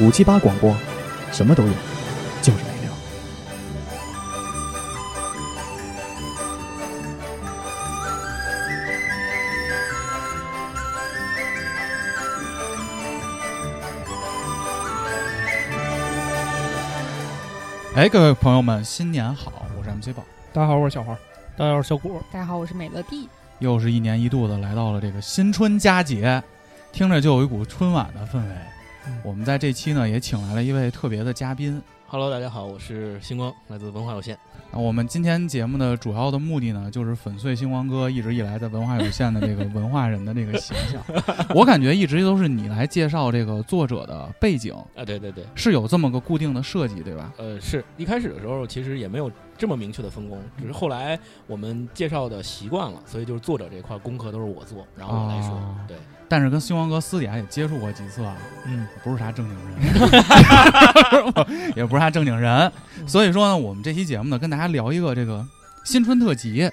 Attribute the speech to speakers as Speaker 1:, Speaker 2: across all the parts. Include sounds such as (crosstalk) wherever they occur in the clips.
Speaker 1: 五七八广播，什么都有，就是没聊。哎，各位朋友们，新年好！我是 MC 宝，
Speaker 2: 大家好，我是小花。
Speaker 3: 大家好，小果。
Speaker 4: 大家好，我是美乐蒂。
Speaker 1: 又是一年一度的来到了这个新春佳节，听着就有一股春晚的氛围。
Speaker 2: 嗯
Speaker 1: 我们在这期呢也请来了一位特别的嘉宾。
Speaker 3: Hello，大家好，我是星光，来自文化有限。
Speaker 1: 那我们今天节目的主要的目的呢，就是粉碎星光哥一直以来在文化有限的这个文化人的这个形象。我感觉一直都是你来介绍这个作者的背景，
Speaker 3: 啊，对对对，
Speaker 1: 是有这么个固定的设计，对吧？
Speaker 3: 呃，是一开始的时候其实也没有这么明确的分工，只是后来我们介绍的习惯了，所以就是作者这块功课都是我做，然后我来说。
Speaker 1: 哦
Speaker 3: 对，
Speaker 1: 但是跟星光哥私底下也接触过几次啊，
Speaker 2: 嗯，
Speaker 1: 不是啥正经人， (laughs) 也不是啥正经人。
Speaker 2: 嗯
Speaker 1: (laughs) 所以说呢，我们这期节目呢，跟大家聊一个这个新春特辑，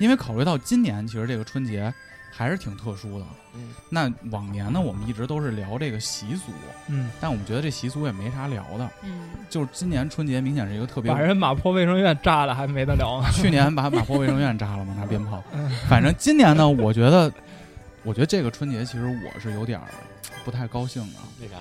Speaker 1: 因为考虑到今年其实这个春节还是挺特殊的。
Speaker 3: 嗯，
Speaker 1: 那往年呢，我们一直都是聊这个习俗，
Speaker 2: 嗯，
Speaker 1: 但我们觉得这习俗也没啥聊的。
Speaker 4: 嗯，
Speaker 1: 就是今年春节明显是一个特别
Speaker 2: 把，人马坡卫生院炸了还没得聊呢。
Speaker 1: (laughs) 去年把马坡卫生院炸了嘛，拿鞭炮
Speaker 2: 嗯。
Speaker 1: 反正今年呢，我觉得，我觉得这个春节其实我是有点儿不太高兴的。
Speaker 3: 为啥？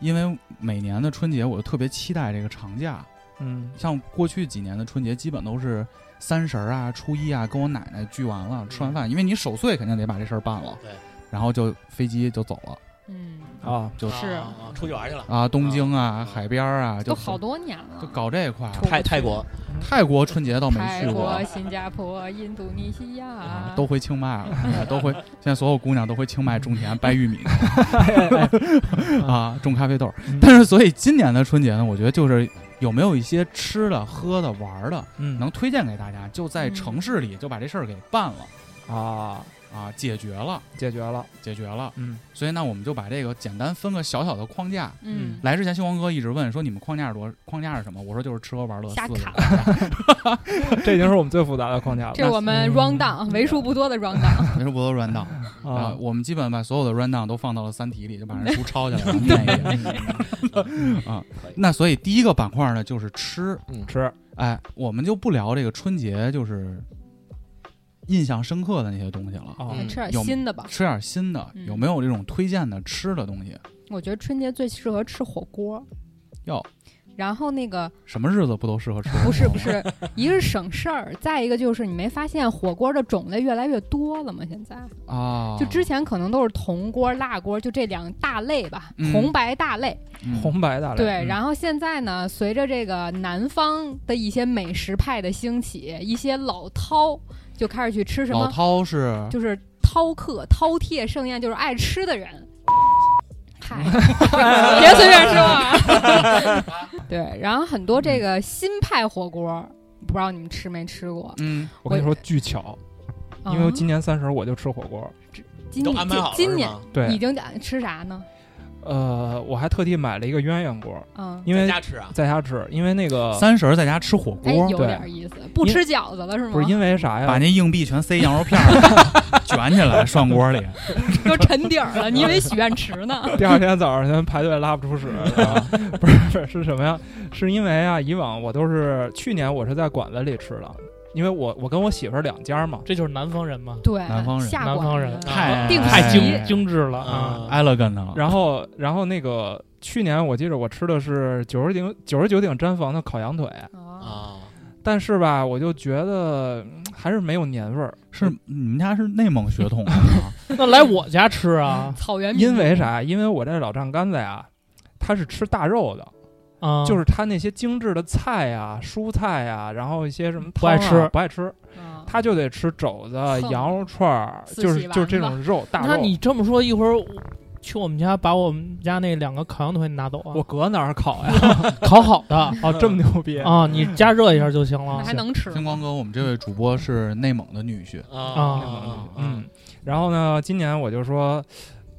Speaker 1: 因为每年的春节我就特别期待这个长假，
Speaker 2: (laughs) 嗯
Speaker 1: 像过去几年的春节基本都是三十儿啊、初一啊跟我奶奶聚完了吃完
Speaker 4: 嗯
Speaker 1: 饭，因为你守岁肯定得把这事儿办了，
Speaker 3: 对，
Speaker 1: 然后就飞机就走了，
Speaker 4: 嗯，
Speaker 2: 啊，
Speaker 1: 就
Speaker 4: 啊是
Speaker 3: 啊，出去玩去了。
Speaker 1: 啊东京啊、海边儿啊，就
Speaker 4: 哦都好多年了，
Speaker 1: 就搞这块儿。
Speaker 4: 出
Speaker 3: 泰泰国，
Speaker 1: 泰国春节倒没
Speaker 4: 泰
Speaker 1: 去过
Speaker 4: 国、。新加坡、印度尼西
Speaker 1: 啊
Speaker 4: 亚，
Speaker 1: 都回清迈了，哎都回。现在所有姑娘都回清迈种田、掰玉米呢 (laughs)
Speaker 2: 哎
Speaker 4: (laughs)
Speaker 1: 啊，种咖啡豆。
Speaker 2: 嗯
Speaker 1: 但是，所以今年的春节呢，我觉得就是有没有一些吃的、喝的、玩儿的，
Speaker 2: 嗯
Speaker 1: 能推荐给大家，就在
Speaker 4: 嗯
Speaker 1: 城市里就把这事儿给办了
Speaker 2: 啊，
Speaker 1: 啊，解决了，
Speaker 2: 解决了。
Speaker 1: 解决了。
Speaker 2: 嗯
Speaker 1: 所以呢，我们就把这个简单分个小小的框架。
Speaker 4: 嗯，
Speaker 1: 来之前，星光哥一直问说你们框架是多，框架是什么？我说就是吃喝玩乐四
Speaker 4: 瞎
Speaker 1: 个
Speaker 4: 砍
Speaker 1: (laughs) 框架，
Speaker 2: (laughs) 这已经是我们最复杂的框架了。嗯
Speaker 4: 这是我们
Speaker 1: 嗯
Speaker 4: round down 为数不多的 round down。
Speaker 1: 没说不都 run down 啊
Speaker 2: 啊，，
Speaker 1: 我们基本把所有的 run down 都放到了《三体》里，就把人书抄下来了念一遍。
Speaker 4: (laughs)
Speaker 1: 啊
Speaker 3: 可以
Speaker 1: 那所以第一个板块呢就是吃，
Speaker 2: 吃啊
Speaker 1: 哎，我们就不聊这个春节就是印象深刻的那些东西了，
Speaker 2: 啊
Speaker 3: 嗯
Speaker 4: 吃点
Speaker 1: 有
Speaker 4: 新的吧，
Speaker 1: 吃点新的，
Speaker 4: 嗯
Speaker 1: 有没有这种推荐的吃的东西？
Speaker 4: 我觉得春节最适合吃火锅。
Speaker 1: 哟，
Speaker 4: 然后那个
Speaker 1: 什么日子不都适合吃火锅吗？
Speaker 4: 不是
Speaker 1: (laughs)
Speaker 4: 不是，一个是省事儿，再一个就是你没发现火锅的种类越来越多了吗？现在
Speaker 1: 啊，
Speaker 4: 就之前可能都是铜锅、辣锅，就这两大类吧，
Speaker 1: 嗯
Speaker 4: 红白大类。
Speaker 1: 嗯
Speaker 2: 红白大类。
Speaker 4: 对，
Speaker 2: 嗯
Speaker 4: 然后现在呢，随着这个南方的一些美食派的兴起，一些老饕就开始去吃什
Speaker 1: 老
Speaker 4: 么，
Speaker 1: 饕是
Speaker 4: 就是饕客、饕餮盛宴，就是爱吃的人。嗨，别随便说啊。对，然后很多这个新派火锅，不知道你们吃没吃过？
Speaker 1: 嗯
Speaker 2: 我跟你说巨巧，因为
Speaker 4: 啊
Speaker 2: 今年三十我就吃火锅。
Speaker 4: 今
Speaker 3: 都安排好了
Speaker 4: 今今
Speaker 3: 是
Speaker 4: 年
Speaker 3: 吗
Speaker 2: 对，
Speaker 4: 已经吃啥呢？
Speaker 2: 呃，我还特地买了一个鸳鸯锅，
Speaker 4: 嗯，
Speaker 2: 因
Speaker 3: 在
Speaker 2: 为
Speaker 3: 家吃啊？
Speaker 2: 在家吃，因为那个
Speaker 1: 三十儿在家吃火
Speaker 4: 哎，
Speaker 1: 锅，
Speaker 4: 有
Speaker 2: 对
Speaker 4: 点意思，不
Speaker 2: 因
Speaker 4: 吃饺子了是吗？
Speaker 2: 不
Speaker 4: (laughs)
Speaker 2: 是因为啥
Speaker 1: 把
Speaker 2: 呀？
Speaker 1: 那硬币全塞羊肉片儿 (laughs) 卷起来涮锅里。
Speaker 4: 都沉底儿了，你以为许愿池呢？
Speaker 2: 第二天早上先排队拉不出屎，是吧不是 (laughs) 是什么呀？是因为啊，以往我都是去年我是在馆子里吃的，因为我我跟我媳妇儿两家嘛，
Speaker 5: 这就是南方人嘛，
Speaker 4: 对，
Speaker 1: 南方人
Speaker 4: 下
Speaker 5: 南
Speaker 4: 馆
Speaker 5: 方
Speaker 4: 子
Speaker 5: 人
Speaker 1: 太
Speaker 4: 定
Speaker 5: 太精、
Speaker 4: 哎
Speaker 5: 精致了啊！
Speaker 3: 啊，
Speaker 1: elegant 了。
Speaker 2: 然后然后那个去年我记着我吃的是九十顶九十九顶毡房的烤羊腿，
Speaker 4: 啊，
Speaker 3: 啊，
Speaker 2: 但是吧，我就觉得嗯还是没有年味儿，
Speaker 1: 是你们家是内蒙血 (laughs) 统的啊吗？
Speaker 5: 那来我家吃啊
Speaker 4: (laughs) 草原民
Speaker 2: 因为啥？因为我这老丈杆子呀，他是吃大肉的，
Speaker 5: 啊，
Speaker 2: 就是他那些精致的菜呀、蔬菜呀，然后一些什么
Speaker 5: 不爱
Speaker 2: 汤啊
Speaker 5: 吃
Speaker 2: 不爱吃。
Speaker 4: 族啊
Speaker 2: 他就得吃肘子、
Speaker 4: 哼
Speaker 2: 羊肉串儿，
Speaker 4: 四
Speaker 2: 就是
Speaker 4: 喜丸
Speaker 2: 就是这
Speaker 4: 子
Speaker 2: 种肉大
Speaker 5: 那
Speaker 2: 肉。
Speaker 5: 你这么说，一会儿我去我们家把我们家那两个烤羊腿拿走啊，
Speaker 2: 我搁哪儿烤呀？
Speaker 5: 烤好的
Speaker 2: (laughs) 哦，这么牛逼！
Speaker 5: 啊，你加热一下就行
Speaker 4: 那
Speaker 5: 了
Speaker 4: 还。能吃吗？
Speaker 1: 星光哥，我们这位主播是内蒙的女婿，
Speaker 3: 啊
Speaker 4: 哦
Speaker 5: 啊
Speaker 2: 嗯，然后呢，今年我就说，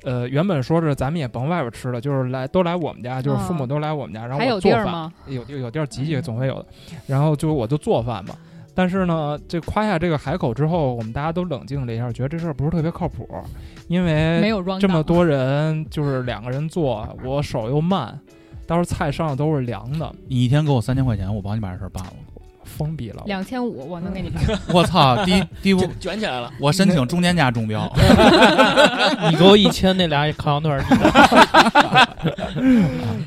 Speaker 2: 呃，原本说是咱们也甭外边吃了，就是来都来我们家，就是父母
Speaker 4: 啊
Speaker 2: 都来我们家，然
Speaker 4: 还
Speaker 2: 后
Speaker 4: 有
Speaker 2: 我做
Speaker 4: 地儿
Speaker 2: 饭，
Speaker 4: 吗？嗯
Speaker 2: 有地儿有地儿挤挤总会有的。然后就我就做饭嘛。但是呢，这夸下这个海口之后，我们大家都冷静了一下，觉得这事儿不是特别靠谱，因为
Speaker 4: 没有 round
Speaker 2: 哎这么
Speaker 4: down
Speaker 2: 多人，就是两个人做，我手又慢，到时候菜上的都是凉的，
Speaker 1: 你一天给我三千块钱，我帮你把这事儿办了。
Speaker 2: 封闭了。
Speaker 4: 两千五我能给你办。
Speaker 1: (laughs) 我操，第第五，
Speaker 3: 卷卷起来了。
Speaker 1: 我申请中间价中标。
Speaker 5: 你给我一千，那俩烤羊 (laughs) 腿儿，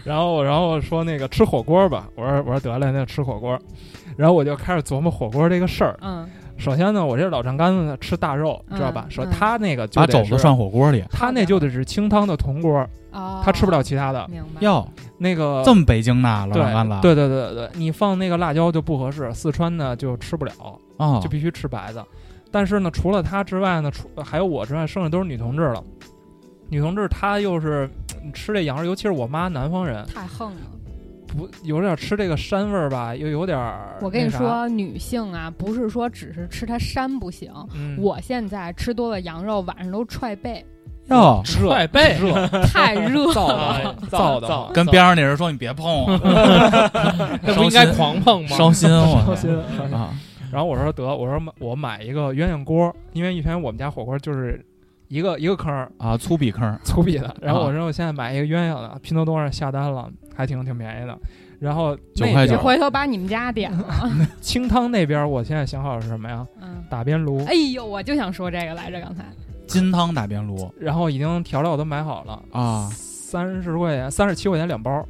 Speaker 2: 然后然后说那个吃火锅吧，我说我说得嘞，那吃火锅。然后我就开始琢磨火锅这个事儿。 (laughs)
Speaker 4: 嗯，
Speaker 2: 首先呢，我这老丈杆子呢吃大肉，
Speaker 4: 嗯
Speaker 2: 知道吧？说
Speaker 4: 嗯
Speaker 2: 他那个就
Speaker 1: 把
Speaker 2: 得
Speaker 1: 肘
Speaker 2: 是
Speaker 1: 子涮火锅里。
Speaker 2: 他那就得是清汤的铜锅，
Speaker 4: 哦，
Speaker 2: 他吃不了，其他的。
Speaker 4: 明白。
Speaker 1: 哟，
Speaker 2: 那个
Speaker 1: 这么北京呐，老
Speaker 2: 对
Speaker 1: 板干了。啊
Speaker 2: 对对对对，你放那个辣椒就不合适，四川呢就吃不了，
Speaker 1: 啊
Speaker 2: 就，必须吃白的。但是呢，除了他之外呢，除还有我之外，剩下都是女同志了。女同志她又是嗯吃这羊肉，尤其是我妈南方人，
Speaker 4: 太横了！
Speaker 2: 不有点吃这个膻味儿吧，又有点儿
Speaker 4: 我跟你
Speaker 2: 那啥，
Speaker 4: 说，女性啊，不是说只是吃它膻不行。
Speaker 2: 嗯、
Speaker 4: 我现在吃多了羊肉，晚上都踹
Speaker 2: (laughs)
Speaker 4: 背，
Speaker 1: 哟，
Speaker 2: 热
Speaker 5: 快背
Speaker 2: 热
Speaker 4: 太热
Speaker 2: 燥
Speaker 4: (laughs)
Speaker 3: 哎
Speaker 2: 的
Speaker 3: 造
Speaker 2: 燥的
Speaker 3: 造
Speaker 2: 慌，
Speaker 1: 跟边上那人说你别碰
Speaker 2: (laughs)
Speaker 1: 我，
Speaker 5: 那不应该狂碰吗？
Speaker 1: 烧心我
Speaker 2: 心。
Speaker 1: 啊。
Speaker 2: 然后我说得，我说买我买一个鸳鸯锅，因为以前我们家火锅就是一个一个坑儿
Speaker 1: 啊，粗鄙坑，
Speaker 2: 粗鄙的。然后我
Speaker 1: 啊
Speaker 2: 说我现在买一个鸳鸯的，拼多多上下单了，还挺挺便宜的。然后那
Speaker 1: 9块
Speaker 2: 边
Speaker 1: 9
Speaker 4: 回头把你们家点了。
Speaker 2: 清汤那边，我现在想好了是什么呀？
Speaker 4: 嗯，
Speaker 2: (laughs) 打边炉，
Speaker 4: 哎呦，我就想说这个来着，刚才
Speaker 1: 金汤打边炉
Speaker 2: 然后已经调料都买好了，
Speaker 1: 啊。
Speaker 2: 三十块钱，三十七块钱两包。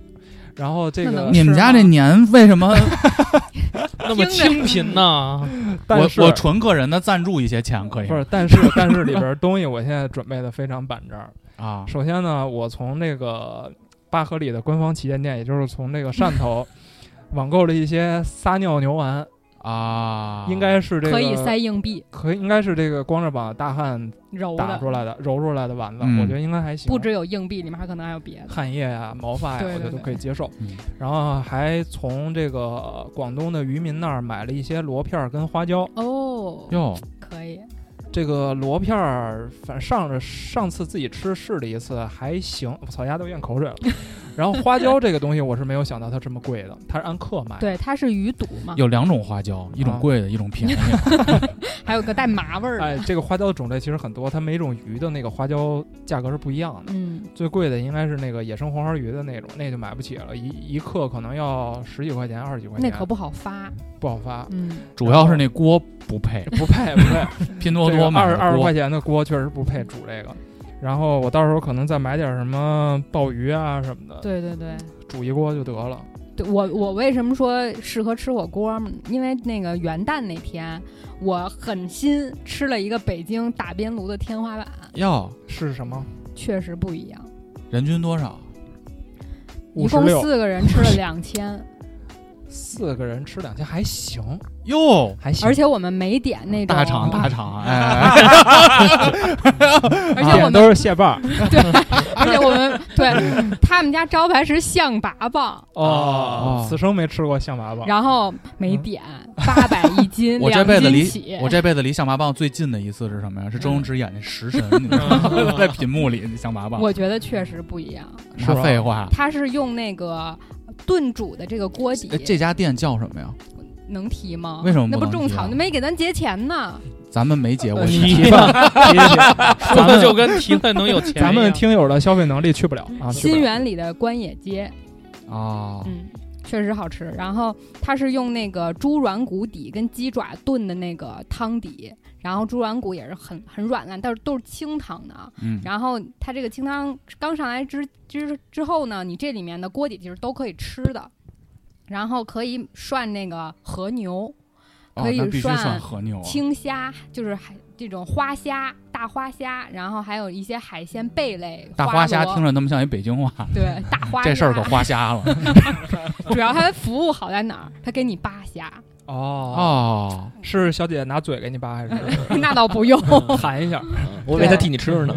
Speaker 2: 然后这
Speaker 4: 那能
Speaker 2: 个，
Speaker 1: 你们家这
Speaker 4: 是吗
Speaker 1: 年为什么
Speaker 5: 那么清贫呢？
Speaker 2: (laughs) 但
Speaker 1: 我
Speaker 2: 是
Speaker 1: 我纯个人的赞助一些钱可以
Speaker 2: 不
Speaker 1: 吗
Speaker 2: 是，但是但是里边东西我现在准备的非常板正。
Speaker 1: 啊？
Speaker 2: 首先呢，我从那个八合里的官方旗舰店，也就是从这个汕头
Speaker 1: (laughs)
Speaker 2: 网购了一些撒尿牛丸，
Speaker 1: 啊，
Speaker 2: 应该是这个
Speaker 4: 可以塞硬币
Speaker 2: 可以应该是这个光着膀大汉
Speaker 4: 揉
Speaker 2: 打
Speaker 4: 的
Speaker 2: 出，来的揉出来的丸子，
Speaker 1: 嗯
Speaker 2: 我觉得应该还行。
Speaker 4: 不只有硬币，里面还可能还有别的。
Speaker 2: 汗液呀、毛发呀，
Speaker 4: 对
Speaker 2: 我觉
Speaker 4: 对
Speaker 2: 得都
Speaker 4: 对
Speaker 2: 可以接受。
Speaker 1: 嗯
Speaker 2: 然后还从这个广东的渔民那儿买了一些螺片儿跟花椒。
Speaker 4: 哦，
Speaker 1: 哟，
Speaker 4: 可
Speaker 1: 哎
Speaker 4: 以，
Speaker 2: 这个螺片儿，反正上着上次自己吃试了一次，还行。我操，牙都咽口水了。 (laughs) 然后花椒这个东西，我是没有想到它这么贵的，它是按克卖。
Speaker 4: 对，它是鱼肚嘛，
Speaker 1: 有两种花椒，一种贵的，一种便宜
Speaker 2: (laughs)
Speaker 1: 的。
Speaker 4: 还有个带麻味儿
Speaker 2: 哎
Speaker 4: 的，，
Speaker 2: 这个花椒的种类其实很多，它每种鱼的那个花椒价格是不一样的。
Speaker 4: 嗯，
Speaker 2: 最贵的应该是那个野生黄花鱼的那种，那就买不起了，一一克可能要十几块钱、二十几块钱，
Speaker 4: 那可不好发，
Speaker 2: 不好发，
Speaker 4: 嗯，
Speaker 1: 主要是那锅不配，
Speaker 2: 不配不配。
Speaker 1: 拼 (laughs) 多
Speaker 2: 这
Speaker 1: 多
Speaker 2: 个
Speaker 1: 买
Speaker 2: 二
Speaker 1: 的
Speaker 2: 二十
Speaker 1: 锅
Speaker 2: 块钱的锅确实不配煮这个。然后我到时候可能再买点什么鲍鱼啊什么的，
Speaker 4: 对对对。
Speaker 2: 煮一锅就得了。
Speaker 4: 对我我为什么说适合吃火锅儿？因为那个元旦那天，我狠心吃了一个北京打边炉的天花板，
Speaker 1: 哟，
Speaker 2: 是什么？
Speaker 4: 确实不一样。
Speaker 1: 人均多少？
Speaker 4: 一
Speaker 2: 五十
Speaker 4: 共
Speaker 2: 六，
Speaker 4: 四个人吃了
Speaker 1: (laughs)
Speaker 4: 两千，
Speaker 2: 四个人吃两天还行，
Speaker 1: 哟，
Speaker 2: 还行。
Speaker 4: 而且我们没点那种
Speaker 1: 大厂大厂，哎，
Speaker 2: (laughs) 点
Speaker 4: 而且我
Speaker 2: 啊都
Speaker 4: 们
Speaker 2: 是蟹棒儿
Speaker 4: 而且
Speaker 1: (laughs)
Speaker 4: 我们对他们家招牌是象拔蚌，
Speaker 1: 哦
Speaker 2: 此生没吃过象拔蚌。
Speaker 4: 然后没点八百一斤，
Speaker 1: 嗯 (laughs) 我这辈子
Speaker 4: 两斤
Speaker 1: 离
Speaker 4: 起
Speaker 1: 我这辈子离象拔蚌最近的一次是什么呀？是周星驰演的《食神》，你知道吗？
Speaker 2: (laughs)
Speaker 1: 在屏幕里象拔蚌，
Speaker 4: 我觉得确实不一样。
Speaker 1: 那
Speaker 2: 吧
Speaker 1: 废话。
Speaker 4: 它是用那个炖煮的这个锅底
Speaker 1: 哎，这家店叫什么呀？
Speaker 4: 能提吗？
Speaker 1: 为什么
Speaker 4: 那
Speaker 1: 不能
Speaker 4: 不种
Speaker 1: 提啊啊
Speaker 4: 草，那没给咱结钱呢。
Speaker 1: 咱们没结过钱，
Speaker 5: 你
Speaker 2: 提
Speaker 5: (laughs)
Speaker 2: 吧，提一提
Speaker 5: 说的就跟提了能有钱一样。
Speaker 2: 咱们听友的消费能力去不了啊。去不
Speaker 4: 新
Speaker 2: 了
Speaker 4: 源里的关野街，
Speaker 1: 啊，
Speaker 4: 嗯，确实好吃。然后它是用那个猪软骨底跟鸡爪炖的那个汤底，然后猪软骨也是很很软烂，但是都是清汤的啊。
Speaker 1: 嗯，
Speaker 4: 然后它这个清汤刚上来之之之后呢，你这里面的锅底就是都可以吃的，然后可以涮那个和牛、
Speaker 1: 哦
Speaker 4: 可以
Speaker 1: 那必须
Speaker 4: 涮
Speaker 1: 算和牛啊，
Speaker 4: 青虾，就是海这种花虾、大花虾，然后还有一些海鲜贝类。
Speaker 1: 大花虾
Speaker 4: 螺
Speaker 1: 听着那么像一北京话， (laughs)
Speaker 4: 对大花
Speaker 1: 这事儿可
Speaker 4: 鸭
Speaker 1: 花瞎了
Speaker 4: (laughs) 主要它的服务好在哪儿？它给你扒
Speaker 1: (laughs)
Speaker 4: 虾，
Speaker 2: 哦
Speaker 1: 哦。
Speaker 2: 是小姐姐拿嘴给你扒还是
Speaker 4: 那倒不用。
Speaker 2: (laughs)
Speaker 4: (laughs)
Speaker 2: 含 (laughs) 一下？
Speaker 3: 嗯我以为他替你吃呢，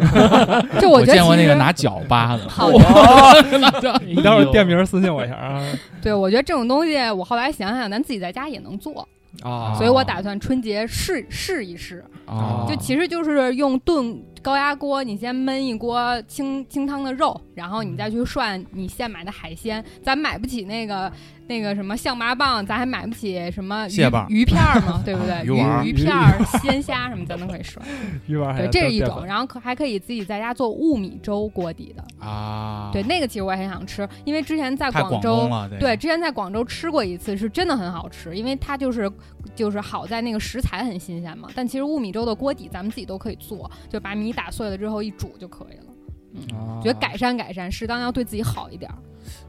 Speaker 4: 就
Speaker 1: 我
Speaker 4: 觉得
Speaker 1: 见过那
Speaker 4: 其实
Speaker 1: 个拿脚扒的， (laughs)
Speaker 4: 好，
Speaker 5: 哎
Speaker 2: 你待会儿店名私信我一下啊。 (laughs)
Speaker 4: 对我觉得这种东西，我后来想想，咱自己在家也能做，
Speaker 2: 啊，
Speaker 4: 所以我打算春节试试一试。
Speaker 1: 啊
Speaker 4: 就其实就是用炖高压锅，你先焖一锅清清汤的肉，然后
Speaker 1: 嗯
Speaker 4: 你再去涮你现买的海鲜。咱买不起那个那个什么象拔蚌，咱还买不起什么鱼
Speaker 1: 蟹棒
Speaker 4: 鱼片儿
Speaker 1: (laughs)
Speaker 4: 嘛，对不对？
Speaker 1: 鱼哎丸儿
Speaker 4: 鱼鱼片儿、鲜虾什么咱都可以涮。
Speaker 2: 鱼丸还
Speaker 4: 对，这是一
Speaker 2: 淀
Speaker 4: 种。
Speaker 2: 粉
Speaker 4: 然后可还可以自己在家做雾米粥锅底的，
Speaker 1: 啊，
Speaker 4: 对，那个其实我也很想吃，因为之前在
Speaker 1: 太广
Speaker 4: 州
Speaker 1: 东了，这个
Speaker 4: 对，之前在广州吃过一次，是真的很好吃，因为它就是就是好在那个食材很新鲜嘛。但其实雾米粥的锅底咱们自己都可以做，就把米打碎了之后一煮就可以了。嗯，
Speaker 2: 啊
Speaker 4: 觉得改善改善，适当要对自己好一点儿。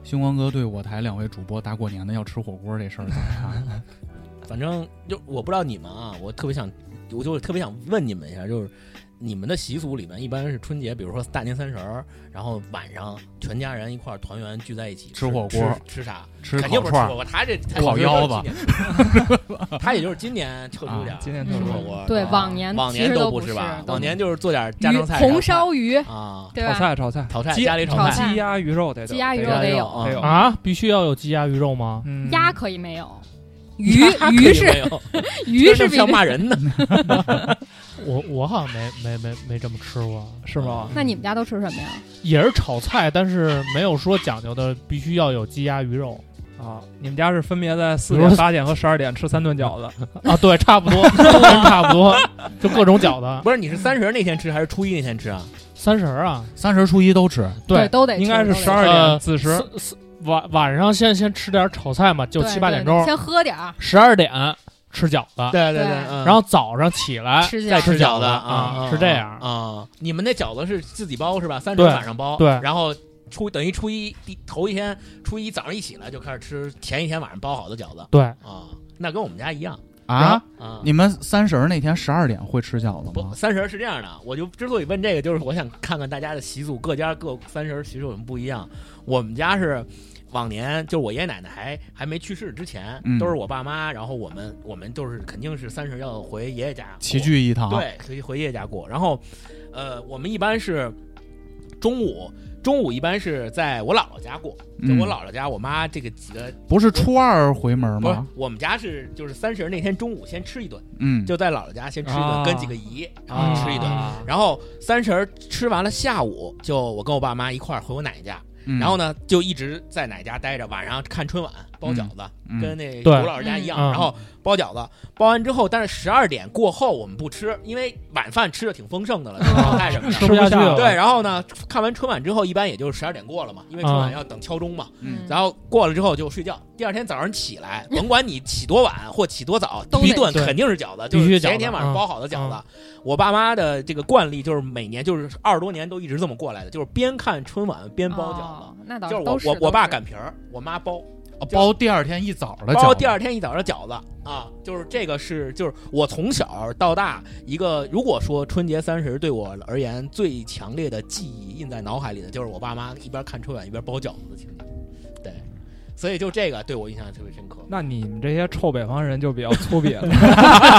Speaker 1: 星光哥对我台两位主播大过年的要吃火锅这事儿怎么
Speaker 4: (laughs)
Speaker 1: 看？
Speaker 3: 反正就我不知道你们啊，我特别想，我就是特别想问你们一下，就是你们的习俗里面一般是春节，比如说大年三十儿，然后晚上全家人一块儿团圆聚在一起
Speaker 1: 吃火锅
Speaker 3: 吃吃啥？
Speaker 1: 吃
Speaker 3: 肯定
Speaker 1: 烤
Speaker 3: 不是吃
Speaker 1: 串
Speaker 3: 火
Speaker 1: 儿，
Speaker 3: 锅，他这他
Speaker 1: 烤腰子，
Speaker 3: 他也就是今年特殊点儿，
Speaker 2: 今天
Speaker 3: 吃
Speaker 2: 特殊
Speaker 3: 火锅。
Speaker 4: 嗯对
Speaker 3: 啊
Speaker 4: 往年
Speaker 3: 往
Speaker 4: 其
Speaker 3: 年
Speaker 4: 实
Speaker 3: 都
Speaker 4: 都不
Speaker 3: 是
Speaker 4: 是
Speaker 3: 吧？
Speaker 4: 都
Speaker 3: 往年就是做点家
Speaker 4: 鱼
Speaker 3: 常菜，
Speaker 4: 红烧鱼，
Speaker 3: 啊，
Speaker 4: 对
Speaker 2: 炒
Speaker 4: 吧？
Speaker 2: 菜炒菜，
Speaker 3: 炒菜
Speaker 2: 鸡
Speaker 3: 家里 (laughs)
Speaker 4: 炒菜
Speaker 2: 鸡鸭鱼肉得
Speaker 4: 鸡鸭鱼
Speaker 3: 鸡
Speaker 4: 肉
Speaker 3: 鸭
Speaker 4: 得
Speaker 3: 肉
Speaker 4: 有
Speaker 3: 啊
Speaker 2: 得有
Speaker 5: 啊，必须要有鸡鸭鱼肉吗？
Speaker 2: 嗯
Speaker 4: 鸭可以没有，鱼鱼
Speaker 3: (laughs) 可以
Speaker 4: 是
Speaker 3: 没有
Speaker 4: 鱼
Speaker 3: (laughs)
Speaker 4: 是
Speaker 3: 这
Speaker 4: 必
Speaker 3: 像
Speaker 4: 须。
Speaker 3: 骂人的，
Speaker 5: 我我好像没没没没这么吃过，
Speaker 2: 是吗？
Speaker 4: 那你们家都吃什么呀？
Speaker 5: 也是炒菜，但是没有说讲究的必须要有鸡鸭鱼肉
Speaker 2: 啊，你们家是分别在四
Speaker 5: 比如
Speaker 2: 点、
Speaker 5: 说
Speaker 2: 八点和十二点吃三顿饺子，
Speaker 5: 啊。对，差 (laughs) 不多，跟我差不多，就各种饺子。
Speaker 3: 不是？你是三十那天吃还是初一那天吃啊？
Speaker 5: 三十儿啊，
Speaker 1: 三十初一都吃。
Speaker 5: 对，
Speaker 4: 都得
Speaker 2: 应该
Speaker 4: 吃
Speaker 2: 是
Speaker 4: 都得
Speaker 2: 十二
Speaker 4: 吃
Speaker 2: 点
Speaker 5: 呃
Speaker 2: 子时
Speaker 5: 四四晚晚上先先吃点炒菜嘛，就
Speaker 4: 对
Speaker 5: 七八
Speaker 4: 对
Speaker 5: 点
Speaker 4: 对
Speaker 5: 钟，
Speaker 4: 先喝点儿，
Speaker 5: 十二点吃饺子，
Speaker 3: 对
Speaker 4: 对对
Speaker 3: 然
Speaker 5: 然后早上起来
Speaker 4: 吃
Speaker 3: 再
Speaker 4: 饺
Speaker 3: 吃
Speaker 4: 子。
Speaker 3: 饺子
Speaker 5: 啊是这样
Speaker 3: 啊。你们那饺子是自己包是吧？三十
Speaker 5: 对
Speaker 3: 晚上包，
Speaker 5: 对
Speaker 3: 然后初等于初一第头一天，初一早上一起来就开始吃前一天晚上包好的饺子
Speaker 5: 对，
Speaker 3: 啊，那跟我们家一样
Speaker 1: 啊！
Speaker 3: 啊。
Speaker 1: 你们三十儿那天十二点会吃饺子
Speaker 3: 不
Speaker 1: 吗，？
Speaker 3: 三十儿是这样的，我就之所以问这个，就是我想看看大家的习俗，各家各三十儿习俗有什么不一样。我们家是往年，就是我爷爷奶奶还还没去世之前，
Speaker 1: 嗯
Speaker 3: 都是我爸妈，然后我们我们都是肯定是三十要回爷爷家
Speaker 1: 齐聚一堂，
Speaker 3: 对，回回叶家过。然后，呃，我们一般是中午，中午一般是在我姥姥家过，在
Speaker 1: 嗯
Speaker 3: 我姥姥家，我妈这个几个
Speaker 1: 不是初二回门
Speaker 3: 不是
Speaker 1: 吗？
Speaker 3: 我们家是就是三十那天中午先吃一顿，
Speaker 1: 嗯，
Speaker 3: 就在姥姥家先吃一顿，
Speaker 2: 啊
Speaker 3: 跟几个姨然后吃一顿。
Speaker 5: 啊
Speaker 3: 然后三十儿吃完了，下午就我跟我爸妈一块儿回我奶奶家，
Speaker 1: 嗯
Speaker 3: 然后呢就一直在奶奶家待着，晚上看春晚包饺子，
Speaker 1: 嗯
Speaker 3: 跟那
Speaker 5: 对
Speaker 3: 个胡老师家一样，
Speaker 5: 嗯
Speaker 3: 然后包饺子，包完之后，但是十二点过后我们不吃，因为晚饭吃的挺丰盛
Speaker 5: (laughs)
Speaker 3: 的了，炒菜什么
Speaker 5: 吃
Speaker 3: 的。
Speaker 5: 不下去
Speaker 2: 吃不下
Speaker 5: 了。
Speaker 3: 对，然后呢，看完春晚之后，一般也就是十二点过了嘛，因为春晚要等敲钟嘛。
Speaker 1: 嗯
Speaker 3: 然后过了之后就睡觉，第二天早上起来，甭管你起多晚或起多早，
Speaker 4: 都
Speaker 3: 第一
Speaker 4: 得
Speaker 3: 顿
Speaker 5: 吃
Speaker 3: 肯定是饺子，就
Speaker 5: 必须
Speaker 3: 是
Speaker 5: 饺子嗯
Speaker 3: 前一天晚上包好的饺子。 (laughs) 我爸妈的这个惯例就是每年就是二十多年都一直这么过来的，就是边看春晚边包饺子。
Speaker 4: 哦，那倒
Speaker 3: 就是
Speaker 4: 都
Speaker 3: 我我我爸
Speaker 4: 都是
Speaker 3: 擀皮儿，我妈包。
Speaker 1: 哦包第二天一早的饺子，
Speaker 3: 包第二天一早上饺子啊，就是这个是就是我从小到大一个，如果说春节三十对我而言最强烈的记忆印在脑海里的，就是我爸妈一边看春晚一边包饺子的情景。对，所以就这个对我印象特别深刻。
Speaker 2: 那你们这些臭北方人就比较粗鄙 (laughs) 了。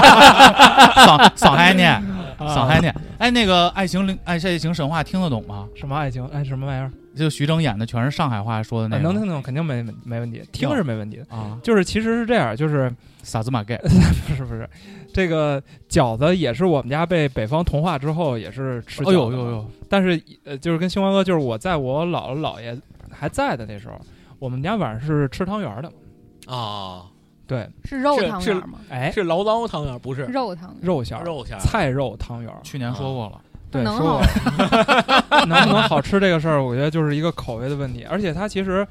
Speaker 1: (laughs) 嗓嗓嗨念，嗓嗨
Speaker 2: (laughs) 啊
Speaker 1: 念。哎，那个《爱情灵爱爱情神话》听得懂吗？
Speaker 2: 什么爱情？哎，什么 (laughs) 玩意儿？
Speaker 1: 就徐峥演的全是上海话说的那
Speaker 2: 啊
Speaker 1: 个，
Speaker 2: 能听懂肯定没没问题，听是没问题的。
Speaker 1: 啊，
Speaker 2: 就是其实是这样，就是 (laughs)
Speaker 1: 傻子马盖，
Speaker 2: 不是不是，这个饺子也是我们家被北方同化之后也是吃饺
Speaker 1: 哎
Speaker 2: 子。
Speaker 1: 呦呦！呦，
Speaker 2: 但是呃，就是跟星光哥，就是我在我姥姥姥爷还在的那时候，我们家晚上是吃汤圆儿的。
Speaker 3: 啊，
Speaker 2: 对，
Speaker 4: 是肉
Speaker 3: 是
Speaker 4: 汤
Speaker 3: 是
Speaker 4: 圆儿吗？
Speaker 3: (laughs)
Speaker 2: 哎，
Speaker 3: 是醪糟汤圆不是
Speaker 4: 肉汤圆儿
Speaker 2: 肉馅儿、
Speaker 3: 肉馅儿
Speaker 2: 菜肉汤圆儿。
Speaker 1: 去年说过了，
Speaker 2: 对，
Speaker 4: 能
Speaker 2: 说过
Speaker 4: 好
Speaker 2: (laughs) 能不能好吃这个事儿，我觉得就是一个口味的问题。而且它其实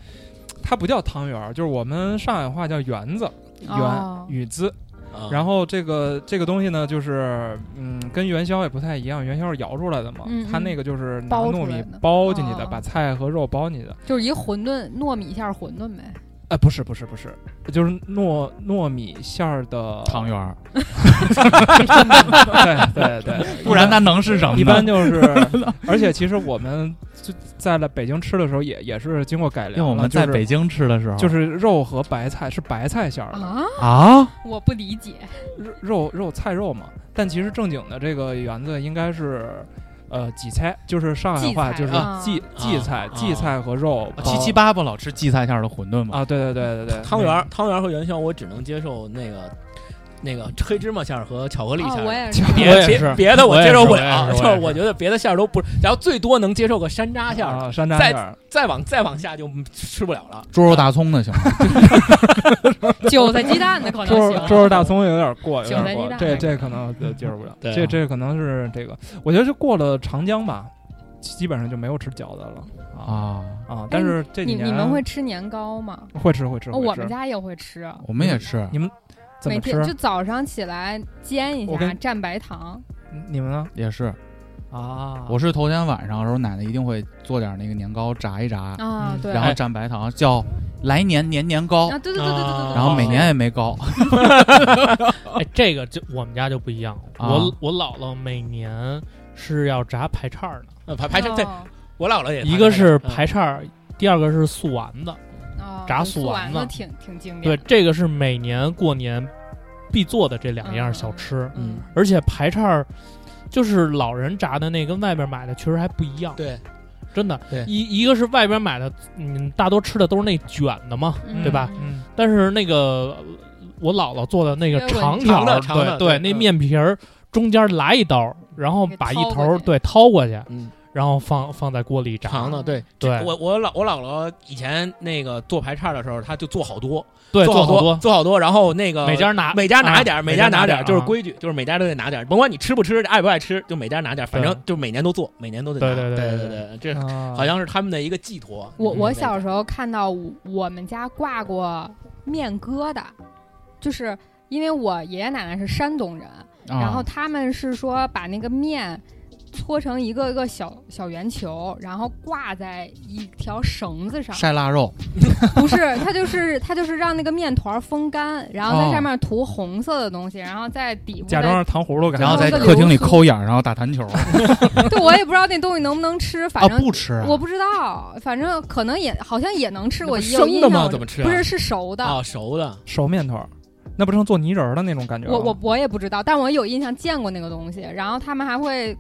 Speaker 2: 它不叫汤圆儿，就是我们上海话叫圆子，圆
Speaker 4: 哦
Speaker 2: 雨滋。
Speaker 3: 啊
Speaker 2: 然后这个这个东西呢，就是嗯，跟元宵也不太一样，元宵是摇出来的嘛，
Speaker 4: 嗯嗯
Speaker 2: 它那个就是拿
Speaker 4: 包出
Speaker 2: 糯
Speaker 4: 来
Speaker 2: 米
Speaker 4: 的
Speaker 2: 包进去的，
Speaker 4: 哦
Speaker 2: 把菜和肉包进去的。
Speaker 4: 就是一馄饨糯米馅儿馄饨呗。
Speaker 2: 呃，不是不是不是，就是糯糯米馅儿的
Speaker 1: 汤圆
Speaker 2: 哦
Speaker 1: 儿，
Speaker 2: 圆。 (laughs) 对对对，
Speaker 1: (laughs) 不然它能是什么呢？
Speaker 2: 一般就是，
Speaker 1: (laughs)
Speaker 2: 而且其实我们就在了北京吃的时候也，也是经过改良
Speaker 1: 因为我们
Speaker 2: 了
Speaker 1: 在北京吃的时候，
Speaker 2: 啊就是、就是肉和白菜是白菜馅儿的，
Speaker 4: 啊，
Speaker 1: 啊，
Speaker 4: 我不理解。
Speaker 2: 肉肉肉菜肉嘛。但其实正经的这个圆子应该是。呃，荠菜就是上海话，
Speaker 4: 荠菜
Speaker 2: 就是
Speaker 4: 啊
Speaker 2: 荠荠菜
Speaker 3: 啊，
Speaker 2: 荠菜和肉
Speaker 1: 啊
Speaker 2: 啊
Speaker 1: 七七八不老吃荠菜馅儿的馄饨吗？
Speaker 2: 啊，对对对对对，
Speaker 3: 汤圆儿汤圆儿和元宵我只能接受那个那个黑芝麻馅儿和巧克力馅
Speaker 4: 哦，
Speaker 3: 儿
Speaker 4: 我
Speaker 3: 的。
Speaker 4: 也是。
Speaker 5: 别我也是
Speaker 3: 别别别的
Speaker 5: 我也
Speaker 3: 接受
Speaker 5: 是
Speaker 3: 不
Speaker 5: 我也
Speaker 3: 了，
Speaker 5: 是
Speaker 3: 就
Speaker 5: 我也
Speaker 3: 是
Speaker 5: 是
Speaker 3: 我觉得别的馅儿都不，然后最多能接受个山楂馅儿的，
Speaker 2: 啊，山楂
Speaker 3: 再
Speaker 2: 馅儿，
Speaker 3: 再往再往下就吃不了了。
Speaker 1: 猪肉大葱的行
Speaker 2: (laughs)
Speaker 1: 吗？
Speaker 4: 韭菜鸡蛋的可
Speaker 2: 猪
Speaker 4: 能
Speaker 2: 肉
Speaker 4: 行。
Speaker 2: 猪肉大葱有点过，有
Speaker 4: 韭菜
Speaker 2: 点
Speaker 4: 鸡
Speaker 2: 过，
Speaker 4: 蛋
Speaker 2: 这这可能就接受不了。
Speaker 3: 对啊
Speaker 2: 这这可能是这个，我觉得就过了长江吧，基本上就没有吃饺子了啊
Speaker 1: 啊，
Speaker 2: 啊！但是这几
Speaker 4: 哎你
Speaker 2: 年
Speaker 4: 你们会吃年糕吗？
Speaker 2: 会吃会吃，
Speaker 4: 哦，
Speaker 2: 会
Speaker 4: 我
Speaker 2: 吃
Speaker 4: 们家也会吃，啊
Speaker 1: 我们也吃，
Speaker 2: 怎
Speaker 4: 每
Speaker 2: 么
Speaker 4: 天就
Speaker 2: 吃？
Speaker 4: 早上起来煎一
Speaker 2: 我
Speaker 4: 下，
Speaker 2: 跟
Speaker 4: 蘸白糖。
Speaker 2: 你们呢？
Speaker 1: 也是。
Speaker 2: 啊，
Speaker 1: 我是头天晚上的时候，奶奶一定会做点那个年糕炸一炸，
Speaker 4: 啊
Speaker 2: 嗯，
Speaker 4: 对，
Speaker 1: 然后蘸白糖，叫来年年年糕
Speaker 4: 啊，，对对对对对对对，
Speaker 1: 然后每
Speaker 2: 哦
Speaker 1: 年也没高。
Speaker 5: 哎，这个就我们家就不一样了。
Speaker 1: 啊
Speaker 5: 我我姥姥每年是要炸排叉儿的，
Speaker 3: 呃排排成这，
Speaker 4: 哦
Speaker 3: 我姥姥也
Speaker 5: 一个是
Speaker 3: 排成嗯
Speaker 5: 排叉儿，第二个是素丸子。
Speaker 4: 哦
Speaker 5: 炸
Speaker 4: 对
Speaker 5: 素
Speaker 4: 素
Speaker 5: 丸
Speaker 4: 子
Speaker 5: 子
Speaker 4: 挺挺经
Speaker 5: 对
Speaker 4: 典，，
Speaker 5: 这个是每年过年必做的这两样小吃，
Speaker 4: 嗯，
Speaker 5: 而且排叉儿就是老人炸的那跟外边买的确实还不一样，
Speaker 3: 对
Speaker 5: 真的
Speaker 3: 对。
Speaker 5: 一一个是外边买的，嗯，大多吃的都是那卷的嘛，
Speaker 4: 嗯
Speaker 5: 对吧？
Speaker 2: 嗯，
Speaker 5: 但是那个呃我姥姥做的那个
Speaker 4: 对我
Speaker 5: 长
Speaker 4: 知
Speaker 5: 条
Speaker 3: 道
Speaker 5: 儿，
Speaker 3: 长的长的
Speaker 5: 对对，那
Speaker 3: 嗯
Speaker 5: 面皮儿中间来一刀，然后
Speaker 4: 给
Speaker 5: 把一
Speaker 4: 掏过
Speaker 5: 头儿
Speaker 4: 去
Speaker 5: 对掏过去，
Speaker 3: 嗯
Speaker 5: 然后放放在锅里炸
Speaker 3: 长，的对
Speaker 5: 对
Speaker 3: 我我姥我姥姥以前那个做排叉的时候，她就做好多，
Speaker 5: 对，做
Speaker 3: 好
Speaker 5: 多，
Speaker 3: 做好多，然后那个
Speaker 5: 每家拿 (laughs)
Speaker 3: 每家拿
Speaker 5: 啊
Speaker 3: 一点儿，每
Speaker 5: 家
Speaker 3: 拿点
Speaker 5: 点
Speaker 3: 儿，
Speaker 5: 儿，
Speaker 3: 就是
Speaker 5: 啊
Speaker 3: 规矩，就是每家都得拿点儿，甭管你吃不吃，爱不爱吃，就每家拿点儿，反正
Speaker 5: 对
Speaker 3: 就每年都做，每年都得拿。
Speaker 5: 对
Speaker 3: 对
Speaker 5: 对对
Speaker 3: 对
Speaker 5: 对
Speaker 3: 对，这
Speaker 2: 好
Speaker 3: 好像是他们的一个寄托。嗯
Speaker 4: 我我小
Speaker 3: 候
Speaker 4: 时候看到我我们家挂过面疙瘩，就是因为我爷爷奶奶是山东人，然后
Speaker 1: 啊
Speaker 4: 他们是说把那个面搓成一个一个小小圆球，然后挂在一条绳子上，
Speaker 1: 晒腊肉，
Speaker 4: 不是，它就是它就是让那个面团儿风干，然后在
Speaker 1: 哦
Speaker 4: 上面涂红色的东西，然后在底部
Speaker 2: 假
Speaker 4: 再
Speaker 2: 装是糖葫芦感觉，
Speaker 1: 然后在
Speaker 4: 这个
Speaker 1: 客厅里
Speaker 4: 流苏
Speaker 1: 抠眼儿，然后打弹球。
Speaker 4: 对我也不知道那东西能不能吃，反
Speaker 3: 哦
Speaker 1: 啊，
Speaker 4: 正
Speaker 1: 不吃啊，
Speaker 4: 我不知道，反正可能也好像也能吃，我有
Speaker 3: 生
Speaker 4: 印
Speaker 3: 的
Speaker 4: 象
Speaker 3: 吗？
Speaker 4: 我
Speaker 3: 怎么吃啊？
Speaker 4: 不是是熟的。
Speaker 3: 啊，熟的
Speaker 2: 熟面团儿，那不成做泥人儿的那种感觉了？
Speaker 4: 我我我也不知道，但我有印象见过那个东西。然后他们还会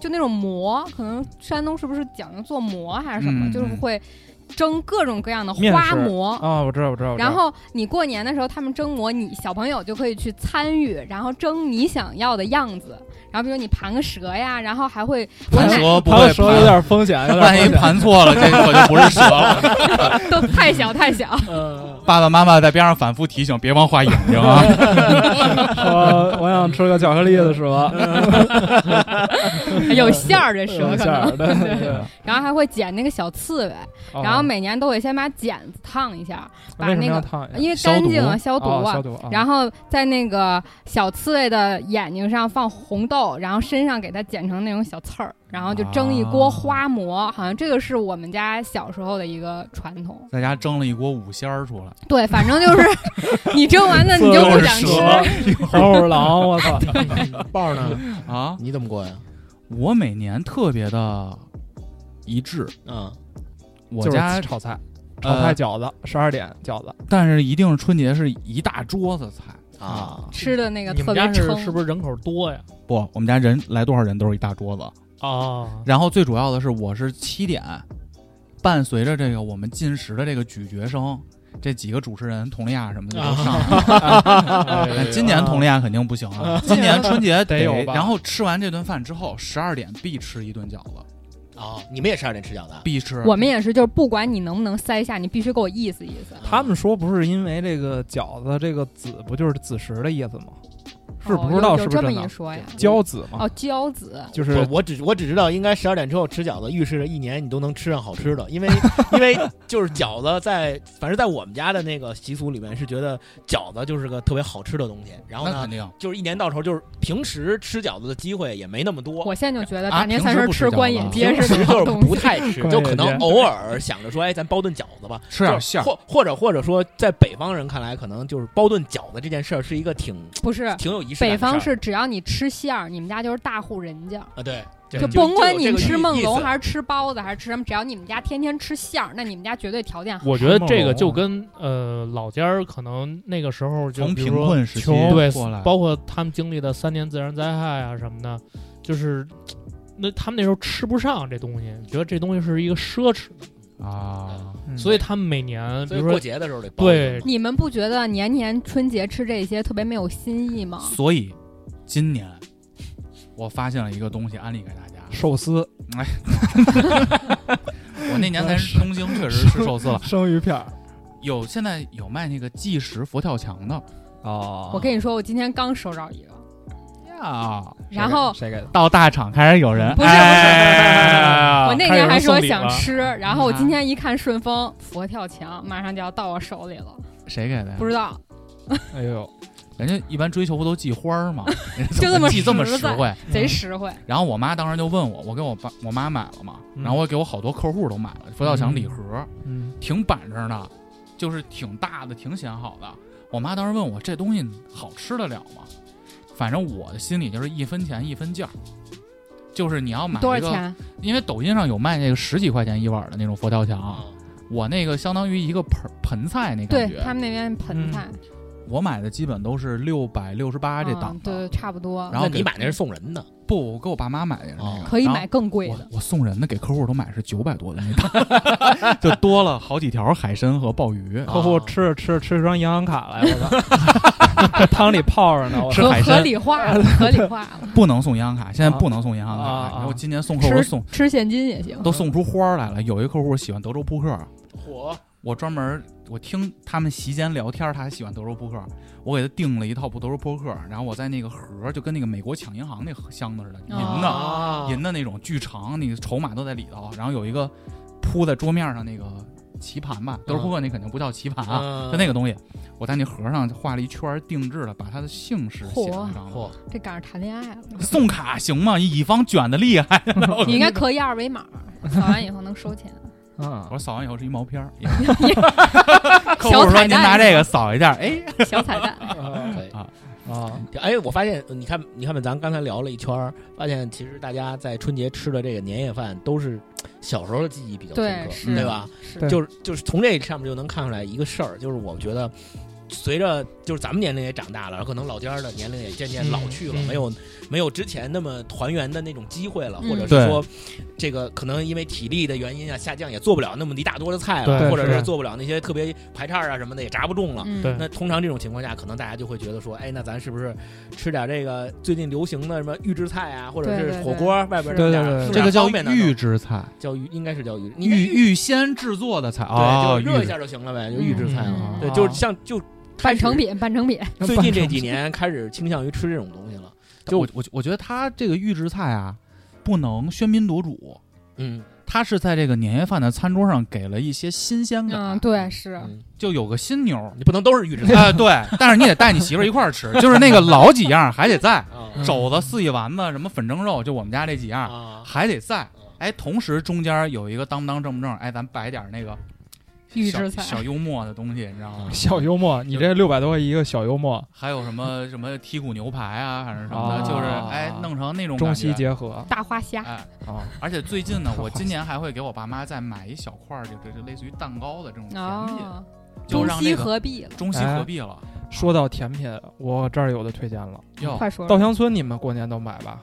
Speaker 4: 就那种馍，可能山东是不是讲究做馍还是什么，
Speaker 1: 嗯
Speaker 4: 就是会蒸各种各样的
Speaker 2: 面
Speaker 4: 花
Speaker 2: 食
Speaker 4: 馍。
Speaker 2: 啊，我知道我知道，我知道
Speaker 4: 然后你过年的时候，他们蒸馍，你小朋友就可以去参与，然后蒸你想要的样子。然后比如你盘个蛇呀，然后还会我
Speaker 1: 盘
Speaker 4: 奶
Speaker 1: 蛇不
Speaker 2: 他
Speaker 1: 会
Speaker 2: 的手有
Speaker 1: 盘，
Speaker 2: 点风险，有点
Speaker 1: 万一
Speaker 2: 风险
Speaker 1: 盘错了，这可就不是蛇 (laughs) 了。
Speaker 2: (laughs)
Speaker 4: 都太小太小，
Speaker 5: (laughs)
Speaker 1: 爸爸妈妈在边上反复提醒，别忘画眼睛啊。
Speaker 2: 我我想吃个巧克力的
Speaker 4: (laughs)
Speaker 2: 蛇，
Speaker 4: 有馅儿的蛇可
Speaker 2: 馅儿
Speaker 4: 能。
Speaker 2: 对对。
Speaker 4: 然后还会捡那个小刺猬，然后
Speaker 2: 哦
Speaker 4: 每年都会先把剪子烫一下，把
Speaker 2: 为什
Speaker 4: 那
Speaker 2: 么要
Speaker 4: 个
Speaker 2: 烫一下
Speaker 4: 因为
Speaker 1: 消
Speaker 4: 干净啊，
Speaker 1: 毒
Speaker 4: 消毒
Speaker 2: 哦
Speaker 4: 啊。
Speaker 2: 哎消毒啊，
Speaker 4: 然后在那个小刺猬的眼睛上放红豆，然后身上给它剪成那种小刺儿，然后就蒸一锅花馍。好像这个是我们家小时候的一个传统。
Speaker 1: 在家蒸了一锅五仙儿出来，
Speaker 4: 对，反正就是 (laughs) 你蒸完了你 (laughs) 就不想吃。
Speaker 2: 蛇，黄鼠狼，我操！
Speaker 3: 豹呢？
Speaker 1: 啊！
Speaker 3: 你怎么过呀？
Speaker 1: 我每年特别的一致，
Speaker 3: 嗯，
Speaker 1: 我
Speaker 2: 就是
Speaker 1: 家
Speaker 2: 炒菜，炒菜
Speaker 1: 呃，
Speaker 2: 饺子，十二点饺子
Speaker 1: 但是一定是春节是一大桌子菜。
Speaker 3: 啊，
Speaker 4: 吃的那个
Speaker 5: 你
Speaker 4: 特
Speaker 5: 们
Speaker 4: 别
Speaker 5: 家是
Speaker 4: 撑，
Speaker 5: 是不是人口多呀？
Speaker 1: 不，我们家人来多少人都是一大桌子。
Speaker 5: 哦，
Speaker 1: 然后最主要的是，我是七点，伴随着这个我们进食的这个咀嚼声，这几个主持人佟丽娅什么的都上了。 (laughs)
Speaker 2: 哎
Speaker 1: 但今年佟丽娅肯定不行啊，今年春节
Speaker 2: 得有吧
Speaker 1: 然后吃完这顿饭之后，十二点必吃一顿饺子，
Speaker 3: 啊，你们也十二点吃饺子啊？
Speaker 1: 必吃。
Speaker 4: 我们也是，就是不管你能不能塞下，你必须给我意思意思。
Speaker 2: 他们说不是因为这个饺子这个子不就是子时的意思吗？是不知
Speaker 4: 哦
Speaker 2: 道
Speaker 4: 有
Speaker 2: 是不
Speaker 4: 有
Speaker 2: 是
Speaker 4: 这么
Speaker 2: 真
Speaker 4: 一
Speaker 2: 的？
Speaker 4: 说呀？
Speaker 2: 交子嘛，
Speaker 4: 嗯哦，交子
Speaker 2: 就是
Speaker 3: 我我只我只知道，应该十二点之后吃饺子，预示着一年你都能吃上好吃的，因为 (laughs) 因为就是饺子在，反正在我们家的那个习俗里面是觉得饺子就是个特别好吃的东西，然后
Speaker 1: 那
Speaker 3: 呢
Speaker 1: 肯，定。
Speaker 3: 就是一年到头就是平时吃饺子的机会也没那么多，
Speaker 4: (laughs) 我现在就觉得
Speaker 1: 啊
Speaker 4: 大年
Speaker 1: 平
Speaker 4: 三
Speaker 1: 时
Speaker 4: 十
Speaker 1: 不吃
Speaker 4: 吃
Speaker 1: 饺
Speaker 4: 观
Speaker 1: 子
Speaker 4: 影
Speaker 1: 啊
Speaker 4: 街 (laughs)
Speaker 3: 平
Speaker 4: 是
Speaker 3: 时
Speaker 4: 个好
Speaker 3: 就是
Speaker 4: 东
Speaker 3: 不
Speaker 4: 西。
Speaker 3: 太吃，
Speaker 2: 关
Speaker 3: 就
Speaker 2: 键
Speaker 3: 可能
Speaker 2: 节
Speaker 3: 偶尔想着说，哎，咱包顿饺子吧，
Speaker 1: 吃点馅儿，
Speaker 3: 或或者或者说在北方人看来，可能就是包顿饺子这件事儿是一个挺
Speaker 4: 不 (laughs) 是，
Speaker 3: 挺有仪式感
Speaker 4: 北
Speaker 3: 的事儿
Speaker 4: 方是只要你吃馅儿，你们家就是大户人家。
Speaker 3: 啊，对，就
Speaker 4: 就
Speaker 3: 就
Speaker 4: 甭管
Speaker 3: 就有
Speaker 4: 你
Speaker 3: 这个
Speaker 4: 吃
Speaker 3: 意
Speaker 4: 梦
Speaker 3: 意
Speaker 4: 龙
Speaker 3: 思
Speaker 4: 还是吃包子还是吃什么，只要你们家天天吃馅儿，那你们家绝对条件好。
Speaker 5: 我觉得这个就跟呃老家儿可能那个时候就
Speaker 1: 从
Speaker 5: 比
Speaker 1: 贫
Speaker 5: 如说
Speaker 1: 困时期
Speaker 2: 穷
Speaker 5: 对
Speaker 1: 过来，
Speaker 5: 包括他们经历的三年自然灾害啊什么的，就是那他们那时候吃不上这东西，觉得这东西是一个奢侈。
Speaker 1: 啊，
Speaker 2: 嗯
Speaker 5: 所以他们每年，比
Speaker 3: 所以
Speaker 5: 如
Speaker 3: 过
Speaker 5: 说
Speaker 3: 节的时候得包
Speaker 5: 对，
Speaker 4: 你们不觉得年年春节吃这些特别没有新意吗？
Speaker 1: 所以今年我发现了一个东西，安利给大家。
Speaker 2: 寿司、
Speaker 1: 我那年在东京确实吃 (laughs) 寿司了，
Speaker 2: 生鱼片儿
Speaker 1: 有现在有卖那个计时佛跳墙的
Speaker 2: 哦
Speaker 4: 我跟你说，我今天刚收着一个，
Speaker 1: 呀。
Speaker 4: 然后
Speaker 2: 谁给的？
Speaker 1: 到大厂开始有人，
Speaker 4: 不是
Speaker 1: 哎
Speaker 4: 我那天还说想，吃，然后我
Speaker 1: 嗯
Speaker 4: 今天一看顺丰佛跳墙，马上就要到我手里了，
Speaker 1: 谁给的呀？
Speaker 4: 不知道
Speaker 2: 哎呦，
Speaker 1: 人家一般追求不都寄花儿吗？
Speaker 4: 就这么
Speaker 1: 寄这么
Speaker 4: 实
Speaker 1: 实惠。
Speaker 4: 贼实惠。
Speaker 1: 然后我妈当时就问我，我给我爸我妈买了嘛，
Speaker 2: 嗯
Speaker 1: 然后我给我好多客户都买了佛跳墙礼盒，
Speaker 2: 嗯，
Speaker 1: 挺板正的，就是挺大的，挺显好的。我妈当时问我这东西好吃得了吗？反正我的心里就是一分钱一分价儿，就是你要买
Speaker 4: 多
Speaker 1: 一
Speaker 4: 少
Speaker 1: 个，
Speaker 4: 钱？
Speaker 1: 因为抖音上有卖那个十几块钱一碗的那种佛跳墙，
Speaker 3: 啊，
Speaker 1: 我那个相当于一个盆盆菜那感
Speaker 4: 对
Speaker 1: 觉，
Speaker 4: 他们那边盆菜，
Speaker 1: 我买的基本都是六百六十八这
Speaker 4: 嗯
Speaker 1: 档
Speaker 4: 对，
Speaker 1: 的，
Speaker 4: 差不多
Speaker 1: 然后
Speaker 3: 那
Speaker 1: 给
Speaker 3: 你买那是送人的，
Speaker 1: 不，我给我爸妈买的是那
Speaker 3: 哦
Speaker 1: 个，
Speaker 4: 可以
Speaker 1: 然后
Speaker 4: 买更贵
Speaker 1: 我
Speaker 4: 的。
Speaker 1: 我送人的给客户都买是九百多的那档，
Speaker 2: (laughs)
Speaker 1: 就多了好几条海参和鲍鱼。
Speaker 2: 客户吃着吃着吃出张银行卡来了吧？ (laughs) 这汤里泡着呢，我
Speaker 1: 吃
Speaker 4: 合
Speaker 1: 海参
Speaker 4: 合理化
Speaker 1: (laughs)
Speaker 4: 了，合理化了，
Speaker 1: 不能送银行卡，现在不能送银行卡。
Speaker 2: 啊啊
Speaker 1: 然后今年送客户
Speaker 4: 吃嗯
Speaker 1: 送
Speaker 4: 吃现金也行。
Speaker 1: 都送出花儿来了。有一个客户喜欢德州扑克，
Speaker 3: 火
Speaker 1: 我专门我听他们席间聊天，他还喜欢德州扑克，我给他订了一套德州扑克，然后我在那个盒儿就跟那个美国抢银行那盒箱子似的，
Speaker 4: 哦
Speaker 1: 银的、
Speaker 3: 啊
Speaker 1: 银的那种巨长，那个筹码都在里头，然后有一个铺在桌面上那个棋盘吧，德州扑克那肯定不叫棋盘啊。
Speaker 3: 啊
Speaker 1: 就那个东西，我在那盒上画了一圈儿定制的，把他的姓氏写在上面。
Speaker 3: 嚯，
Speaker 4: 这赶上谈
Speaker 1: (laughs)
Speaker 4: 恋爱了，
Speaker 1: 送卡行吗？乙方卷的厉害。
Speaker 4: 你应该刻一二维码， (laughs) 扫完以后能收钱。
Speaker 1: 我
Speaker 2: 啊，
Speaker 1: 说扫完以后是一毛
Speaker 3: (laughs)
Speaker 1: 片儿。客
Speaker 4: (laughs) 小
Speaker 1: 户说
Speaker 4: 彩
Speaker 1: 您拿
Speaker 4: 蛋，
Speaker 1: 这个扫一下，哎，
Speaker 4: (laughs) 小彩蛋，
Speaker 2: 啊
Speaker 3: 可以。
Speaker 2: 啊，
Speaker 3: 哎，我发现，你看，你看吧，咱刚才聊了一圈儿，发现其实大家在春节吃的这个年夜饭，都是小时候的记忆比较深
Speaker 4: 对，
Speaker 3: 刻，
Speaker 4: 是
Speaker 3: 对吧？？
Speaker 4: 是
Speaker 2: 对
Speaker 3: 就是就是从这上面就能看出来一个事儿，就是我觉得，随着就是咱们年龄也长大了，可能老家儿的年龄也渐渐
Speaker 5: 嗯
Speaker 3: 老去了，
Speaker 5: 嗯
Speaker 3: 没有没有之前那么团圆的那种机会了，
Speaker 4: 嗯
Speaker 3: 或者
Speaker 1: 对
Speaker 3: 是说，这个可能因为体力的原因啊，下降也做不了那么一大多的菜
Speaker 5: 对
Speaker 3: 了，或者
Speaker 2: 是
Speaker 3: 是做不了那些特别排叉啊什么的也炸不动了。
Speaker 4: 嗯，
Speaker 5: 对
Speaker 3: 那通常这种情况下，可能大家就会觉得说，哎，那咱是不是吃点这个最近流行的什么预制菜啊，或者
Speaker 4: 对
Speaker 3: 是
Speaker 4: 对
Speaker 3: 火
Speaker 4: 对
Speaker 3: 锅儿外边儿
Speaker 2: 对
Speaker 3: 弄点
Speaker 2: 对对对
Speaker 3: 儿是
Speaker 1: 这
Speaker 3: 吧
Speaker 1: 个叫
Speaker 3: 方便的弄
Speaker 1: 预制菜，
Speaker 3: 叫预应该是叫预你
Speaker 1: 预预先制作的菜啊，
Speaker 3: 对，
Speaker 1: 预
Speaker 3: 就热一
Speaker 1: 制
Speaker 3: 下就行了呗，就预制菜嘛。
Speaker 4: 嗯
Speaker 3: 对，
Speaker 2: 啊
Speaker 3: 就是像就开
Speaker 4: 半
Speaker 3: 始
Speaker 4: 成品，半成品，
Speaker 3: 最近这几年开始倾向于吃这种东西了。
Speaker 1: 就我我我觉得他这个预制菜啊，不能喧宾夺主，
Speaker 3: 嗯，
Speaker 1: 他是在这个年夜饭的餐桌上给了一些新鲜感。
Speaker 4: 嗯，对，是，
Speaker 3: 嗯
Speaker 1: 就有个新妞儿。 (laughs)
Speaker 3: 你不能都是预
Speaker 4: (laughs)
Speaker 3: 制菜
Speaker 1: 啊、对，但是你得带你媳妇儿一块儿
Speaker 2: (laughs)
Speaker 1: 吃，就是那个老几样儿还得在，
Speaker 3: 啊
Speaker 2: 嗯
Speaker 1: 肘子、四喜丸子、什么粉蒸肉，就我们家这几样儿
Speaker 3: 啊！
Speaker 1: 还得在
Speaker 3: 嗯。
Speaker 1: 哎，同时中间有一个当不当正不正，哎，咱摆点儿那个
Speaker 4: 预
Speaker 1: 小
Speaker 4: 制菜
Speaker 1: 小幽默的东西，你知道吗？
Speaker 2: (laughs) 小幽默，你这六百多一个小幽默，
Speaker 1: 还有什么什么剔骨牛排啊，还是什么的，
Speaker 2: 啊
Speaker 1: 就是哎，弄成那种
Speaker 2: 中
Speaker 1: 感
Speaker 2: 西
Speaker 1: 觉。
Speaker 2: 结合
Speaker 4: 大花虾，
Speaker 1: 哎，
Speaker 2: 啊，
Speaker 1: 而且最
Speaker 2: (laughs)
Speaker 1: 近呢，我今年还会给我爸妈再买一小块儿，就是就类似于蛋糕的这种甜品，
Speaker 4: 哦，
Speaker 1: 就
Speaker 4: 中
Speaker 1: 让
Speaker 4: 西
Speaker 1: 这个
Speaker 4: 合璧了，
Speaker 1: 中西合璧了。
Speaker 2: 说到甜品，我这儿有的推荐了。
Speaker 1: 哟，
Speaker 4: 快说
Speaker 2: 稻
Speaker 4: 说，
Speaker 2: 香村你们过年都买吧？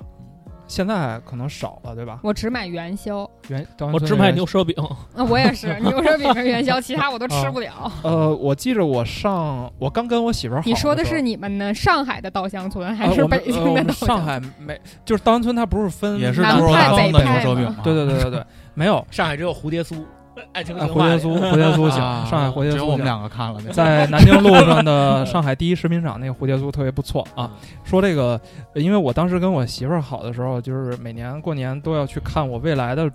Speaker 2: 现在可能少了，对吧？
Speaker 4: 我只买元宵，
Speaker 2: 元稻香
Speaker 5: 我
Speaker 2: 村
Speaker 5: 只买
Speaker 2: 元
Speaker 5: 牛舌饼，
Speaker 4: 那我也是，牛舌饼是元宵，其他我都吃不了。
Speaker 2: 呃，我记着我上我刚跟我媳妇儿好
Speaker 4: 你说
Speaker 2: 的
Speaker 4: 的
Speaker 2: 时候
Speaker 4: 是你们呢？上海的稻香村
Speaker 2: 啊
Speaker 4: 还是
Speaker 2: 我们
Speaker 4: 北京
Speaker 2: 呃我
Speaker 4: 的
Speaker 2: 们
Speaker 4: 稻香
Speaker 2: 上
Speaker 4: 村？
Speaker 2: 海没就是稻香村它不是分
Speaker 1: 也是
Speaker 4: 嗯南
Speaker 1: 牛肉
Speaker 4: 派
Speaker 1: 汤
Speaker 4: 北
Speaker 1: 的啊牛
Speaker 4: 派
Speaker 1: 舌
Speaker 4: 嘛
Speaker 1: 饼嘛，
Speaker 2: 对对对对对，没有
Speaker 3: 上海只有蝴蝶酥，爱情
Speaker 2: 哎
Speaker 3: 情
Speaker 2: 蝴
Speaker 3: 话
Speaker 2: 蝶
Speaker 1: (laughs)
Speaker 3: 里
Speaker 2: 酥蝴蝶酥行，
Speaker 1: 啊
Speaker 2: 上海蝴蝶
Speaker 1: 只有我
Speaker 2: 酥
Speaker 1: 们 (laughs)
Speaker 2: 行。
Speaker 1: 两个看了那个。
Speaker 2: 在南京路上的上海第一食品厂那个蝴蝶酥特别不错
Speaker 1: 嗯
Speaker 2: 啊，，说这个，呃因为我当时跟我媳妇儿好的时候，就是每年过年都要去看我未来的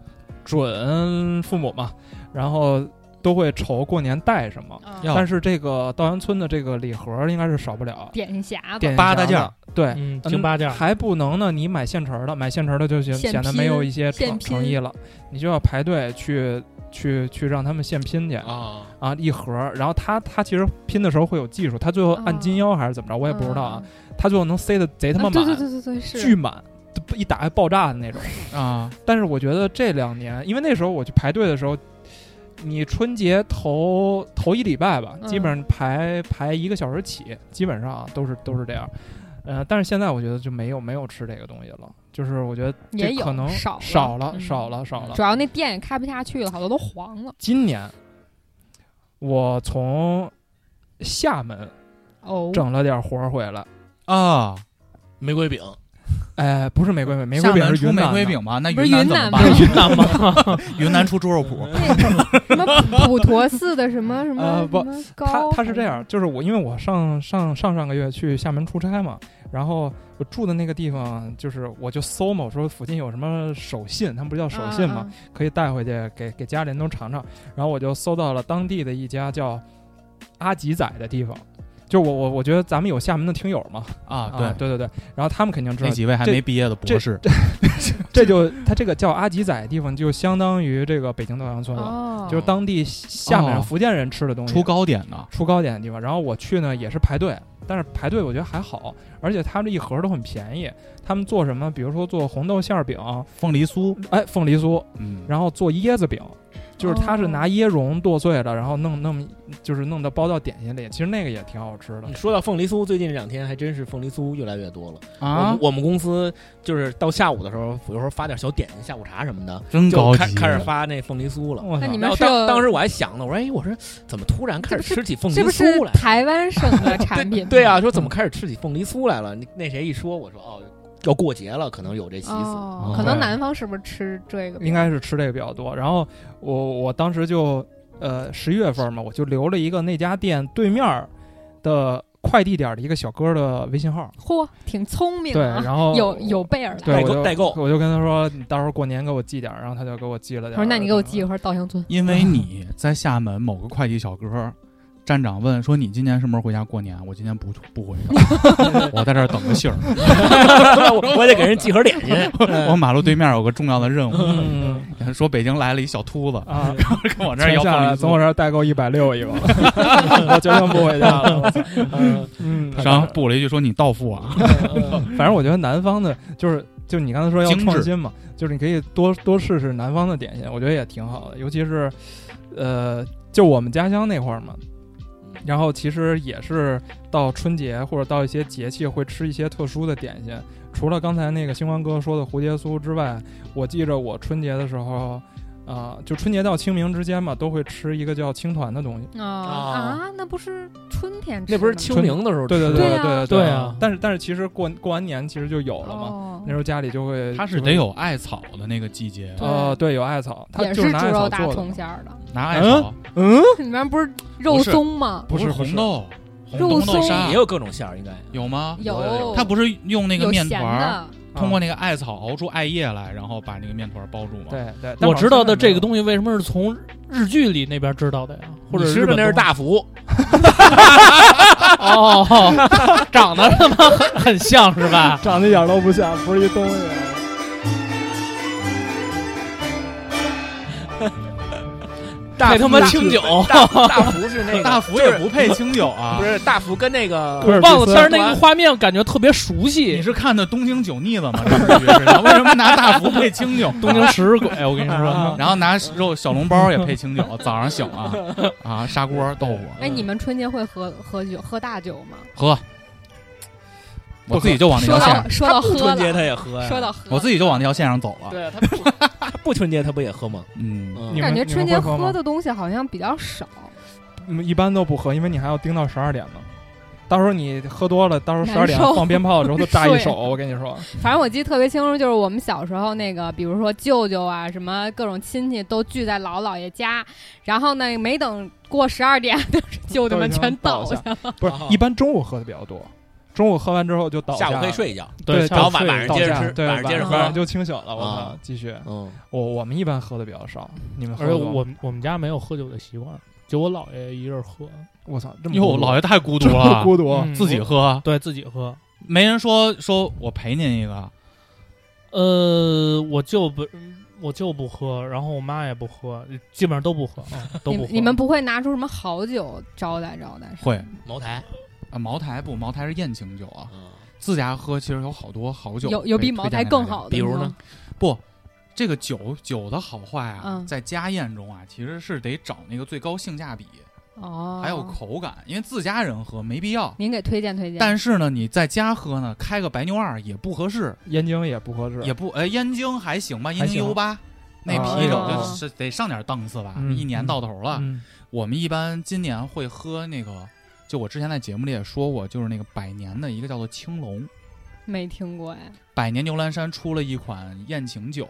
Speaker 2: 准父母嘛，然后都会愁过年带什么。
Speaker 4: 啊
Speaker 1: 要
Speaker 2: 但是这个稻香村的这个礼盒应该是少不了，
Speaker 4: 点匣子
Speaker 2: 点
Speaker 1: 八大
Speaker 2: 件
Speaker 1: 件
Speaker 2: 儿
Speaker 1: 儿，
Speaker 2: 对，
Speaker 5: 嗯，
Speaker 2: 嗯
Speaker 5: 京八件儿，
Speaker 2: 还不能呢，你买现成儿的，买现成儿的就显
Speaker 4: 现
Speaker 2: 显得
Speaker 4: 拼
Speaker 2: 没有一些
Speaker 4: 现
Speaker 2: 诚
Speaker 4: 拼
Speaker 2: 诚意了，你就要排队去去去让他们现拼去
Speaker 3: 啊
Speaker 2: 啊，一盒儿。然后他他其实拼的时候会有技术，他最后按
Speaker 4: 啊
Speaker 2: 金腰还是怎么着，我也不知道啊
Speaker 4: 嗯。
Speaker 2: 他最后能塞的贼他妈
Speaker 4: 啊对对
Speaker 2: 满，
Speaker 4: 对对对，是
Speaker 2: 巨满，都一打开爆炸的那种。
Speaker 1: 啊，
Speaker 2: 但是我觉得这两年，因为那时候我去排队的时候，你春节头头一礼拜吧，
Speaker 4: 嗯
Speaker 2: 基本上排排一个小时起，基本上啊都是都是这样。呃，但是现在我觉得就没有没有吃这个东西了，就是我觉得这
Speaker 4: 也有
Speaker 2: 可能
Speaker 4: 少了
Speaker 2: 少了
Speaker 4: 嗯
Speaker 2: 少了少了
Speaker 4: 主要那店也开不下去了，好多都黄了。
Speaker 2: 今年我从厦门
Speaker 4: 哦，
Speaker 2: 整了点活儿回来。
Speaker 1: 啊，
Speaker 3: 玫瑰饼，
Speaker 2: 哎，不是玫瑰饼，玫瑰
Speaker 1: 厦
Speaker 2: 饼
Speaker 1: 门
Speaker 2: 是
Speaker 1: 出
Speaker 2: 云
Speaker 1: 玫
Speaker 2: 南
Speaker 1: 瑰
Speaker 2: 的，
Speaker 1: 饼吗？那
Speaker 4: 不是
Speaker 1: 南
Speaker 4: 云
Speaker 1: 怎么
Speaker 4: 南
Speaker 5: (laughs)
Speaker 1: 办
Speaker 4: 吗？
Speaker 5: 云南吗？
Speaker 1: 云南出猪肉脯，
Speaker 4: 那个什么普普陀寺的
Speaker 2: (laughs)
Speaker 4: 什么什么
Speaker 2: 呃不
Speaker 4: 什么啊
Speaker 2: 他
Speaker 4: 高，
Speaker 2: 他是这样，就是我因为我上上上上个月去厦门出差嘛，然后我住的那个地方就是我就搜嘛，我说附近有什么手信，他们不是叫手信嘛，
Speaker 4: 啊，
Speaker 2: 可以带回去给给家里人都尝尝。然后我就搜到了当地的一家叫阿吉仔的地方，就我我我觉得咱们有厦门的听友嘛，
Speaker 1: (laughs) 啊，
Speaker 2: 啊，对对对，然后他们肯定知
Speaker 1: 那
Speaker 2: 道，
Speaker 1: 几位还
Speaker 2: 这
Speaker 1: 没毕业的博士，
Speaker 2: 这就他这个叫阿吉仔的地方就相当于这个北京稻香村了，
Speaker 4: 哦，
Speaker 2: 嗯就是当地厦门人、
Speaker 1: 哦
Speaker 2: 福建人吃的东西，
Speaker 1: 出糕点的，
Speaker 2: 出糕点的地方。然后我去呢也是排队，但是排队我觉得还好，而且他们这一盒都很便宜。他们做什么？比如说做红豆馅儿饼，
Speaker 1: 凤梨酥，
Speaker 2: 哎，凤梨酥，
Speaker 1: 嗯，
Speaker 2: 然后做椰子饼，就是它是拿椰蓉剁碎了，然后弄弄就是弄到包到点心里，其实那个也挺好吃的
Speaker 3: 你说到凤梨酥，最近这两天还真是凤梨酥越来越多了。我
Speaker 1: 啊
Speaker 3: 们，我们公司就是到下午的时候，有时候发点小点心、下午茶什么的，
Speaker 1: 真
Speaker 3: 就
Speaker 1: 高
Speaker 3: 开
Speaker 1: 级，啊
Speaker 3: 开始发那凤梨酥了。
Speaker 2: 我操
Speaker 4: 那你们
Speaker 3: 然后
Speaker 4: 是有
Speaker 3: 当当时我还想呢，我说哎，我说怎么突然开始吃起凤梨
Speaker 4: 这不是
Speaker 3: 酥来？
Speaker 4: 台湾省的产
Speaker 2: (laughs)
Speaker 4: 品哦吗？
Speaker 3: 对啊，说怎么开始吃起凤梨酥来了？那那谁一说，我说哦，要过节了，可能有这习俗。
Speaker 4: 哦
Speaker 1: 嗯，
Speaker 4: 可能
Speaker 2: 对
Speaker 4: 南方是不是吃这个比较？
Speaker 2: 应该是吃这个比较多。然后我我当时就呃十一月份嘛，我就留了一个那家店对面儿的快递点儿的一个小哥的微信号，
Speaker 4: 嚯，挺聪明
Speaker 2: 对，
Speaker 4: 啊，
Speaker 2: 然后
Speaker 4: 有有备而来。
Speaker 2: 对
Speaker 3: 代
Speaker 2: 我
Speaker 3: 购
Speaker 2: 就
Speaker 3: 代购
Speaker 2: 我就跟他说你到时候过年给我寄点儿，然后他就给我寄了点儿。
Speaker 4: 他说：“那你给我寄一盒稻香村。
Speaker 1: 因为你在厦门某个快递小哥。站长问说：“你今年什么时候回家过年？”我今年不不回家，
Speaker 4: (laughs)
Speaker 1: 我在这儿等个信儿。
Speaker 3: (laughs) 我我得给人寄盒点心。
Speaker 1: 我马路对面有个重要的任务，
Speaker 2: 嗯
Speaker 1: (laughs) 说北京来了一小秃 (laughs) 子，
Speaker 2: 啊，
Speaker 1: 跟我这儿
Speaker 2: 停
Speaker 1: 要
Speaker 2: 下
Speaker 1: 凤
Speaker 2: 来
Speaker 1: 梨
Speaker 2: 从我
Speaker 1: 酥，
Speaker 2: 这儿代购一百六一个，我决定不回家了。我操
Speaker 3: (laughs) 嗯
Speaker 2: 嗯，
Speaker 1: 然后补了一句说：“你到付啊。”
Speaker 2: 反正我觉得南方的，就是就你刚才说要
Speaker 1: 精致
Speaker 2: 创新嘛，就是你可以多多试试南方的点心，我觉得也挺好的。尤其是，呃，就我们家乡那块儿嘛，然后其实也是到春节或者到一些节气会吃一些特殊的点心。除了刚才那个星光哥说的蝴蝶酥之外，我记着我春节的时候，啊、就春节到清明之间嘛，都会吃一个叫青团的东西。”
Speaker 4: 啊
Speaker 1: 哦
Speaker 4: 啊，那不是春天吃的吗？
Speaker 3: 那不是清明的时候吃
Speaker 2: 对
Speaker 3: 的，
Speaker 2: 对
Speaker 4: 对啊
Speaker 5: 对
Speaker 2: 对对
Speaker 5: 啊
Speaker 2: 但是但是其实过过完年其实就有了嘛，
Speaker 4: 哦
Speaker 2: 那时候家里就会，
Speaker 1: 它是
Speaker 2: 就会
Speaker 1: 得有艾草的那个季节，
Speaker 2: 呃，对，有艾草，它
Speaker 4: 也
Speaker 2: 就是拿
Speaker 4: 猪
Speaker 2: 艾
Speaker 4: 肉
Speaker 2: 草
Speaker 4: 大
Speaker 2: 做的
Speaker 4: 葱
Speaker 2: 嘛。
Speaker 4: 馅儿的， (laughs)
Speaker 1: 拿艾草，
Speaker 2: 嗯，
Speaker 4: 里面不是肉松吗？
Speaker 2: 不是不
Speaker 1: 红
Speaker 2: 是
Speaker 1: 豆，红
Speaker 4: 肉
Speaker 1: 豆红豆
Speaker 4: 松
Speaker 1: 沙
Speaker 3: 也有各种馅儿，应该
Speaker 1: 有吗？
Speaker 4: 有
Speaker 3: 有有，
Speaker 1: 它不是用那个
Speaker 4: 有
Speaker 1: 面
Speaker 4: 咸
Speaker 1: 团儿，
Speaker 4: 的，
Speaker 1: 通过
Speaker 2: 那
Speaker 1: 那个艾草熬出艾叶来，然后把那个面团儿包住吗？，
Speaker 2: 对对，但
Speaker 5: 我知道的这个
Speaker 2: 西
Speaker 5: 东西为什么是从日剧里那边知道的呀？
Speaker 3: (laughs)
Speaker 5: 或者
Speaker 3: 你吃的那是大福，
Speaker 5: 哦， (laughs) 长得他妈很很像是吧？
Speaker 2: 长得一点都不像，不是一东 (laughs) 西。
Speaker 3: (laughs) 大
Speaker 5: 配
Speaker 3: 福
Speaker 5: 他妈
Speaker 3: 是
Speaker 5: 清酒，
Speaker 3: 大大福是那
Speaker 1: (laughs)
Speaker 3: 个
Speaker 1: 大福
Speaker 3: 就是
Speaker 1: 也不配清酒啊
Speaker 3: 不。是大福跟那
Speaker 2: 不
Speaker 3: 个
Speaker 2: 是
Speaker 5: 忘了，但是那个画面感觉特别熟
Speaker 1: 你
Speaker 5: 悉。
Speaker 1: 是看的《东京酒腻子》吗？这不是这
Speaker 2: (laughs)
Speaker 1: 是为什么拿大福配清酒？ (laughs) 哎
Speaker 5: 东京食尸鬼，我跟你
Speaker 2: 啊
Speaker 5: 说，
Speaker 1: 然后拿肉小笼包也配清酒，早上醒啊
Speaker 2: (laughs)
Speaker 1: 啊，砂锅豆腐
Speaker 4: 哎，你们春节会喝喝酒喝大酒吗？
Speaker 1: 喝，我自己就往那条
Speaker 4: 说
Speaker 1: 线，
Speaker 4: 到说到
Speaker 3: 不
Speaker 4: 喝
Speaker 3: 春节
Speaker 4: 了，
Speaker 3: 他也喝呀，
Speaker 4: 说到喝，
Speaker 1: 啊我自己就往那条线上走了。
Speaker 3: 对啊，他不他 (laughs) 不春节他不也喝吗？
Speaker 1: 嗯，
Speaker 3: 嗯
Speaker 2: 你们
Speaker 4: 感觉春节
Speaker 2: 你们会喝吗
Speaker 4: 喝的东西好像比较少。
Speaker 2: 嗯一般都不喝，因为你还要盯到十二点呢。到时候你喝多了，到时候十二点
Speaker 4: 难受
Speaker 2: 放鞭炮的时候都炸一
Speaker 4: 睡 (laughs)
Speaker 2: 手，我跟你说。
Speaker 4: 反正我记得特别清楚，就是我们小时候那个，比如说舅舅啊，什么各种亲戚都聚在姥姥爷家，然后呢，没等过十二点， (laughs) 就是舅舅们全倒
Speaker 2: 都已
Speaker 4: 下
Speaker 2: 经。不是
Speaker 3: 哦，
Speaker 2: 一般中午喝的比较多，中午喝完之后就倒
Speaker 3: 下午可
Speaker 2: 了
Speaker 3: 以睡一觉，
Speaker 2: 对，
Speaker 5: 下
Speaker 3: 然后
Speaker 5: 午
Speaker 3: 晚晚上
Speaker 2: 倒
Speaker 3: 接着
Speaker 2: 下
Speaker 3: 吃，
Speaker 2: 对，
Speaker 3: 晚上接着
Speaker 2: 晚
Speaker 3: 喝
Speaker 2: 上。就清醒了。我
Speaker 3: 啊
Speaker 2: 操，继续。
Speaker 3: 嗯，
Speaker 2: 我我们一般喝的比较少，你们喝
Speaker 5: 而且
Speaker 2: 得多
Speaker 5: 我们我们家没有喝酒的习惯，就我姥爷一人喝，
Speaker 2: 我操，这么
Speaker 1: 哟，老
Speaker 2: 爷
Speaker 1: 爷太孤独
Speaker 2: 这么
Speaker 1: 了，
Speaker 2: 孤独，
Speaker 5: 嗯
Speaker 1: 自己喝，
Speaker 5: 对自己喝。
Speaker 1: 没人说说我陪您一个，
Speaker 5: 呃，我就不我就不喝，然后我妈也不喝，基本上都不喝，嗯都
Speaker 4: 你
Speaker 5: 不
Speaker 4: 们
Speaker 5: 喝。
Speaker 4: 你们不会拿出什么好酒招待招待是吧？
Speaker 1: 会
Speaker 3: 茅台，
Speaker 1: 啊，茅台不，茅台是宴请酒啊，
Speaker 3: 嗯，
Speaker 1: 自家喝其实有好多好酒，
Speaker 4: 有有比茅台更好的，
Speaker 3: 比如呢？
Speaker 1: 不，这个酒酒的好坏啊，
Speaker 4: 嗯
Speaker 1: 在家宴中啊，其实是得找那个最高性价比，
Speaker 4: 哦，
Speaker 1: 还有口感，因为自家人喝没必要。
Speaker 4: 您给推荐推荐。
Speaker 1: 但是呢，你在家喝呢，开个白牛二也不合适，哎
Speaker 2: 燕京也不合适，
Speaker 1: 也不呃，燕京还行吧，燕
Speaker 2: 还行
Speaker 1: 京 U 八那
Speaker 2: 啊
Speaker 1: 啤酒
Speaker 4: 哦
Speaker 1: 就是得上点档次吧，
Speaker 2: 嗯
Speaker 1: 一年到头
Speaker 5: 啊
Speaker 1: 了。
Speaker 2: 嗯
Speaker 1: 我们一般今年会喝那个，就我之前在节目里也说过，就是那个百年的一个叫做青龙，
Speaker 4: 没听过哎。
Speaker 1: 百年牛栏山出了一款宴请酒，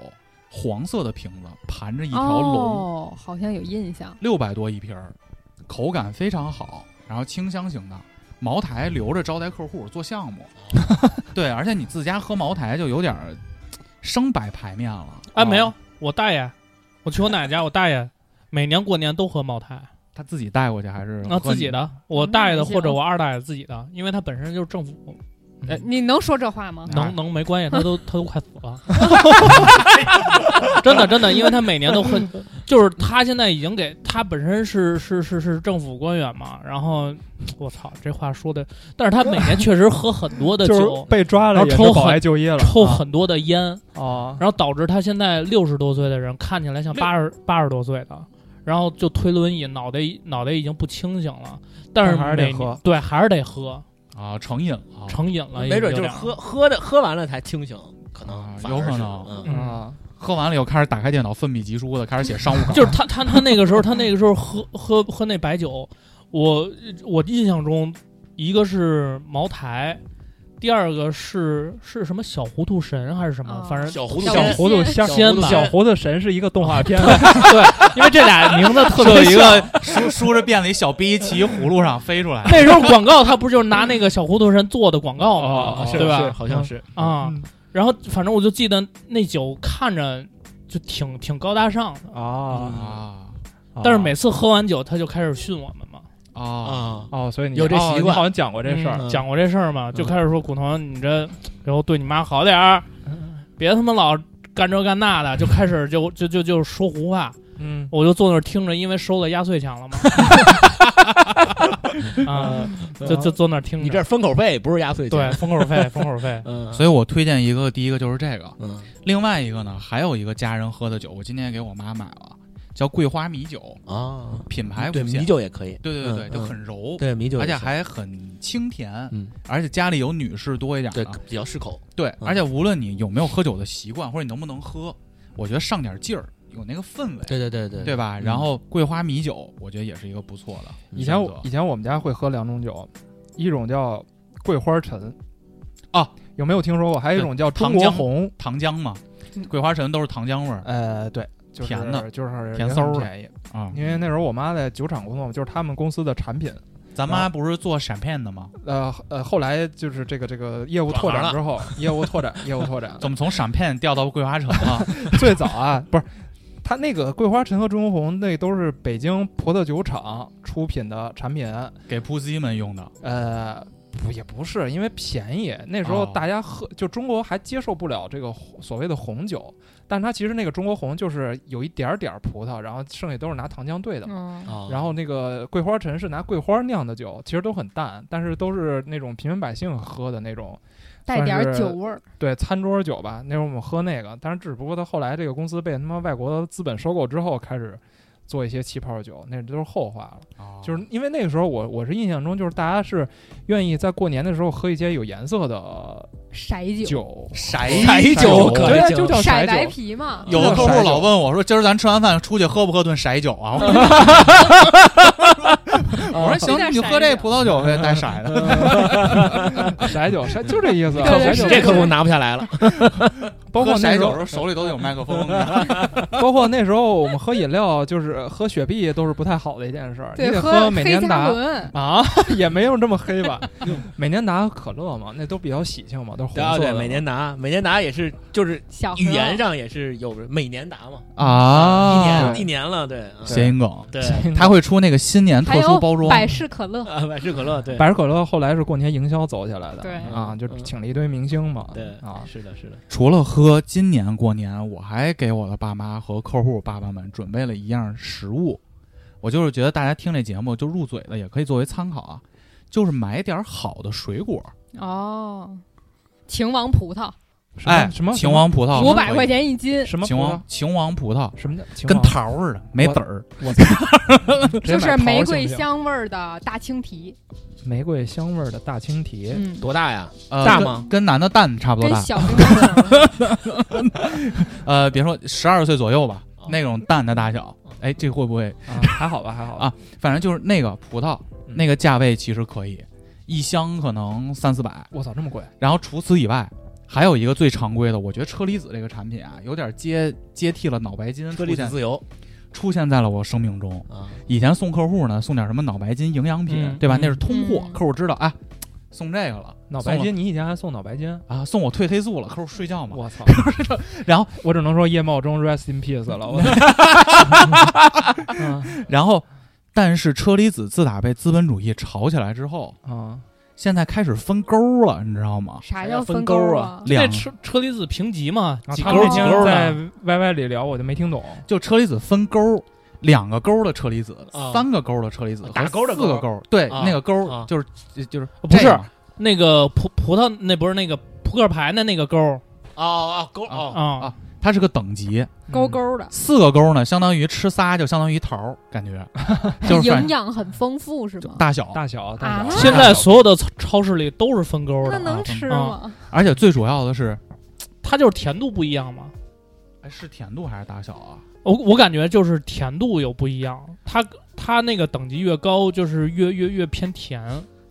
Speaker 1: 黄色的瓶子，盘着一
Speaker 4: 一
Speaker 1: 条龙，
Speaker 4: 哦，好像有印象。
Speaker 1: 六百、多一瓶儿，口感非常好，然后清香型的。茅台留着招待客户做项目，
Speaker 5: 哦
Speaker 1: (laughs) 对，而且你自家喝茅台就有点儿生摆牌面了。
Speaker 5: 哎，没有，我大爷，我去我奶奶家，我大爷每年过年都喝茅台，
Speaker 1: 他自己带过去还是
Speaker 5: 那
Speaker 1: 嗯喝
Speaker 5: 哦自己
Speaker 1: 你？
Speaker 5: 的，我大爷
Speaker 4: 那
Speaker 5: 的
Speaker 4: 行
Speaker 5: 或者我二大爷自己的，因为他本身就是政府，
Speaker 1: 哎
Speaker 4: 呃你能说这话吗？
Speaker 2: 哎
Speaker 5: 能能没关系，他
Speaker 2: (laughs)
Speaker 5: 都他都快死了，真的真的，因为他每年都
Speaker 2: (laughs)
Speaker 5: 喝，就是他现在已经给他本身是是是是政府官员嘛，然后我操，这话说的，但是他每年确实喝很多的
Speaker 2: 就是
Speaker 5: 酒，
Speaker 2: 被抓
Speaker 5: 然
Speaker 2: 了
Speaker 5: 后
Speaker 2: 也
Speaker 5: 抽
Speaker 2: 是保
Speaker 5: 很
Speaker 2: (laughs) 外就业了，
Speaker 5: 抽
Speaker 2: 啊
Speaker 5: 很多的烟，
Speaker 2: 哦，
Speaker 5: 然后导致他现在六十多岁的人看起来像八十八十多岁的，然后就推轮椅，脑袋脑袋已经不清醒了，但是
Speaker 2: 但还是得
Speaker 5: 每年
Speaker 2: 喝，哦
Speaker 5: 对，还是得喝，
Speaker 1: 啊，成瘾了，
Speaker 5: 成瘾了，
Speaker 3: 没准就是
Speaker 5: 有点儿
Speaker 3: 喝喝的喝完了才清醒，可
Speaker 1: 啊
Speaker 3: 能反
Speaker 1: 有
Speaker 3: 而
Speaker 1: 可
Speaker 3: 是
Speaker 1: 能
Speaker 3: 嗯
Speaker 5: 嗯
Speaker 2: 啊，
Speaker 1: 喝完了以后开始打开电脑，奋笔疾书的开始写商务稿，
Speaker 5: (laughs) 就是他他他那个时候，他那个时候喝喝喝那白酒，我我印象中，一个是茅台，第二个是是什么小糊涂神还是什么，
Speaker 4: 哦
Speaker 5: 反正
Speaker 3: 小糊涂
Speaker 4: 小
Speaker 3: 仙
Speaker 2: 小糊涂
Speaker 4: 仙
Speaker 2: 仙
Speaker 5: 仙吧
Speaker 2: 小糊涂神是一个动
Speaker 5: (laughs)
Speaker 2: 画片，
Speaker 5: 对，因为这俩名
Speaker 3: (laughs)
Speaker 5: 字特别
Speaker 1: 就一
Speaker 5: 像。
Speaker 1: 个梳梳着辫子一小逼骑葫芦上飞出
Speaker 5: (laughs)
Speaker 1: 来，
Speaker 5: 那时候广告他不就是拿那个小糊涂神做的广告
Speaker 2: 哦
Speaker 5: 吗？
Speaker 2: 是
Speaker 5: 对
Speaker 3: 是
Speaker 5: 吧？
Speaker 3: 好像是
Speaker 5: 啊，
Speaker 2: 嗯
Speaker 5: 然后反正我就记得那酒看着就挺挺高大上
Speaker 3: 哦
Speaker 5: 的，
Speaker 2: 啊，
Speaker 1: 啊
Speaker 5: 但是
Speaker 2: 每。
Speaker 5: 每次喝完酒他就开始训我们嘛。
Speaker 1: 啊，
Speaker 3: 啊，
Speaker 2: 哦，所以你
Speaker 3: 有这
Speaker 2: 哦
Speaker 3: 习惯
Speaker 2: 你好像讲过这事儿
Speaker 5: 嗯讲过这事儿嘛，就开始说古潼，你这以后对你妈好点儿，别他妈老干这干那的，就开始就就就就说胡话，
Speaker 2: 嗯，
Speaker 5: 我就坐那儿听着，因为收了压岁钱了 (laughs) 嘛，啊，就就坐那儿听着，
Speaker 3: 你这封口费不是压岁
Speaker 5: 对
Speaker 3: 钱，，
Speaker 5: 封口费，封口费
Speaker 3: 嗯，
Speaker 1: 所以我推荐一个，第一个就是这个，
Speaker 3: 嗯
Speaker 1: 另外一个呢，还有一个家人喝的酒，我今天给我妈买了，叫桂花米酒，
Speaker 3: 啊，
Speaker 1: 品牌
Speaker 3: 对
Speaker 1: 无
Speaker 3: 米
Speaker 1: 限，
Speaker 3: 酒也可以，
Speaker 1: 对对对对，
Speaker 3: 嗯
Speaker 1: 就
Speaker 3: 嗯
Speaker 1: 很柔，
Speaker 3: 对米酒也
Speaker 1: 而且
Speaker 3: 行，
Speaker 1: 还很清甜，
Speaker 3: 嗯
Speaker 1: 而且家里有女士多一点
Speaker 3: 对
Speaker 1: 的，
Speaker 3: 比较适口，
Speaker 1: 对，
Speaker 3: 嗯
Speaker 1: 而且无论你有没有喝酒的习惯，或者你能不能喝，我觉得上点劲儿，有那个氛围，
Speaker 3: 对对对
Speaker 1: 对吧？
Speaker 3: 嗯
Speaker 1: 然后桂花米酒，我觉得也是一个不错的。
Speaker 2: 以前
Speaker 1: 选
Speaker 2: 我
Speaker 1: 择
Speaker 2: 以前我们家会喝两种酒，一种叫桂花陈，
Speaker 1: 啊，
Speaker 2: 有没有听说过？还有一种叫中
Speaker 1: 糖浆
Speaker 2: 国红，
Speaker 1: 糖浆嘛
Speaker 4: 嗯，
Speaker 1: 桂花陈都是糖浆味儿
Speaker 2: 呃，对，就是
Speaker 1: 甜的
Speaker 2: 就是
Speaker 1: 甜
Speaker 2: 也
Speaker 1: 馊
Speaker 2: 很
Speaker 1: 的
Speaker 2: 便宜。
Speaker 1: 啊。
Speaker 2: 因为那时候我妈在酒厂工作嘛，就是他们公司的产品。
Speaker 1: 咱妈不是做闪片的吗？
Speaker 2: 呃呃，后来就是这个这个业务
Speaker 3: 转
Speaker 2: 拓展
Speaker 3: 行了
Speaker 2: 之后，业务拓展，业务拓展，
Speaker 1: 怎么从闪片调到桂花陈了？
Speaker 2: 最早啊，不是，它那个桂花陈和中国红，那都是北京葡萄酒厂出品的产品。
Speaker 1: (laughs) 给扑鸡们用的。
Speaker 2: 呃，不也不是，因为便宜。那时候
Speaker 1: 哦
Speaker 2: 大家喝，就中国还接受不了这个红所谓的红酒，但它其实那个中国红就是有一点儿点儿葡萄，然后剩下都是拿糖浆兑的。
Speaker 4: 嗯，
Speaker 3: 啊，
Speaker 2: 然后那个桂花陈是拿桂花酿的酒，其实都很淡，但是都是那种平民百姓喝的那种，
Speaker 4: 带点儿
Speaker 2: 算是
Speaker 4: 酒味儿。
Speaker 2: 对餐桌酒吧。那时候我们喝那个，但是只不过它后来这个公司被他妈外国资本收购之后，开始做一些气泡酒，那都是后话了。
Speaker 1: 哦
Speaker 2: 就是因为那个时候我我是印象中就是大家是愿意在过年的时候喝一些有颜色的
Speaker 4: 色酒，
Speaker 2: 酒，
Speaker 1: 闪
Speaker 3: 白酒可以
Speaker 2: 对，就叫
Speaker 4: 色
Speaker 2: 色
Speaker 4: 白
Speaker 2: 酒。
Speaker 4: 啤嘛。
Speaker 1: 有的客户老问我说：“今儿咱吃完饭出去喝不喝顿骰酒啊？”我
Speaker 2: (laughs) 哦
Speaker 1: 说：“行，你喝这葡萄酒呗，带色的。
Speaker 2: 啊白酒，色就这意思啊。
Speaker 4: 对对
Speaker 2: 色酒
Speaker 4: 是
Speaker 3: (laughs) 这客户拿不下来了，
Speaker 2: 包括
Speaker 1: 喝
Speaker 2: 那
Speaker 1: 骰
Speaker 2: 时
Speaker 1: 酒的
Speaker 2: 候
Speaker 1: 时，候手里都得有麦克风。
Speaker 2: (laughs) 包括那时候我们喝饮料，就是喝雪碧都是不太好的一件事儿。你
Speaker 4: 对，
Speaker 2: 得
Speaker 4: 喝
Speaker 2: 美
Speaker 4: 黑
Speaker 2: 年
Speaker 4: 加
Speaker 2: 达
Speaker 4: (laughs) 仑，
Speaker 2: 啊，也没有这么黑 (laughs) 吧？美年达、可乐嘛，那都比较喜庆嘛，都是
Speaker 3: 对啊
Speaker 2: 红色
Speaker 3: 对，
Speaker 2: 的。
Speaker 3: 每年拿，每年拿也是就是
Speaker 4: 小盒
Speaker 3: 语言上也是有每年拿嘛，”一
Speaker 1: 啊啊
Speaker 3: 年一年了，对，嗯
Speaker 1: 谐音梗，
Speaker 3: 对，
Speaker 2: (laughs)
Speaker 1: 他会出那个新年
Speaker 4: 还
Speaker 1: 特殊
Speaker 4: 有
Speaker 1: 包装。
Speaker 4: 百事可乐，
Speaker 3: 啊，百事可乐，对，
Speaker 2: 百事可乐后来是过年营销走起来的，
Speaker 4: 对
Speaker 2: 啊，就请了一堆明星嘛，
Speaker 3: 对
Speaker 2: 啊，
Speaker 3: 是的，是的，
Speaker 1: 除了喝，今年过年我还给我的爸妈和客户爸爸们准备了一样食物，我就是觉得大家听这节目就入嘴了，也可以作为参考啊，就是买点好的水果，
Speaker 4: 哦，秦王葡萄
Speaker 2: 什么
Speaker 1: 哎，
Speaker 2: 什么
Speaker 1: 秦王葡萄
Speaker 4: 五百块，钱一斤，
Speaker 2: 什么
Speaker 1: 秦王秦王葡萄
Speaker 2: 什么叫秦
Speaker 1: 跟
Speaker 2: 王
Speaker 1: 桃儿似的，没籽儿，
Speaker 2: 我操直接买桃
Speaker 4: 就是玫
Speaker 2: 行
Speaker 4: 瑰
Speaker 2: 不行
Speaker 4: 香味儿的大青提，
Speaker 2: 玫瑰香味儿的大青提，
Speaker 4: 嗯，
Speaker 3: 多大呀？
Speaker 1: 呃
Speaker 3: 大
Speaker 1: 跟
Speaker 3: 吗
Speaker 1: 跟男的蛋差不多
Speaker 4: 跟
Speaker 1: 大，
Speaker 4: 小柠檬味儿
Speaker 1: 呃，别说十二岁左右吧，
Speaker 2: 哦
Speaker 1: 那种蛋的大小
Speaker 5: 嗯，
Speaker 1: 哎，这会不会？
Speaker 2: 啊还好吧，还好吧
Speaker 1: 啊反正就是那个葡萄，
Speaker 2: 嗯
Speaker 1: 那个价位其实可以，一箱可能三四百。
Speaker 2: 我操，这么贵！
Speaker 1: 然后除此以外，还有一个最常规的，我觉得车厘子这个产品啊，有点接接替了脑白金，
Speaker 3: 车
Speaker 1: 出
Speaker 3: 厘子
Speaker 1: 现
Speaker 3: 自由
Speaker 1: 出现在了我生命中。
Speaker 3: 啊，
Speaker 1: 以前送客户呢，送点什么脑白金营养品，
Speaker 2: 嗯
Speaker 1: 对吧？
Speaker 2: 嗯
Speaker 1: 那是通货，
Speaker 4: 嗯
Speaker 1: 客户知道啊，送这个了，
Speaker 2: 脑白
Speaker 1: 送了
Speaker 2: 金，你以前还送脑白金？
Speaker 1: 啊，送我褪黑素了，客户睡觉嘛。
Speaker 2: 我操！
Speaker 1: 然后，
Speaker 2: 我只能说叶茂中 rest in peace 了。我， (laughs) 啊
Speaker 1: 然后，但是车厘子自打被资本主义炒起来之后，
Speaker 2: 啊，
Speaker 1: 现在开始分沟了，你知道吗？
Speaker 4: 啥
Speaker 3: 啥
Speaker 4: 叫
Speaker 3: 叫分
Speaker 4: 沟
Speaker 3: 沟
Speaker 4: 啊？
Speaker 5: 这
Speaker 1: 两
Speaker 5: 车车厘子评级嘛，
Speaker 2: 啊
Speaker 5: 几
Speaker 2: 他
Speaker 5: 勾
Speaker 2: 们
Speaker 5: 儿
Speaker 2: 那
Speaker 5: 几
Speaker 2: 天
Speaker 5: 勾儿
Speaker 2: 在
Speaker 5: 的，
Speaker 2: YY 里聊，我就没听懂。
Speaker 1: 就车厘子分沟，两个沟的车厘子，
Speaker 3: 啊
Speaker 1: 三个沟的车厘子，
Speaker 3: 打勾的
Speaker 1: 和四个
Speaker 3: 勾
Speaker 1: 沟，对，
Speaker 3: 啊
Speaker 1: 那个沟
Speaker 3: 啊
Speaker 1: 就是就就是
Speaker 5: 不是
Speaker 1: 这样
Speaker 5: 那个葡葡萄那不是那个扑克牌的那个勾儿
Speaker 3: 哦哦勾哦
Speaker 5: 啊，
Speaker 1: 它是个等级，
Speaker 4: 勾勾的，
Speaker 1: 四个沟呢，相当于吃仨，就相当于一桃儿，感觉嗯就是反
Speaker 4: 营养很丰富是吗？
Speaker 1: 大小，
Speaker 2: 大小
Speaker 4: 啊
Speaker 2: 大小，
Speaker 5: 嗯
Speaker 2: 嗯
Speaker 5: 现在所有的超超市里都是分勾儿
Speaker 4: 那
Speaker 5: 的，
Speaker 4: 能吃吗？ (laughs)
Speaker 1: 而且最主要的是，
Speaker 5: 它就是甜度不一样嘛。
Speaker 1: 哎，是甜度还是大小啊？
Speaker 5: 我我感觉就是甜度有不一样，它它那个等级越高，就是越越越偏甜。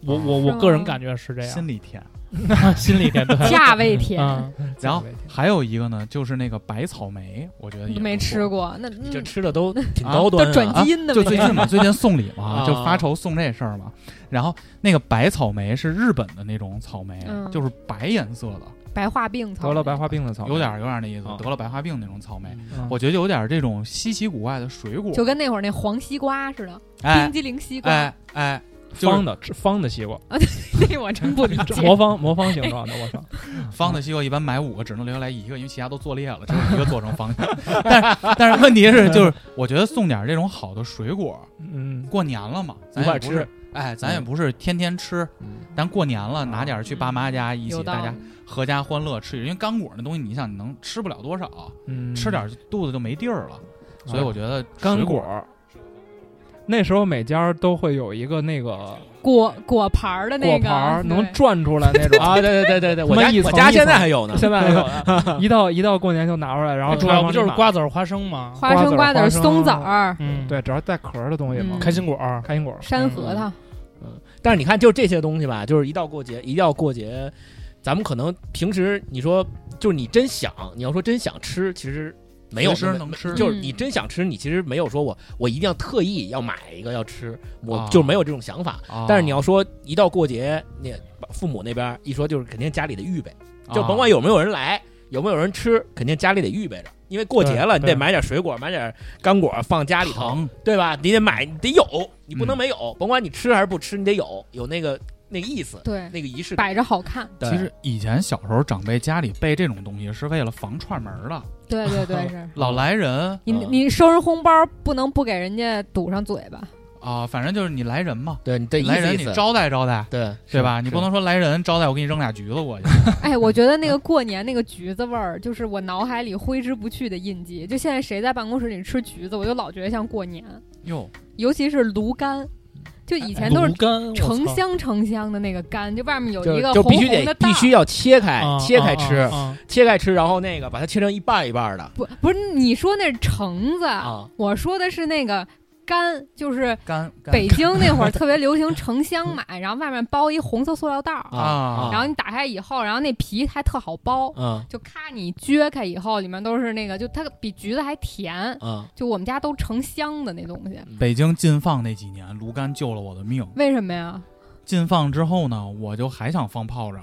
Speaker 5: 我我
Speaker 4: 是
Speaker 5: 我
Speaker 4: 吗
Speaker 5: 个人感觉是这样，
Speaker 1: 心里甜。
Speaker 5: 心里甜对。
Speaker 4: 价位甜，
Speaker 5: 嗯，
Speaker 1: (laughs) 然后还有一个呢，就是那个白草莓，我觉得也
Speaker 4: 都没
Speaker 1: 不错
Speaker 4: 吃。过，那嗯
Speaker 3: 这吃的都挺高端
Speaker 4: 都
Speaker 3: 啊
Speaker 4: 转基因的
Speaker 1: 就
Speaker 4: 没
Speaker 1: 最近
Speaker 4: (laughs)
Speaker 1: 嘛，最近送礼嘛，
Speaker 3: 啊
Speaker 1: 就发愁送这事儿嘛。然后那个白草莓是日本的那种草莓，
Speaker 4: 嗯
Speaker 1: 就是白颜色的，
Speaker 4: 白化病草莓
Speaker 2: 得了白化病的草莓，
Speaker 1: 有点儿有点儿那意思，
Speaker 2: 啊
Speaker 1: 得了白化病那种草莓。
Speaker 2: 嗯
Speaker 1: 我觉得有点儿这种稀奇古怪的水果，
Speaker 4: 就跟那会儿那黄西瓜似的，
Speaker 1: 哎
Speaker 4: 冰激凌西瓜，
Speaker 1: 哎哎，就是啊
Speaker 2: 方的吃方的西瓜，
Speaker 4: (laughs) 那我真不理
Speaker 2: (laughs) 这
Speaker 4: 解。
Speaker 2: 魔方魔方形状的，我操！
Speaker 1: 方
Speaker 4: 嗯
Speaker 1: 的西瓜一般买五个，只能留下来一个，因为其他都做裂了，只
Speaker 4: (laughs)
Speaker 1: 有一个做成方形。 (laughs) 但是但是问题是，就是我觉得送点儿这种好的水果，
Speaker 2: 嗯，
Speaker 1: 过年了嘛，咱
Speaker 3: 块
Speaker 1: 也不是
Speaker 3: 吃，嗯
Speaker 1: 哎，咱也不是天天吃，咱过年了拿点儿去爸妈家一起
Speaker 4: 有
Speaker 1: 大
Speaker 4: 道
Speaker 1: 家
Speaker 4: 理，
Speaker 1: 合家欢乐吃，因为干果那东西，你想你能吃不了多少，
Speaker 2: 嗯啊
Speaker 1: 吃点儿肚子就没地儿了，
Speaker 3: 啊
Speaker 1: 所以我觉得
Speaker 2: 干
Speaker 1: 水
Speaker 2: 果
Speaker 1: 果
Speaker 2: 儿。那时候每家都会有一个那个
Speaker 4: 果果盘儿的那
Speaker 2: 果
Speaker 4: 个
Speaker 2: 盘儿能
Speaker 4: 对
Speaker 2: 转出来那
Speaker 3: 啊，
Speaker 2: 种，
Speaker 3: 对对对对对，我
Speaker 2: 他妈
Speaker 3: 家
Speaker 2: 一层
Speaker 3: 我家
Speaker 2: 一层
Speaker 3: 现在还有 (laughs) 呢，
Speaker 2: 现在还
Speaker 1: (laughs)
Speaker 2: 有的
Speaker 5: 然
Speaker 2: 一到一到过年就拿出来，然后
Speaker 5: 后
Speaker 1: 哎
Speaker 5: 主
Speaker 2: 桌上
Speaker 5: 要不就是
Speaker 2: 立马
Speaker 5: 瓜子儿、花生吗？
Speaker 4: 花生、
Speaker 2: 瓜子
Speaker 4: 瓜子
Speaker 2: 儿
Speaker 4: 儿、
Speaker 2: 花生啊
Speaker 4: 松子儿、
Speaker 5: 嗯，
Speaker 2: 对，，只要带壳儿的东西嘛
Speaker 4: 嗯，
Speaker 5: 开心果儿，
Speaker 2: 开心果儿，
Speaker 4: 山核
Speaker 2: 嗯
Speaker 4: 桃，
Speaker 3: 但是你看，就这些东西吧，就是一到过节，一到过节，咱们可能平时你说，就是你真想，你要说真想吃，其实没有
Speaker 1: 随时
Speaker 3: 那
Speaker 1: 能
Speaker 3: 么
Speaker 1: 吃
Speaker 3: 就是你真想吃，你其实没有说我我一定要特意要买一个要吃，我
Speaker 1: 啊
Speaker 3: 就没有这种想法。
Speaker 1: 啊
Speaker 3: 但是你要说一到过节，你父母那边一说，就是肯定家里得预备，就
Speaker 1: 啊
Speaker 3: 甭管有没有人来，有没有人吃，肯定家里得预备着。因为过节
Speaker 2: 对
Speaker 3: 了，你得
Speaker 2: 对
Speaker 3: 买点水果，买点干果放家里头，
Speaker 1: 糖
Speaker 3: 对吧？你得买，你得有，你不能
Speaker 1: 嗯
Speaker 3: 没有，甭管你吃还是不吃，你得有，有那个那个意思，
Speaker 4: 对，
Speaker 3: 那个仪式感。
Speaker 4: 摆着好看，
Speaker 3: 对
Speaker 1: 其实以前小时候长辈家里备这种东西是为了防串门儿
Speaker 3: 哦
Speaker 1: 的，
Speaker 4: 对对
Speaker 2: (laughs)
Speaker 4: 对
Speaker 2: 嗯
Speaker 4: 是。
Speaker 1: 老来人
Speaker 4: 你
Speaker 3: 嗯
Speaker 4: 你收人红包不能不给人家堵上嘴
Speaker 2: (laughs)
Speaker 4: 吧？
Speaker 1: 啊，反正就是你来人嘛，
Speaker 3: 对你得
Speaker 1: 来人
Speaker 3: 意
Speaker 1: 你
Speaker 3: 思意思
Speaker 1: 招待招待，
Speaker 3: 对
Speaker 1: 对吧？
Speaker 3: 是
Speaker 1: 你不能说来人招待我给你扔俩橘子过去，
Speaker 4: 哎，我觉得那个过年那个橘子味儿，就是我脑海里挥之不去的印记。就现在谁在办公室里吃橘子，我就老觉得像过年，
Speaker 1: 哟，
Speaker 4: 尤其是芦柑，就以前都
Speaker 5: 芦
Speaker 4: 是
Speaker 5: 柑，我操
Speaker 4: 成箱成箱的那个柑，就外面有一
Speaker 3: 就
Speaker 4: 个
Speaker 3: 就
Speaker 4: 红
Speaker 3: 必须
Speaker 4: 红
Speaker 3: 得
Speaker 4: 的蛋
Speaker 3: 必。须要切开
Speaker 5: 啊
Speaker 3: 切开吃、
Speaker 5: 啊啊啊
Speaker 3: 切开吃，然后那个把它切成一半儿一半儿的
Speaker 4: 不不是你说那是橙子，
Speaker 3: 啊
Speaker 4: 我说的是那个柑，就是
Speaker 1: 干干
Speaker 4: 北京那会儿特别流行成箱买，然后外面包一红色塑料袋儿，
Speaker 1: 啊
Speaker 4: 然后你打开以后，然后那皮还特好剥，
Speaker 3: 啊
Speaker 4: 就咔你撅开以后，里面都是那个，就它比橘子还甜，
Speaker 3: 啊！
Speaker 4: 就我们家都成箱的那东西。
Speaker 1: 北京禁放那几年，芦柑救了我的命。
Speaker 4: 为什么呀？
Speaker 1: 禁放之后呢，我就还想放炮仗，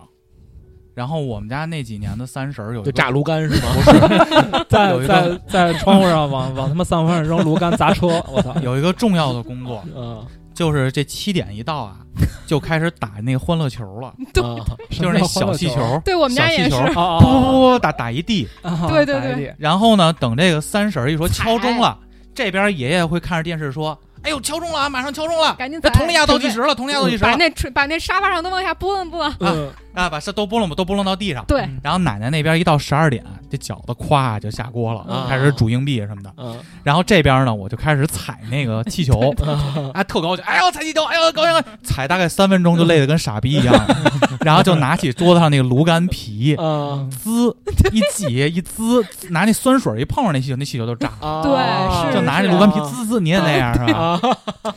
Speaker 1: 然后我们家那几年的三婶儿有一个
Speaker 3: 就炸芦柑是吗？
Speaker 1: (laughs) 有
Speaker 2: 在
Speaker 1: 一
Speaker 2: 在
Speaker 1: 个
Speaker 2: 在窗户上往往他妈散风上扔芦柑砸车，我操！
Speaker 1: 有一个重要的工作，
Speaker 3: (laughs) 嗯，
Speaker 1: 就是这七点一到啊， (laughs) 就开始打那欢乐球
Speaker 3: (laughs)
Speaker 1: 了，
Speaker 4: 对
Speaker 3: 啊
Speaker 1: 就是那小气球，
Speaker 3: (laughs)
Speaker 4: 对我们家
Speaker 1: 小
Speaker 4: 也
Speaker 1: 气
Speaker 4: 是
Speaker 1: 球，
Speaker 2: 啊啊！
Speaker 1: 噗噗噗打打一地，
Speaker 2: 啊
Speaker 4: 对对对，
Speaker 2: 打一地
Speaker 1: 然后呢，等这个三婶儿一说
Speaker 4: 踩
Speaker 1: 敲钟
Speaker 3: (laughs)
Speaker 1: 了，这边爷爷会看着电视说：“哎呦，敲钟了啊，马上敲钟了。”
Speaker 4: 赶紧
Speaker 1: 这
Speaker 4: 在
Speaker 1: 佟丽
Speaker 4: (laughs)
Speaker 1: 娅倒计时，了，佟丽娅倒计时
Speaker 4: 把
Speaker 1: 了
Speaker 4: 那吹把那沙发上都往下拨弄拨弄。
Speaker 5: 嗯
Speaker 1: 啊！把这都拨弄都拨弄到地上。
Speaker 4: 对，
Speaker 5: 啊
Speaker 1: 然后奶奶那边一到十二点，这饺子咵就下锅了，
Speaker 3: 啊
Speaker 1: 开始煮硬币什么的。
Speaker 3: 嗯
Speaker 1: 然后这边呢，我就开始踩那个气球，哎啊，特高兴，哎呦踩气球，哎呦高兴，踩大概三分钟就累得跟傻逼一样， (laughs) 然后就拿起桌子上那个芦柑皮，
Speaker 3: 嗯
Speaker 1: 滋一挤一滋，拿那酸水一碰上那气球，那气球就炸。
Speaker 3: 啊，
Speaker 4: (laughs) 对是
Speaker 1: 就拿着
Speaker 4: 是啊
Speaker 1: 芦柑皮滋滋，你也那样是吧？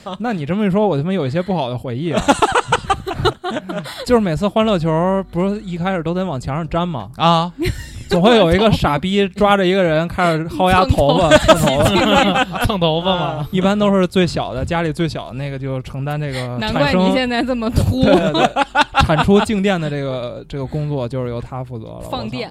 Speaker 3: 啊，
Speaker 2: 那你这么一说，我他妈有一些不好的回忆啊。 (laughs) 就是每次欢乐球不是一开始都得往墙上粘吗？
Speaker 1: 啊，
Speaker 2: 总会有一个傻逼抓着一个人开始薅压头发、蹭
Speaker 4: (laughs)
Speaker 2: 头发。
Speaker 5: 蹭头发嘛，
Speaker 2: 一般都是最小的，家里最小的那个就承担这个
Speaker 4: 难
Speaker 2: 啊产
Speaker 4: 怪你
Speaker 2: 生
Speaker 4: 现在这么秃
Speaker 2: 对，对对产出静电的这个这个工作就是由他负责了。我
Speaker 4: 放
Speaker 2: 操
Speaker 4: 电。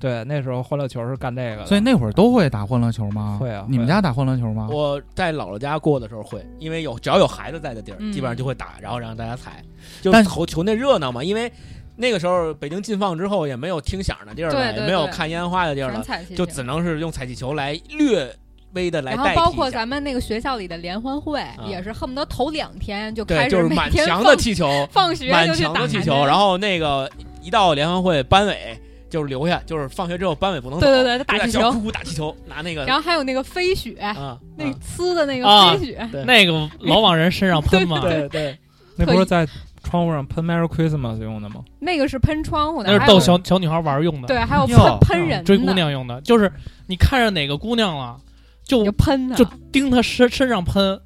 Speaker 2: 对，那时候欢乐球是干这个的，
Speaker 1: 所以那会儿都会打欢乐球吗？
Speaker 2: 会啊
Speaker 1: 你们
Speaker 2: 会啊
Speaker 1: 家打欢乐球吗？
Speaker 3: 我在姥姥家过的时候会，因为有只要有孩子在的地儿，
Speaker 4: 嗯
Speaker 3: 基本上就会打，然后让大家踩，就
Speaker 1: 但
Speaker 3: 求求那热闹嘛。因为那个时候北京禁放之后，也没有听响的地儿
Speaker 4: 对
Speaker 3: 了，
Speaker 4: 对
Speaker 3: 也没有
Speaker 4: 对
Speaker 3: 看烟花的地儿
Speaker 4: 全
Speaker 3: 了，
Speaker 4: 彩气
Speaker 3: 就
Speaker 4: 球
Speaker 3: 只能是用踩气球来略微的来
Speaker 4: 然后
Speaker 3: 代
Speaker 4: 包
Speaker 3: 替
Speaker 4: 括
Speaker 3: 一下。
Speaker 4: 咱们那个学校里的联欢会，也是恨不得头两天就
Speaker 3: 对，
Speaker 4: 开
Speaker 3: 就
Speaker 4: 始
Speaker 3: 是
Speaker 4: 每
Speaker 3: 满
Speaker 4: 天
Speaker 3: 墙
Speaker 4: 放
Speaker 3: 的
Speaker 4: (laughs)
Speaker 3: 气球，
Speaker 4: 放学
Speaker 3: 满
Speaker 4: 就去
Speaker 3: 墙
Speaker 4: 打
Speaker 3: 的气球，然后那个一到联欢会，班委就是留下，就是放学之后班委不能走，
Speaker 4: 对对对，打
Speaker 3: 就在
Speaker 4: 气
Speaker 3: 小
Speaker 4: 球，
Speaker 3: 姑姑打气球，拿那个
Speaker 4: 然后还有那个飞雪，
Speaker 3: 啊，
Speaker 4: 那
Speaker 3: 啊
Speaker 4: 呲的那
Speaker 5: 啊
Speaker 4: 个飞雪，
Speaker 3: 对
Speaker 5: 那个老往人身上喷嘛，
Speaker 3: 对对，
Speaker 2: 那不是在窗户上喷 Merry Christmas 用的吗？
Speaker 4: 那个是喷窗户的，
Speaker 5: 那是
Speaker 4: 还有
Speaker 5: 逗小小女孩玩用的，
Speaker 4: 对，还有
Speaker 1: 哟
Speaker 4: 喷喷人的
Speaker 5: 追姑娘用的，就是你看上哪个姑娘了，就
Speaker 4: 你就喷她，
Speaker 5: 就盯她身身上喷，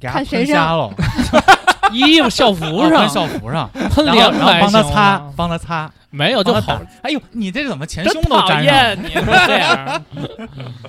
Speaker 1: 给他
Speaker 4: 看谁
Speaker 1: 喷瞎了，
Speaker 5: 衣服校服
Speaker 1: 啊
Speaker 5: 上
Speaker 1: 喷校服上， (laughs)
Speaker 5: 喷
Speaker 1: 然后
Speaker 5: 脸上
Speaker 1: 然后
Speaker 5: 还
Speaker 1: 帮他
Speaker 5: 行
Speaker 1: 擦
Speaker 5: 吗，
Speaker 1: 帮他擦，
Speaker 5: 没有就
Speaker 1: 帮他
Speaker 5: 好
Speaker 1: 打。啊哎呦，你这怎么前胸
Speaker 5: 真
Speaker 1: 都
Speaker 5: 讨
Speaker 1: 沾上了？
Speaker 5: 厌你这
Speaker 1: (laughs)
Speaker 4: (laughs)
Speaker 5: 样，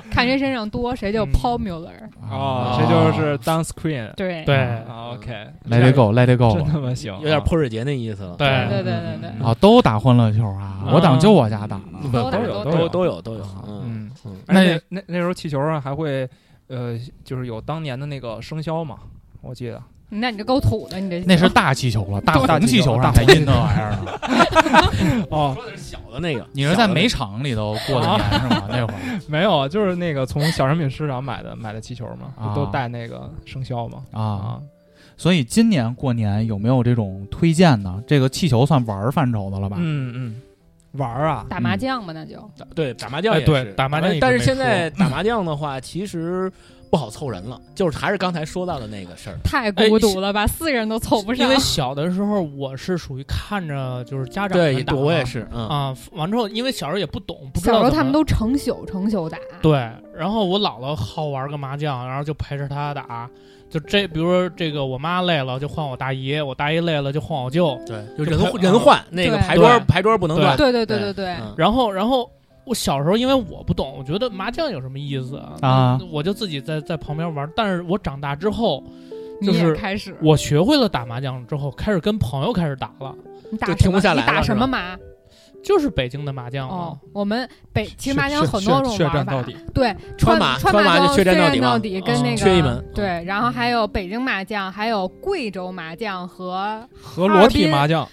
Speaker 4: 看谁身上多谁就
Speaker 5: 嗯
Speaker 4: p o m u l a r
Speaker 1: 啊
Speaker 2: 这就是 Down Screen。
Speaker 4: 对
Speaker 5: 对
Speaker 2: 啊，OK，
Speaker 1: let it go，let it
Speaker 2: 真
Speaker 1: go。
Speaker 2: 他妈行，啊
Speaker 3: 有点泼水节那意思了，
Speaker 2: 嗯
Speaker 5: 对
Speaker 4: 对对对对
Speaker 1: 啊，都打欢乐球啊！我当就我家打呢。
Speaker 2: 不
Speaker 4: 都打
Speaker 2: 都有
Speaker 4: 都
Speaker 2: 有
Speaker 3: 都
Speaker 2: 都。
Speaker 3: 都有都有，嗯
Speaker 2: 嗯，
Speaker 3: 嗯，
Speaker 2: 而且
Speaker 1: 那
Speaker 2: 那那时候气球上还会，呃，就是有当年的那个生肖嘛，我记得
Speaker 4: 那你这够土的，你这
Speaker 1: 那是大气球了，大
Speaker 2: 大
Speaker 1: 红
Speaker 2: 气
Speaker 1: 气球
Speaker 2: 球大
Speaker 1: 上才
Speaker 2: 红
Speaker 1: 印那玩意儿 (laughs) 呢。
Speaker 2: 哦，
Speaker 3: 说的是小的那个，
Speaker 1: 你是在煤场里头过的年是吗？ (laughs) 那会儿
Speaker 2: 没有，就是那个从小商品市场买的买的气球嘛，
Speaker 1: 啊
Speaker 2: 不都带那个生肖嘛
Speaker 1: 啊，，所以今年过年有没有这种推荐呢？这个气球算玩儿范畴的了吧？
Speaker 2: 嗯嗯，玩儿啊，
Speaker 4: 打麻将吧，那就
Speaker 3: 小的对打麻将
Speaker 5: 哎
Speaker 3: 也
Speaker 5: 对
Speaker 3: 是呃
Speaker 5: 打麻将一直
Speaker 3: 但是
Speaker 5: 没
Speaker 3: 现
Speaker 5: 说
Speaker 3: 在打麻将的话， (laughs) 其实不好凑人了，就是还是刚才说到的那个事儿，
Speaker 4: 太孤独了吧，四个人都凑不啊上
Speaker 5: 因为。小的时候我是属于看着就是家长
Speaker 3: 对
Speaker 5: 们，打嘛
Speaker 3: 我也是，嗯，
Speaker 5: 啊。完之后，因为小时候也不懂，不知
Speaker 4: 小
Speaker 5: 道
Speaker 4: 时候
Speaker 5: 怎
Speaker 4: 他们
Speaker 5: 么
Speaker 4: 都成宿成宿打，
Speaker 5: 对。然后我姥姥好玩个麻将，然后就陪着她打。就这，比如说这个，我妈累了就换我大姨，我大姨累了就换我舅。
Speaker 3: 对，就
Speaker 5: 就
Speaker 3: 人
Speaker 5: 排
Speaker 3: 换人
Speaker 5: 啊
Speaker 3: 换那个
Speaker 4: 对
Speaker 3: 牌桌
Speaker 5: 对
Speaker 3: 牌桌不能
Speaker 5: 对
Speaker 4: (laughs)
Speaker 3: 乱，
Speaker 4: 对对对
Speaker 3: 对
Speaker 4: 对对，
Speaker 3: 嗯
Speaker 5: 然后，然后我小时候因为我不懂，我觉得麻将有什么意思啊？
Speaker 1: 啊
Speaker 5: 我就自己在在旁边玩。但是我长大之后，
Speaker 4: 你
Speaker 5: 就
Speaker 4: 也
Speaker 5: 是
Speaker 4: 开始，
Speaker 5: 我学会了打麻将之后，开始跟朋友开始打了，
Speaker 4: 你打
Speaker 3: 就
Speaker 4: 什
Speaker 3: 停不
Speaker 4: 么
Speaker 3: 下来
Speaker 4: 你打
Speaker 3: 了
Speaker 4: 什
Speaker 3: 是
Speaker 4: 么
Speaker 3: 吧
Speaker 4: 麻？
Speaker 5: 就是北京的麻将嘛
Speaker 4: 哦，我们北
Speaker 2: 血
Speaker 4: 其实麻将有
Speaker 2: 血
Speaker 4: 很多种
Speaker 2: 血
Speaker 4: 玩
Speaker 2: 战
Speaker 4: 法
Speaker 2: 到底，
Speaker 4: 对，
Speaker 3: 川
Speaker 4: 川
Speaker 3: 麻
Speaker 4: 川
Speaker 3: 川麻
Speaker 4: 麻
Speaker 3: 就血战到
Speaker 4: 到
Speaker 3: 底嘛
Speaker 4: 底，跟
Speaker 5: 嗯
Speaker 4: 那个
Speaker 3: 缺一门
Speaker 4: 对，然后还有北京麻将，还有贵州麻将和
Speaker 2: 和裸体麻
Speaker 4: (laughs)
Speaker 2: 将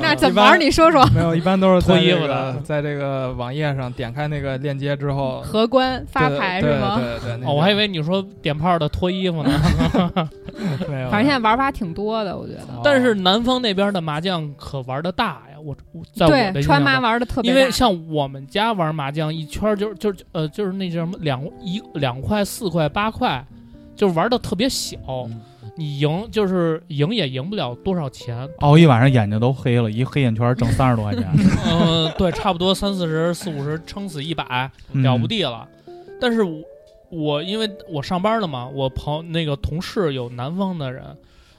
Speaker 4: 那
Speaker 3: 嗯
Speaker 4: 怎么玩儿？你说说，
Speaker 2: 没有，一般都是
Speaker 5: 脱
Speaker 2: 在
Speaker 5: 衣
Speaker 2: 这
Speaker 5: 服
Speaker 2: 个
Speaker 5: 的
Speaker 2: 在这个网页上点开那个链接之后
Speaker 4: 荷官发
Speaker 2: 对
Speaker 4: 牌
Speaker 2: 对
Speaker 4: 是吗？
Speaker 2: 对对对，
Speaker 5: 哦，我还以为你说点炮的脱衣服呢。
Speaker 2: 为没有，
Speaker 4: 反正现在玩法挺多的，我觉得。
Speaker 2: 哦
Speaker 5: 但是南方那边的麻将可玩的大呀，我我在我的
Speaker 4: 对，
Speaker 5: 印
Speaker 4: 川
Speaker 5: 象
Speaker 4: 麻
Speaker 5: 中。
Speaker 4: 玩的特别
Speaker 5: 因
Speaker 4: 大，
Speaker 5: 为像我们家玩麻将，一圈儿就是就是呃就是那叫什么两一两块四块八块，就是玩的特别小，
Speaker 3: 嗯
Speaker 5: 你赢就是赢也赢不了多少钱，
Speaker 1: 熬一晚上眼睛都黑了，一黑眼圈挣三十多块钱， (laughs)
Speaker 5: 嗯、对，差不多三四十四五十，撑死一百，
Speaker 1: 嗯
Speaker 5: 了不。地了。但是我我因为我上班了嘛，我朋那个同事有南方的人，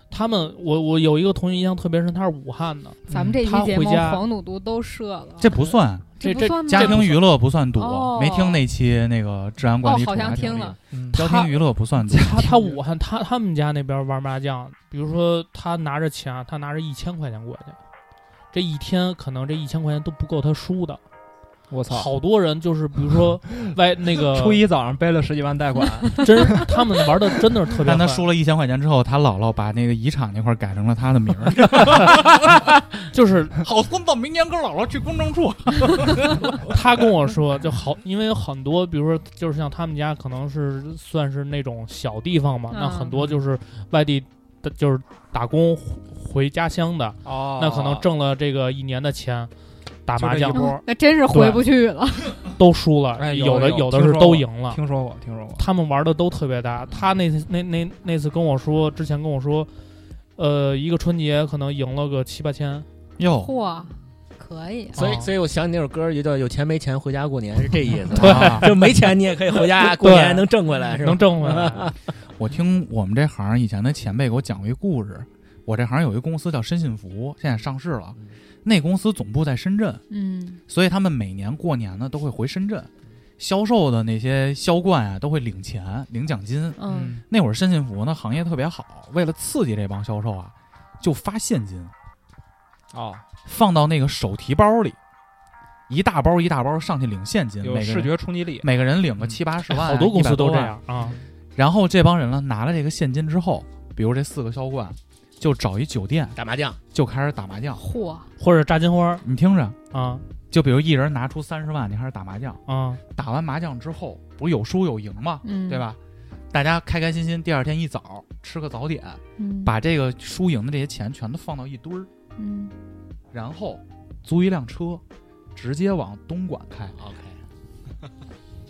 Speaker 5: 他们我我有一个同学印象特别深，他是武汉的，
Speaker 4: 咱们这一
Speaker 5: 他
Speaker 4: 期节
Speaker 5: 回
Speaker 4: 目
Speaker 5: 家
Speaker 4: 黄赌毒都射了，
Speaker 1: 这不算
Speaker 5: 这
Speaker 4: 不
Speaker 5: 这
Speaker 4: 算吗
Speaker 1: 家庭娱乐，不算赌。
Speaker 4: 嗯哦
Speaker 1: 没听那期那个治安管理
Speaker 4: 哦
Speaker 1: 处
Speaker 4: 好
Speaker 1: 罚
Speaker 4: 像
Speaker 1: 条
Speaker 4: 听
Speaker 1: 例
Speaker 4: 了，
Speaker 2: 嗯
Speaker 1: 家庭娱乐不算赌。
Speaker 5: 他他武汉他他们家那边玩麻将，比如说他拿着钱，啊他拿着一千块钱过去，这一天可能这一千块钱都不够他输的。
Speaker 2: 我操，
Speaker 5: 好多人就是比如
Speaker 2: (laughs)
Speaker 5: 说外那个
Speaker 2: 初一早上背了十几万贷款，
Speaker 5: 真他们玩的真的是特
Speaker 2: (laughs)
Speaker 5: 别
Speaker 1: (laughs) 但他
Speaker 5: 快，
Speaker 1: 输了一千块钱之后，他姥姥把那个遗产那块改成了他的名儿。
Speaker 5: 就是
Speaker 1: 好孙子，明年跟姥姥去公证处。
Speaker 5: 他跟我说，就好，因为很多，比如说，就是像他们家可能是算是那种小地方嘛，
Speaker 4: 嗯
Speaker 5: 那很多就是外地的，就是打工回家乡的，
Speaker 2: 哦
Speaker 5: 那可能挣了这个一年的钱，打麻
Speaker 2: 就这一
Speaker 5: 将
Speaker 2: 波
Speaker 4: 嗯 (laughs) 那真是回
Speaker 5: 对
Speaker 4: 不去了。
Speaker 5: 都输了，
Speaker 2: 哎有
Speaker 5: 有的
Speaker 2: 有
Speaker 5: 有的
Speaker 2: 听
Speaker 5: 是
Speaker 2: 说
Speaker 5: 都
Speaker 2: 过
Speaker 5: 赢了。
Speaker 2: 听说过听说过，
Speaker 1: 嗯
Speaker 5: 他们玩的都特别大，他那次那那那次跟我说，之前跟我说，呃，一个春节可能赢了个七八千，
Speaker 1: 哟，
Speaker 4: 嚯，可以啊，
Speaker 3: 所以，
Speaker 5: 哦
Speaker 3: 所以我想起那首歌，也叫“有钱没钱回家过年”，是这 (laughs) 意思。
Speaker 1: 对
Speaker 3: 就没钱你也可以回家过年，能挣回来是吧
Speaker 5: 能？挣回来。
Speaker 1: 我听我们这行以前的前辈给我讲过一故事。我这行有一公司叫深信服，现在上市了。那公司总部在深圳，
Speaker 4: 嗯，
Speaker 1: 所以他们每年过年呢都会回深圳，销售的那些销冠啊都会领钱领奖金。
Speaker 4: 嗯，
Speaker 1: 那会儿深信服呢行业特别好，为了刺激这帮销售啊，就发现金
Speaker 2: 哦，
Speaker 1: 放到那个手提包里，一大包一大包上去领现金，
Speaker 2: 有
Speaker 1: 每个
Speaker 2: 视
Speaker 1: 人
Speaker 2: 觉冲击力，
Speaker 1: 每个人领个
Speaker 2: 嗯
Speaker 1: 七 (laughs) 八十万啊，
Speaker 5: 哎好多公司
Speaker 1: 100多
Speaker 5: 都这
Speaker 1: 万。
Speaker 5: 样啊，
Speaker 1: 然后这帮人呢拿了这个现金之后，比如这四个销冠，就找一酒店
Speaker 3: 打麻将，
Speaker 1: 就开始打麻将。
Speaker 4: 嚯，
Speaker 5: 或者炸金花
Speaker 1: 你听着，
Speaker 5: 啊
Speaker 1: 就比如一人拿出三十万，你开始打麻将。
Speaker 5: 啊，
Speaker 1: 打完麻将之后，不是有输有赢吗？
Speaker 4: 嗯，
Speaker 1: 对？吧？大家开开心心，第二天一早吃个早点，
Speaker 4: 嗯，
Speaker 1: 把这个输赢的这些钱全都放到一堆儿，
Speaker 4: 嗯，
Speaker 1: 然后租一辆车，直接往东莞开，
Speaker 3: OK，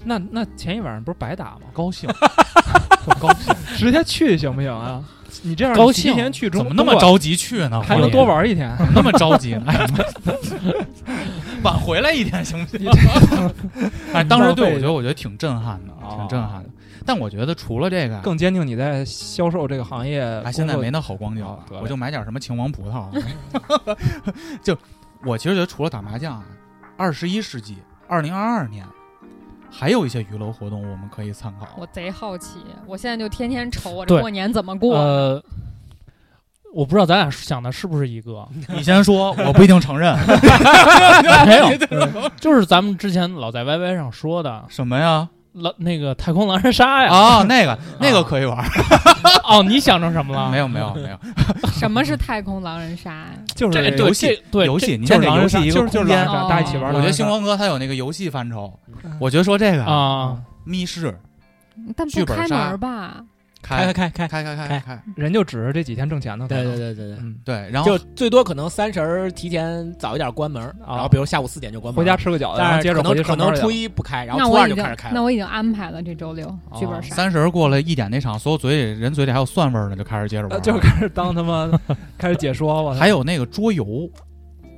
Speaker 2: 那那前一晚上不是白打 (laughs) 吗？
Speaker 1: 高兴，很高兴，
Speaker 2: 直接去行不行啊？你这样
Speaker 5: 高兴
Speaker 2: 提前去中
Speaker 1: (laughs) 怎么那么
Speaker 2: 东莞
Speaker 1: 着急去呢？
Speaker 2: 还
Speaker 1: 我
Speaker 2: 能
Speaker 1: 也
Speaker 2: 多玩一天？
Speaker 1: 那么着急呢？ (laughs) 哎，晚回来一点行不 (laughs) 行？哎，当时对我觉得，我觉得挺震撼的，
Speaker 2: 哦
Speaker 1: 挺震撼的。但我觉得除了这个啊，
Speaker 2: 更坚定你在销售这个行业工
Speaker 1: 啊，
Speaker 2: 作。
Speaker 1: 现在没那好光景
Speaker 2: 哦
Speaker 1: 了
Speaker 2: 得，嘞
Speaker 1: 我就买点什么秦王葡萄。啊 (laughs) 就我其实觉得，除了打麻将啊，二十一世纪，二零二二年，还有一些娱乐活动我们可以参考。
Speaker 4: 我贼好奇，我现在就天天愁我
Speaker 5: 对
Speaker 4: 这过年怎么过。
Speaker 5: 呃，我不知道咱俩想的是不是一
Speaker 1: (laughs)
Speaker 5: 个，
Speaker 1: 你先说，我不一定承认
Speaker 5: 哎没有，嗯就是咱们之前老在 YY 上说的
Speaker 1: 什么呀？
Speaker 5: 狼那个太空狼人杀
Speaker 2: (laughs)
Speaker 5: 呀。
Speaker 1: 啊，那个那个可以玩，
Speaker 5: 哦，你想成什么
Speaker 2: 啊
Speaker 5: 了？
Speaker 1: (laughs) 没有没有
Speaker 2: (laughs)
Speaker 1: 没有，
Speaker 4: 什么是太空狼人杀呀？
Speaker 2: 就
Speaker 5: 这
Speaker 2: 是
Speaker 5: 对
Speaker 1: 游戏
Speaker 5: 这对
Speaker 1: 游戏
Speaker 5: 这
Speaker 1: 你
Speaker 2: 就
Speaker 1: 看
Speaker 2: 是
Speaker 1: 这
Speaker 2: 狼
Speaker 1: 游
Speaker 2: 人
Speaker 1: 戏
Speaker 2: 杀，
Speaker 1: 一个
Speaker 2: 就是就是
Speaker 1: 空
Speaker 2: 狼
Speaker 1: 间
Speaker 2: 人，杀，
Speaker 4: 哦
Speaker 2: 大家一起玩。
Speaker 1: 我觉得星
Speaker 2: 星光
Speaker 1: 光哥他有那个游戏范畴，我觉得说这个啊
Speaker 5: 啊，
Speaker 1: 密室
Speaker 4: 嗯但
Speaker 1: 剧
Speaker 4: 不
Speaker 1: 本
Speaker 4: 开
Speaker 1: 杀
Speaker 4: 门吧？
Speaker 1: 开
Speaker 3: 开开，
Speaker 1: 开开开开，
Speaker 2: 人就指着这几天挣钱呢。
Speaker 3: 对对对对对。
Speaker 2: 嗯，
Speaker 1: 对，然后
Speaker 3: 就最多可能三十儿提前早一点关门，然后比如下午四点就关门，
Speaker 2: 回家，吃个饺子，然
Speaker 3: 哦但
Speaker 2: 后接
Speaker 3: 是可
Speaker 2: 着回去
Speaker 3: 能可
Speaker 2: 上班
Speaker 3: 能
Speaker 2: 去
Speaker 3: 初
Speaker 2: 了。
Speaker 3: 一不开，然
Speaker 4: 那
Speaker 3: 后初二
Speaker 4: 我已
Speaker 3: 就
Speaker 4: 经
Speaker 3: 开始开
Speaker 4: 那
Speaker 3: 了。哦
Speaker 4: 我已经安排了这周六剧本杀。
Speaker 1: 三十过了一点那场，所有嘴里人嘴里还有蒜味儿呢，就开始接着
Speaker 2: 呃
Speaker 1: 玩。
Speaker 2: (laughs) 就是开始当他妈开始解说，我操
Speaker 1: 还有那个桌游，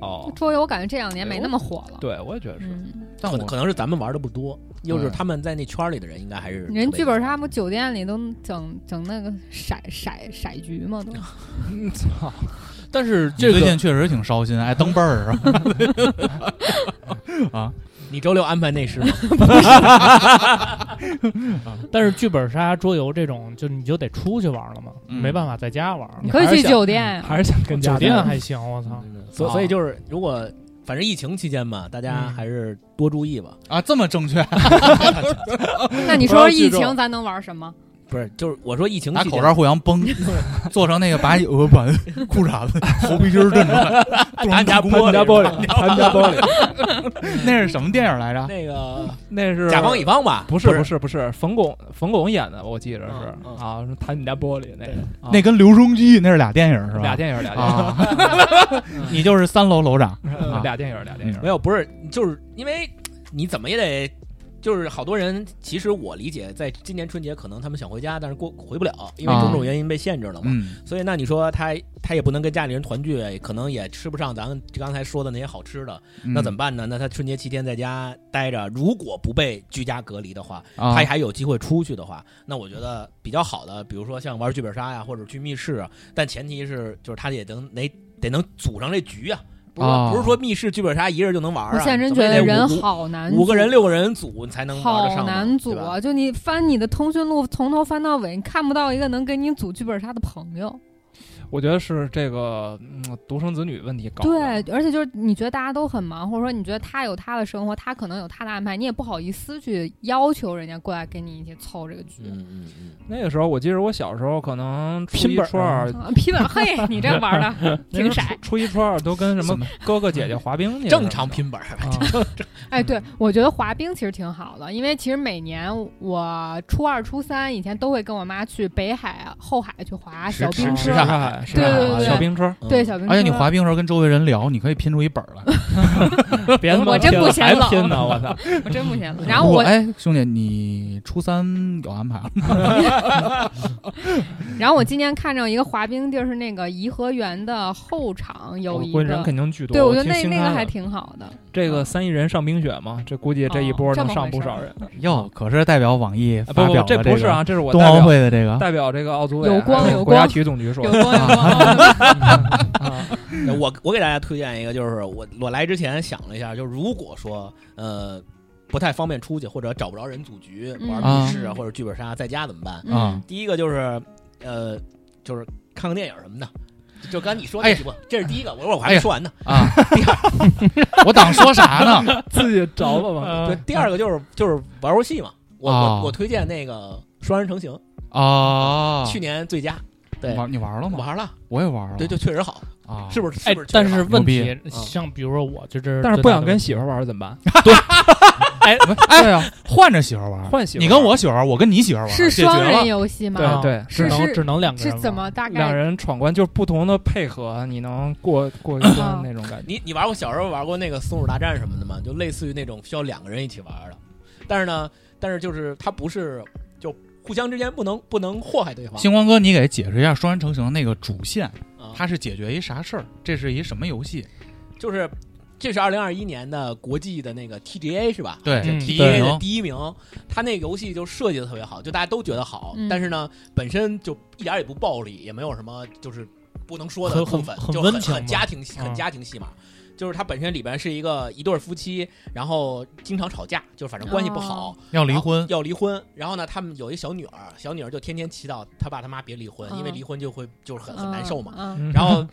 Speaker 2: 哦，
Speaker 4: 桌游我感觉这两年没那么火了。
Speaker 2: 对我也觉得是，
Speaker 4: 嗯，
Speaker 1: 但
Speaker 3: 可
Speaker 1: 我嗯
Speaker 3: 能可能是咱们玩的不多，又
Speaker 1: 对
Speaker 3: 是他们在那圈里的人，应该还是
Speaker 4: 人剧本杀不酒店里都整整那个色色色局嘛
Speaker 3: (laughs)
Speaker 4: 都。
Speaker 2: 操，
Speaker 5: 但是
Speaker 1: 你
Speaker 5: 这
Speaker 1: 最
Speaker 5: 个
Speaker 1: 近确实挺烧心，爱蹬背儿
Speaker 2: (laughs)
Speaker 1: 啊。
Speaker 3: 你周六安排那时吗？ (laughs)
Speaker 5: 但是剧本杀、桌游这种，就你就得出去玩了嘛，
Speaker 1: 嗯
Speaker 5: 没办法在家玩。
Speaker 4: 你可以去酒店呀
Speaker 2: 还是想跟家
Speaker 5: 哦酒店啊
Speaker 2: 人
Speaker 5: 还行，我操！
Speaker 3: 嗯所
Speaker 1: 哦
Speaker 2: 啊
Speaker 3: 所以就是，如果反正疫情期间嘛，大家
Speaker 5: 嗯
Speaker 3: 还是多注意吧。
Speaker 1: 啊，这么正确，
Speaker 4: 那你说说疫情咱能玩什么？
Speaker 3: 不是，就是我说疫情
Speaker 1: 拿
Speaker 3: 期
Speaker 1: 口
Speaker 3: 间，
Speaker 1: 罩互相
Speaker 2: (laughs)
Speaker 1: 崩，做成那个把耳把裤衩子、 (laughs) 头皮筋儿震出
Speaker 2: (laughs)
Speaker 1: 来，
Speaker 3: 他们家
Speaker 2: 他们家玻璃，他们家玻璃，
Speaker 1: 那是什么电影来着？
Speaker 3: 那个
Speaker 2: 那是
Speaker 3: 甲方乙方吧？
Speaker 2: 不是
Speaker 3: 是
Speaker 2: 不，是不是，冯巩冯巩演的，我记着是
Speaker 3: 嗯嗯
Speaker 2: 啊，说弹你家玻璃那个啊
Speaker 1: 那跟留声机那是俩电影是吧？
Speaker 2: 俩电影俩电
Speaker 1: 啊， (laughs) 你就是三楼楼长，
Speaker 2: 影嗯俩电影俩电影，
Speaker 3: 没有，不是，就是因为你怎么也得。就是好多人，其实我理解，在今年春节可能他们想回家，但是过回不了，因为种种原因被限制了嘛。
Speaker 1: 啊嗯，
Speaker 3: 所以那你说他他也不能跟家里人团聚，可能也吃不上咱们刚才说的那些好吃的，
Speaker 1: 嗯
Speaker 4: 嗯
Speaker 3: 那怎么办呢？那他春节期间在家待着，如果不被居家隔离的话，
Speaker 4: 啊
Speaker 1: 办
Speaker 3: 他还有机会出去的话，那我觉得比较好的，比如说像玩剧本杀呀，或者去密室啊，但前提是就是他也能得得能组上这局啊，不是说、
Speaker 1: 哦
Speaker 3: 不是说密室剧本杀一人就能玩啊。
Speaker 4: 我现在真
Speaker 3: 怎
Speaker 4: 觉
Speaker 3: 么也
Speaker 4: 得
Speaker 3: 得
Speaker 4: 人
Speaker 3: 五
Speaker 4: 好难
Speaker 3: 五个人
Speaker 4: 组
Speaker 3: 六个人组你才能玩得上
Speaker 4: 好
Speaker 3: 嘛，
Speaker 4: 难组
Speaker 3: 对吧
Speaker 4: 啊！就你翻你的通讯录，从头翻到尾，你看不到一个能跟你组剧本杀的朋友。
Speaker 2: 我觉得是这个嗯独生子女问题搞的
Speaker 4: 对，而且就是你觉得大家都很忙，或者说你觉得他有他的生活，他可能有他的安排，你也不好意思去要求人家过来跟你一起凑这个局。
Speaker 3: 嗯嗯嗯，
Speaker 2: 那个时候，我记得我小时候可能初
Speaker 5: 拼
Speaker 2: 一
Speaker 5: 本儿
Speaker 2: 初二，
Speaker 4: 啊，皮本，嘿，你这玩的挺色
Speaker 2: 那时。候初初一初二都跟什
Speaker 1: 怎
Speaker 2: 么哥哥姐姐滑冰去，
Speaker 3: 正常拼本儿，
Speaker 2: 啊。
Speaker 4: 哎，对，我觉得滑冰其实挺好的，因为其实每年我初二、初三以前都会跟我妈去北海、后海去滑小
Speaker 1: 时
Speaker 4: 冰
Speaker 1: 时
Speaker 4: 车
Speaker 1: 尚。
Speaker 2: 海
Speaker 3: 海
Speaker 2: 是
Speaker 4: 对
Speaker 2: 吧
Speaker 4: 对对
Speaker 2: 小冰车，
Speaker 3: 嗯
Speaker 4: 对，小冰车，
Speaker 1: 而且你滑冰的时候跟周围人聊，你可以拼出一本儿来。
Speaker 5: 别他妈
Speaker 4: 我真
Speaker 5: 拼
Speaker 4: 不
Speaker 5: 了
Speaker 4: 嫌
Speaker 5: 还
Speaker 4: 冷
Speaker 5: 拼呢，我操！
Speaker 4: (laughs) 我真不行了。然后我，
Speaker 1: 哎，兄弟，你初三有安排了吗？
Speaker 4: 然后我今年看着一个滑冰地儿是那个颐和园的后场有
Speaker 2: 我
Speaker 4: 一
Speaker 2: 估计哦人
Speaker 4: 个，
Speaker 2: 肯定巨多。
Speaker 4: 对
Speaker 2: 我
Speaker 4: 觉得
Speaker 2: 听
Speaker 4: 那
Speaker 2: 新
Speaker 4: 那
Speaker 2: 开
Speaker 4: 个
Speaker 2: 了
Speaker 4: 还挺好的。
Speaker 2: 这个三亿人上冰雪嘛，这估计这一波
Speaker 4: 哦这
Speaker 2: 能
Speaker 4: 么
Speaker 2: 上
Speaker 4: 回
Speaker 2: 不
Speaker 4: 事
Speaker 2: 少
Speaker 4: 儿
Speaker 2: 人。
Speaker 1: 哟，可是代表网易
Speaker 2: 啊
Speaker 1: 发
Speaker 2: 不
Speaker 1: 表
Speaker 2: 不，
Speaker 1: 了
Speaker 2: 这不是啊，这是我
Speaker 1: 冬
Speaker 2: 代
Speaker 1: 奥
Speaker 2: 表
Speaker 1: 会的这个
Speaker 2: 代表这个奥组委啊
Speaker 4: 有光
Speaker 2: 还有
Speaker 4: 有
Speaker 2: 国家
Speaker 4: 光
Speaker 2: 体育总局说 (laughs)
Speaker 4: 有
Speaker 2: 的。
Speaker 4: 光有光，
Speaker 2: 啊
Speaker 3: 我我给大家推荐一个，就是我我来之前想了一下，就是如果说呃不太方便出去或者找不着人组局
Speaker 4: 嗯
Speaker 3: 玩密室啊
Speaker 4: 嗯
Speaker 3: 或者剧本杀在家怎么办？
Speaker 1: 啊
Speaker 4: 嗯，
Speaker 3: 第一个就是呃就是看看电影什么的。就刚你说
Speaker 5: 哎
Speaker 3: 那几部，这是第一个。我说我还没说完呢。
Speaker 1: 啊， (laughs) 我当说啥 (laughs) 呢？
Speaker 2: 自己着了嘛。
Speaker 3: 对，第二个就是就是玩游戏嘛。我
Speaker 1: 哦
Speaker 5: 啊
Speaker 3: 我我推荐那个《双人成行
Speaker 1: 啊，》，
Speaker 3: 去年最佳。对
Speaker 1: 你，玩你玩了吗？
Speaker 3: 玩了，
Speaker 1: 我也玩了，
Speaker 3: 对，就确实好，
Speaker 1: 啊，
Speaker 3: 是不是？
Speaker 5: 哦哎
Speaker 3: 是不是，确
Speaker 5: 但
Speaker 3: 实
Speaker 5: 是
Speaker 3: 好？
Speaker 5: 问
Speaker 1: 牛嗯
Speaker 5: 题像比如说我就这，
Speaker 2: 但是不想跟
Speaker 5: 媳
Speaker 2: 媳妇儿玩儿怎么 (laughs) 办？
Speaker 1: 不是？哎呀，换着媳妇儿玩，
Speaker 2: 啊换媳妇儿
Speaker 1: 你跟我媳妇儿，我跟你媳妇儿玩，
Speaker 4: 是
Speaker 1: 解决
Speaker 4: 双人
Speaker 1: 了。
Speaker 4: 游戏吗？
Speaker 3: 啊
Speaker 2: 对对，
Speaker 5: 啊只
Speaker 4: 是
Speaker 5: 能
Speaker 4: 是
Speaker 5: 只能两个人
Speaker 4: 是
Speaker 5: 玩
Speaker 4: 怎么大
Speaker 2: 两
Speaker 4: 概？
Speaker 2: 人闯关就是不同的配合，你能过过一关
Speaker 4: 啊
Speaker 2: 那种感觉。
Speaker 3: 你你玩过小时候玩过那个松鼠大战什么的吗？就类似于那种需要两个人一起玩的，但是呢，但是就是它不是就互相之间不能不能祸害对方。
Speaker 1: 星光哥，你给解释一下双人成行那个主线，
Speaker 3: 啊，
Speaker 1: 它是解决一啥事儿？这是一什么游戏？
Speaker 3: 就是这是二零二一年的国际的那个 TGA 是吧？
Speaker 1: 对，
Speaker 2: 嗯
Speaker 1: 第一
Speaker 5: 哦
Speaker 3: TGA 的
Speaker 1: 名
Speaker 3: 第一名，它那个游戏就设计的特别好，就大家都觉得好，
Speaker 4: 嗯
Speaker 3: 但是呢，本身就一点也不暴力，也没有什么就是不能说的
Speaker 5: 很
Speaker 3: 部
Speaker 5: 很
Speaker 3: 分，
Speaker 5: 很
Speaker 3: 就
Speaker 5: 温
Speaker 3: 很
Speaker 5: 情
Speaker 3: 很
Speaker 5: 嘛
Speaker 3: 家庭戏很
Speaker 5: 嗯
Speaker 3: 家庭戏嘛。就是它本身里边是一个一对儿夫妻，然后经常吵架，就是反正关系不好，
Speaker 4: 哦
Speaker 1: 要离
Speaker 3: 然后
Speaker 1: 婚，
Speaker 3: 要离婚。然后呢，他们有一小女儿，小女儿就天天祈祷他爸他妈别离婚，因为
Speaker 4: 嗯
Speaker 3: 离婚就会就是很很难受嘛。
Speaker 4: 嗯， (laughs)
Speaker 2: 嗯 (laughs)
Speaker 3: 然后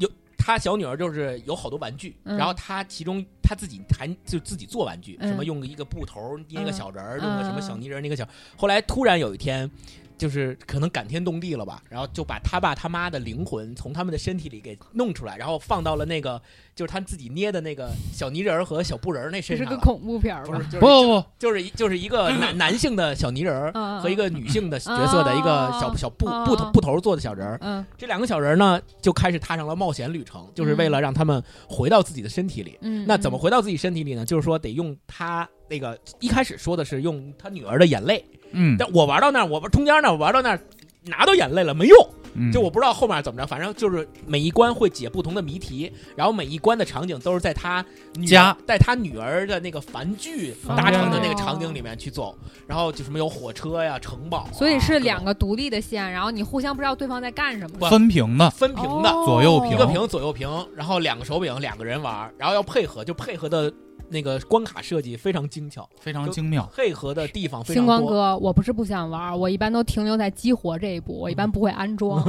Speaker 3: 有他小女儿就是有好多玩具，
Speaker 4: 嗯
Speaker 3: 然后她其中她自己还就自己做玩具，
Speaker 4: 嗯
Speaker 3: 什么用个一个布头捏一个小人儿，
Speaker 4: 嗯
Speaker 3: 用个什么小泥人儿捏个小。后来突然有一天。就是可能感天动地了吧，然后就把他爸他妈的灵魂从他们的身体里给弄出来，然后放到了那个就是他自己捏的那个小泥人儿和小布人儿那
Speaker 4: 这
Speaker 3: 身
Speaker 4: 是
Speaker 3: 上
Speaker 4: 个
Speaker 3: 了。
Speaker 4: 恐怖片儿
Speaker 3: 啊不
Speaker 4: 吧
Speaker 3: 是，？就是
Speaker 1: 不不不，
Speaker 3: 就是一就是一个
Speaker 4: (laughs)
Speaker 3: 男男性的小泥人儿
Speaker 4: 嗯
Speaker 3: 和一个女性的角色的一个小
Speaker 4: 哦
Speaker 3: 小布
Speaker 4: 哦
Speaker 3: 布头布头做的小人儿，
Speaker 4: 嗯
Speaker 3: 这两个小人儿呢就开始踏上了冒险旅程，就是为了让他们回到自己的身体里。
Speaker 4: 嗯，
Speaker 3: 那怎么回到自己身体里呢？就是说得用他那个一开始说的是用他女儿的眼泪，
Speaker 1: 嗯，
Speaker 3: 但我玩到那儿，我玩中间那儿我玩到那儿拿到眼泪了没用，
Speaker 1: 嗯
Speaker 3: 就我不知道后面怎么着，反正就是每一关会解不同的谜题，然后每一关的场景都是在他女儿
Speaker 1: 家
Speaker 3: 在他女儿的那个玩具
Speaker 2: 房
Speaker 3: 搭成的
Speaker 4: 间
Speaker 3: 那
Speaker 4: 里
Speaker 3: 个场景里面去走，然后就什么有火车呀、城堡啊、
Speaker 4: 所以
Speaker 3: 各
Speaker 4: 是
Speaker 3: 种
Speaker 4: 两个独立的线，然后你互相不知道对方在干什么。
Speaker 3: 不
Speaker 1: 分屏的，
Speaker 3: 分屏的，
Speaker 4: 哦
Speaker 1: 左右屏
Speaker 3: 一个屏左右屏，然后两个手柄两个人玩，然后要配合，就配合的那个关卡设计非常精巧，
Speaker 1: 非常精妙。
Speaker 3: 配合的地方非
Speaker 4: 星
Speaker 3: 常
Speaker 4: 光
Speaker 3: 多。
Speaker 4: 哥，我不是不想玩儿，我一般都停留在激活这一步，我一
Speaker 3: 嗯
Speaker 4: 般不会安
Speaker 3: (laughs)
Speaker 4: 装。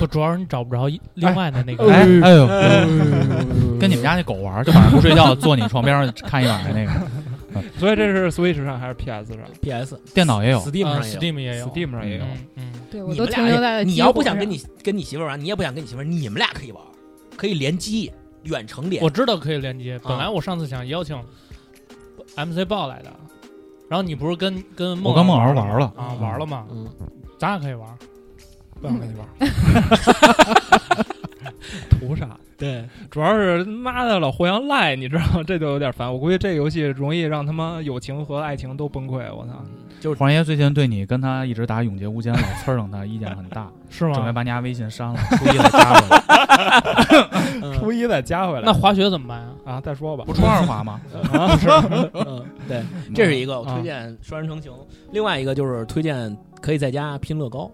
Speaker 5: 不，主要是你找不着一另外的那个。
Speaker 1: 哎
Speaker 5: 哎
Speaker 1: 哎呦，
Speaker 2: 呃
Speaker 1: 跟你们家那狗玩儿，就晚上不睡觉，坐你床边上看一晚上那
Speaker 3: (laughs)
Speaker 1: 个，
Speaker 2: (laughs) 所以这是 Switch 上还是 PS 上
Speaker 3: PS
Speaker 1: 电脑也有。
Speaker 3: Steam
Speaker 5: 啊
Speaker 3: 上也有。
Speaker 5: ，Steam 也有
Speaker 2: ？Steam 上也有。
Speaker 5: 嗯嗯，
Speaker 4: 对，我
Speaker 3: 你
Speaker 4: 都
Speaker 3: 们
Speaker 4: 停留在
Speaker 3: 俩，
Speaker 4: 了
Speaker 3: 你
Speaker 4: 激
Speaker 3: 要不
Speaker 4: 活
Speaker 3: 想
Speaker 4: 上
Speaker 3: 跟你跟你媳妇儿玩，你也不想跟你媳妇儿，你们俩可以玩，可以联机，远程连
Speaker 5: 我。知道可以连接。本来我上次想邀请 MC 豹来的，然后你不是跟跟梦
Speaker 1: 我跟梦儿
Speaker 5: 儿
Speaker 1: 玩了
Speaker 5: 吗啊，玩了吗？
Speaker 3: 嗯，
Speaker 5: 咱俩可以玩。
Speaker 2: 不想跟你玩儿。图啥？
Speaker 3: 对，
Speaker 2: 主要是妈的老互相赖，你知道吗？这就有点烦。我估计这游戏容易让他妈友情和爱情都崩溃。我操！
Speaker 1: 黄爷最近对你跟他一直打永劫无间老呲楞他意见很大，
Speaker 5: 是
Speaker 1: 准备
Speaker 5: 吗？
Speaker 1: 把你家微信删了，初一来加
Speaker 3: (laughs)
Speaker 1: 回来。
Speaker 2: 嗯初一再加回来。
Speaker 5: 那滑雪怎么办呀？
Speaker 2: 啊，再说吧
Speaker 1: 不。初二滑吗？
Speaker 2: 啊，是
Speaker 3: 嗯，对， (laughs) 这是一个我推
Speaker 2: 啊
Speaker 3: 荐双人成行，另外一个就是推荐可以在家拼乐高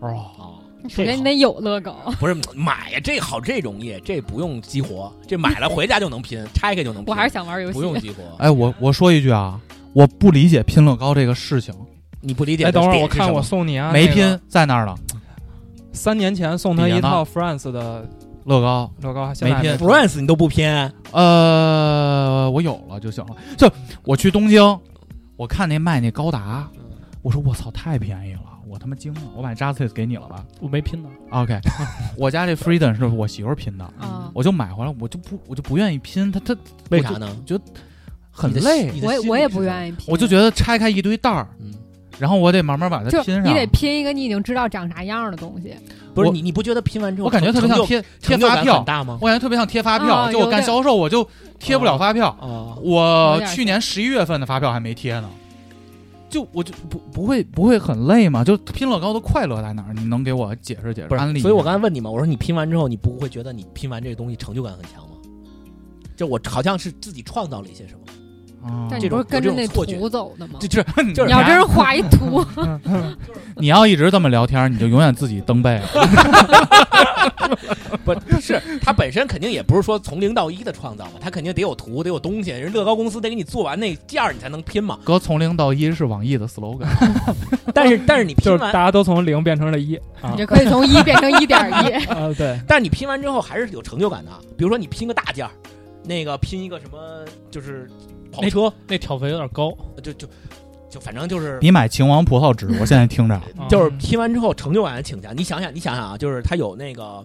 Speaker 2: 哦，
Speaker 3: 啊，
Speaker 4: 首先你得有乐高，
Speaker 3: 不是买呀，这好这容易，这不用激活，这买了回家就能拼，拆开就能拼。
Speaker 4: 我还是想玩儿游戏。
Speaker 3: 不用激活，
Speaker 1: 哎，我我说一句啊，我不理解拼乐高这个事情，
Speaker 3: 你不理解
Speaker 2: 哎，
Speaker 3: 的
Speaker 2: 等
Speaker 3: 点
Speaker 2: 会
Speaker 3: 是什么。
Speaker 2: 儿我看我送你啊，
Speaker 1: 没
Speaker 2: 那个
Speaker 1: 拼在那儿了。
Speaker 2: 三年前送他一套 France 的
Speaker 1: 乐高，
Speaker 2: 乐高，现在还
Speaker 1: 没拼
Speaker 3: France 你都不拼，
Speaker 1: 呃，我有了就行了。就我去东京，我看那卖那高达，
Speaker 3: 嗯
Speaker 1: 我说我操，太便宜了，我他妈惊了，我把 Justice 给你了
Speaker 3: (laughs)
Speaker 1: 吧
Speaker 5: 我没拼呢。
Speaker 1: ？OK，我 (laughs) 家这 Freedom 是我媳妇儿拼的，
Speaker 4: 啊。
Speaker 1: 我就买回来，我就不我就不愿意拼，它它
Speaker 3: 为啥呢？
Speaker 1: 很累，
Speaker 3: 你的
Speaker 4: 我也
Speaker 3: 心
Speaker 4: 我
Speaker 3: 理
Speaker 4: 也
Speaker 3: 是
Speaker 4: 不
Speaker 3: 什么
Speaker 4: 愿意拼，
Speaker 1: 我就觉得拆开一堆袋儿，
Speaker 3: 嗯，
Speaker 1: 然后我得慢慢把它
Speaker 4: 就
Speaker 1: 拼
Speaker 4: 你得
Speaker 1: 上。
Speaker 4: 拼一个你已经知道长啥样的东西，
Speaker 3: 不是
Speaker 1: 我
Speaker 3: 你，你不觉得拼完之后
Speaker 1: 我感觉特
Speaker 3: 成
Speaker 1: 别像
Speaker 3: 就
Speaker 1: 贴贴
Speaker 3: 成就
Speaker 1: 发
Speaker 3: 感
Speaker 1: 票
Speaker 3: 很，大吗？
Speaker 1: 我感觉特别像贴发票。
Speaker 4: 啊
Speaker 1: 就我
Speaker 4: 有
Speaker 1: 干
Speaker 4: 点
Speaker 1: 销售，我就贴不了发票。
Speaker 3: 啊，
Speaker 1: 我
Speaker 4: 有点
Speaker 1: 去年十一月份的发票还没贴呢，就我就不不会不会很累吗？就拼乐高的快乐在哪儿？你能给我解释解释
Speaker 3: 不
Speaker 1: 安利
Speaker 3: 是，
Speaker 1: 一下？
Speaker 3: 所以我刚才问你嘛，我说你拼完之后，你不会觉得你拼完这个东西成就感很强吗？就我好像是自己创造了一些什
Speaker 1: (laughs)
Speaker 3: 么，
Speaker 1: 啊
Speaker 4: 但
Speaker 3: 这
Speaker 4: 你不
Speaker 3: 种
Speaker 4: 是跟着
Speaker 3: 有这
Speaker 4: 那
Speaker 3: 种错觉
Speaker 4: 图走的吗
Speaker 1: 就？就是
Speaker 3: 就是
Speaker 4: 你要真是画一图，
Speaker 1: 你要一直这么聊天，你就永远自己蹬
Speaker 3: (laughs)
Speaker 1: 背了。
Speaker 3: 不是它本身肯定也不是说从零到一的创造嘛，它肯定得有图，得有东西，人乐高公司得给你做完那件儿，你才能
Speaker 1: (laughs)
Speaker 3: 拼嘛。
Speaker 1: 哥从零到一是网易的 slogan，
Speaker 3: 但是但是你拼
Speaker 2: 就是
Speaker 3: 完
Speaker 2: 大，家都从零变成了一啊
Speaker 4: 你就可以从一变成一点一。
Speaker 2: 啊，对，
Speaker 3: 但是你拼完之后还是有成就感的。啊比如说你拼个大件儿，那个拼一个什么就是跑
Speaker 5: 那
Speaker 3: 车，
Speaker 5: 那挑肥有点高，
Speaker 3: 就就就反正就是
Speaker 1: 比买秦王葡萄汁，我现在听
Speaker 3: (laughs)
Speaker 1: 着。
Speaker 5: 啊
Speaker 3: 就是拼完之后成就感挺强。你想想，你想想啊，就是他有那个，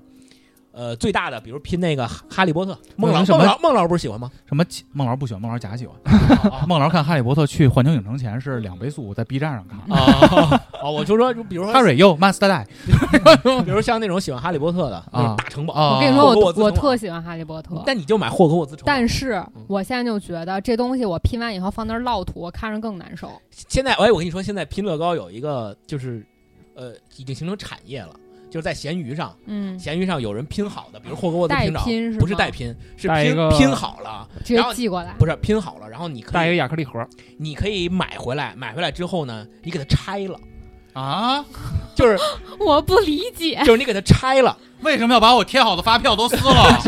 Speaker 3: 呃，最大的，比如拼那个《哈哈利波特》，孟老
Speaker 2: 嗯
Speaker 1: 有什么
Speaker 3: 孟老孟老不是喜欢吗？
Speaker 1: 什么秦孟老不喜欢，孟老假喜欢。
Speaker 5: (laughs)
Speaker 3: 啊
Speaker 1: 孟老看《哈利波特》去环球影城前是两倍速，在 B 站上看。
Speaker 3: 啊啊 (laughs) 啊！我就说，比如说，
Speaker 1: Harry 又 Master Die
Speaker 3: 比如像那种喜欢《哈利波特》的那种大城堡，
Speaker 1: 啊！
Speaker 4: 我跟你说，
Speaker 3: 霍格
Speaker 4: 我
Speaker 3: 沃兹
Speaker 4: 我
Speaker 3: 城堡
Speaker 4: 特喜欢哈利波
Speaker 2: 啊
Speaker 4: 特，
Speaker 3: 但你就买霍格沃兹城堡。
Speaker 4: 但是我现在就觉得这东西我拼完以后放那儿烙土，我看着更难受。
Speaker 3: 现在，哎，我跟你说，现在拼乐高有一个就是，呃，已经形成产业了。就是在闲鱼上，
Speaker 4: 嗯，
Speaker 3: 闲鱼上有人拼好的，比如霍格沃兹
Speaker 4: 代
Speaker 3: 拼长，
Speaker 4: 拼是
Speaker 3: 不是
Speaker 4: 吗
Speaker 3: 代拼，是
Speaker 2: 带一
Speaker 3: 拼
Speaker 2: 个
Speaker 3: 拼好了，
Speaker 4: 直接
Speaker 3: 然后
Speaker 4: 寄过来。
Speaker 3: 不是拼好了，然后你
Speaker 2: (laughs)
Speaker 3: 可
Speaker 2: 带一个
Speaker 3: 以
Speaker 2: 亚克力盒，
Speaker 3: 你可以买回来，买回来之后呢，你给它拆
Speaker 4: (laughs)
Speaker 3: 了，
Speaker 1: 啊，
Speaker 3: 就是
Speaker 4: 我不理解，
Speaker 3: 就是你给它拆了，
Speaker 1: 为什么要把我贴好的发票都撕
Speaker 3: (laughs)
Speaker 1: 了？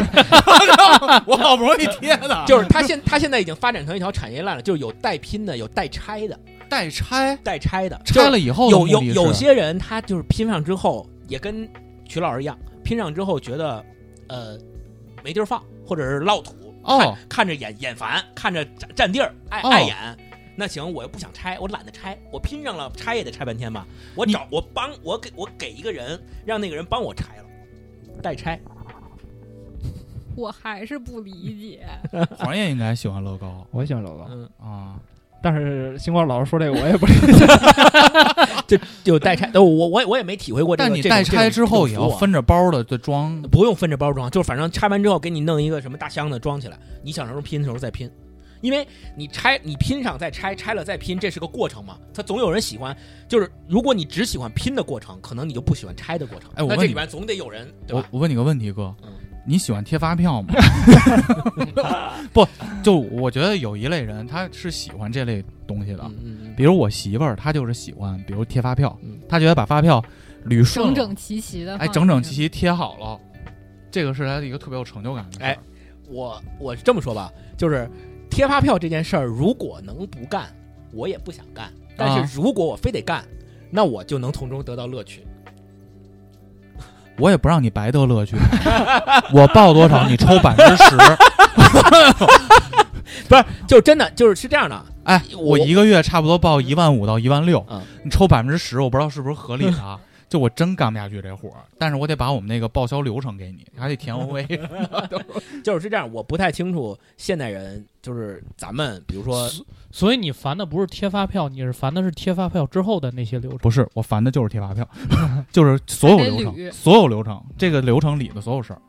Speaker 1: 我好不容易贴的，
Speaker 3: 就是它现它现在已经发展成一条产业链了，就是有代拼的，有代拆的，
Speaker 1: 代拆，
Speaker 3: 代拆的，
Speaker 1: 拆了以后的
Speaker 3: 有有
Speaker 1: 目的是
Speaker 3: 有些人他就是拼上之后，也跟曲老师一样，拼上之后觉得呃没地儿放，或者是落土，
Speaker 1: 哦
Speaker 3: 看看着眼眼烦，看着占占地儿，碍
Speaker 1: 哦
Speaker 3: 碍眼。那行，我又不想拆，我懒得拆，我拼上了拆也得拆半天吧。我找我帮我给我给一个人，让那个人帮我拆了，代拆。
Speaker 4: 我还是不理解。
Speaker 1: 黄爷应该喜欢乐高
Speaker 2: 我也喜欢楼高，
Speaker 3: 嗯，
Speaker 1: 啊。
Speaker 2: 但是星光老师说这个我也不理解，
Speaker 3: 就代拆，呃我我也我也没体会过这个。
Speaker 1: 但你
Speaker 3: 这种
Speaker 1: 代拆之后也要，
Speaker 3: 这种这种服务啊
Speaker 1: 分着包的再装，
Speaker 3: 不用分着包装，就是反正拆完之后给你弄一个什么大箱子装起来，你想什么时候拼的时候再拼，因为你拆你拼上再拆，拆了再拼，这是个过程嘛。他总有人喜欢，就是如果你只喜欢拼的过程，可能你就不喜欢拆的过程。
Speaker 1: 哎我
Speaker 3: 那
Speaker 1: 问
Speaker 3: 这
Speaker 1: 你
Speaker 3: 里边总得有人对
Speaker 1: 我
Speaker 3: 吧？
Speaker 1: 我问你个问题，哥
Speaker 3: 嗯，
Speaker 1: 你喜欢贴发票
Speaker 3: (laughs)
Speaker 1: 吗？不，就我觉得有一类人他是喜欢这类东西的，
Speaker 3: 嗯嗯
Speaker 1: 比如我媳妇儿，她就是喜欢，比如贴发票
Speaker 3: 嗯，
Speaker 1: 她觉得把发票捋顺了，
Speaker 4: 整整齐齐的，
Speaker 1: 哎，整整齐。齐贴好了，这个是她的一个特别有成就感的事儿
Speaker 3: 哎嗯，我我这么说吧，就是贴发票这件事儿，如果能不干，我也不想干；但
Speaker 1: 啊
Speaker 3: 是如果我非得干，那我就能从中得到乐趣。
Speaker 1: 我也不让你白得乐趣， (laughs) 我报多少你抽百分之十，
Speaker 3: 就真的就是是这样的，
Speaker 1: 哎，
Speaker 3: 我
Speaker 1: 我一个月差不多报一万五到一万六
Speaker 3: 嗯，
Speaker 1: 你抽百分之十，我不知道是不是合理的啊。 (laughs) 就我真干不下去这活儿，但是我得把我们那个报销流程给你，还得填
Speaker 3: (laughs)
Speaker 1: OA。
Speaker 3: 就是是这样，我不太清楚现代人，就是咱们，比如说，
Speaker 5: 所所以你烦的不是贴发票，你是烦的是贴发票之后的那些流程。
Speaker 1: 不是，我烦的就是贴发票， (laughs) 就是所有流
Speaker 4: 还得捋
Speaker 1: 程，所有流程，这个流程里的所有事儿。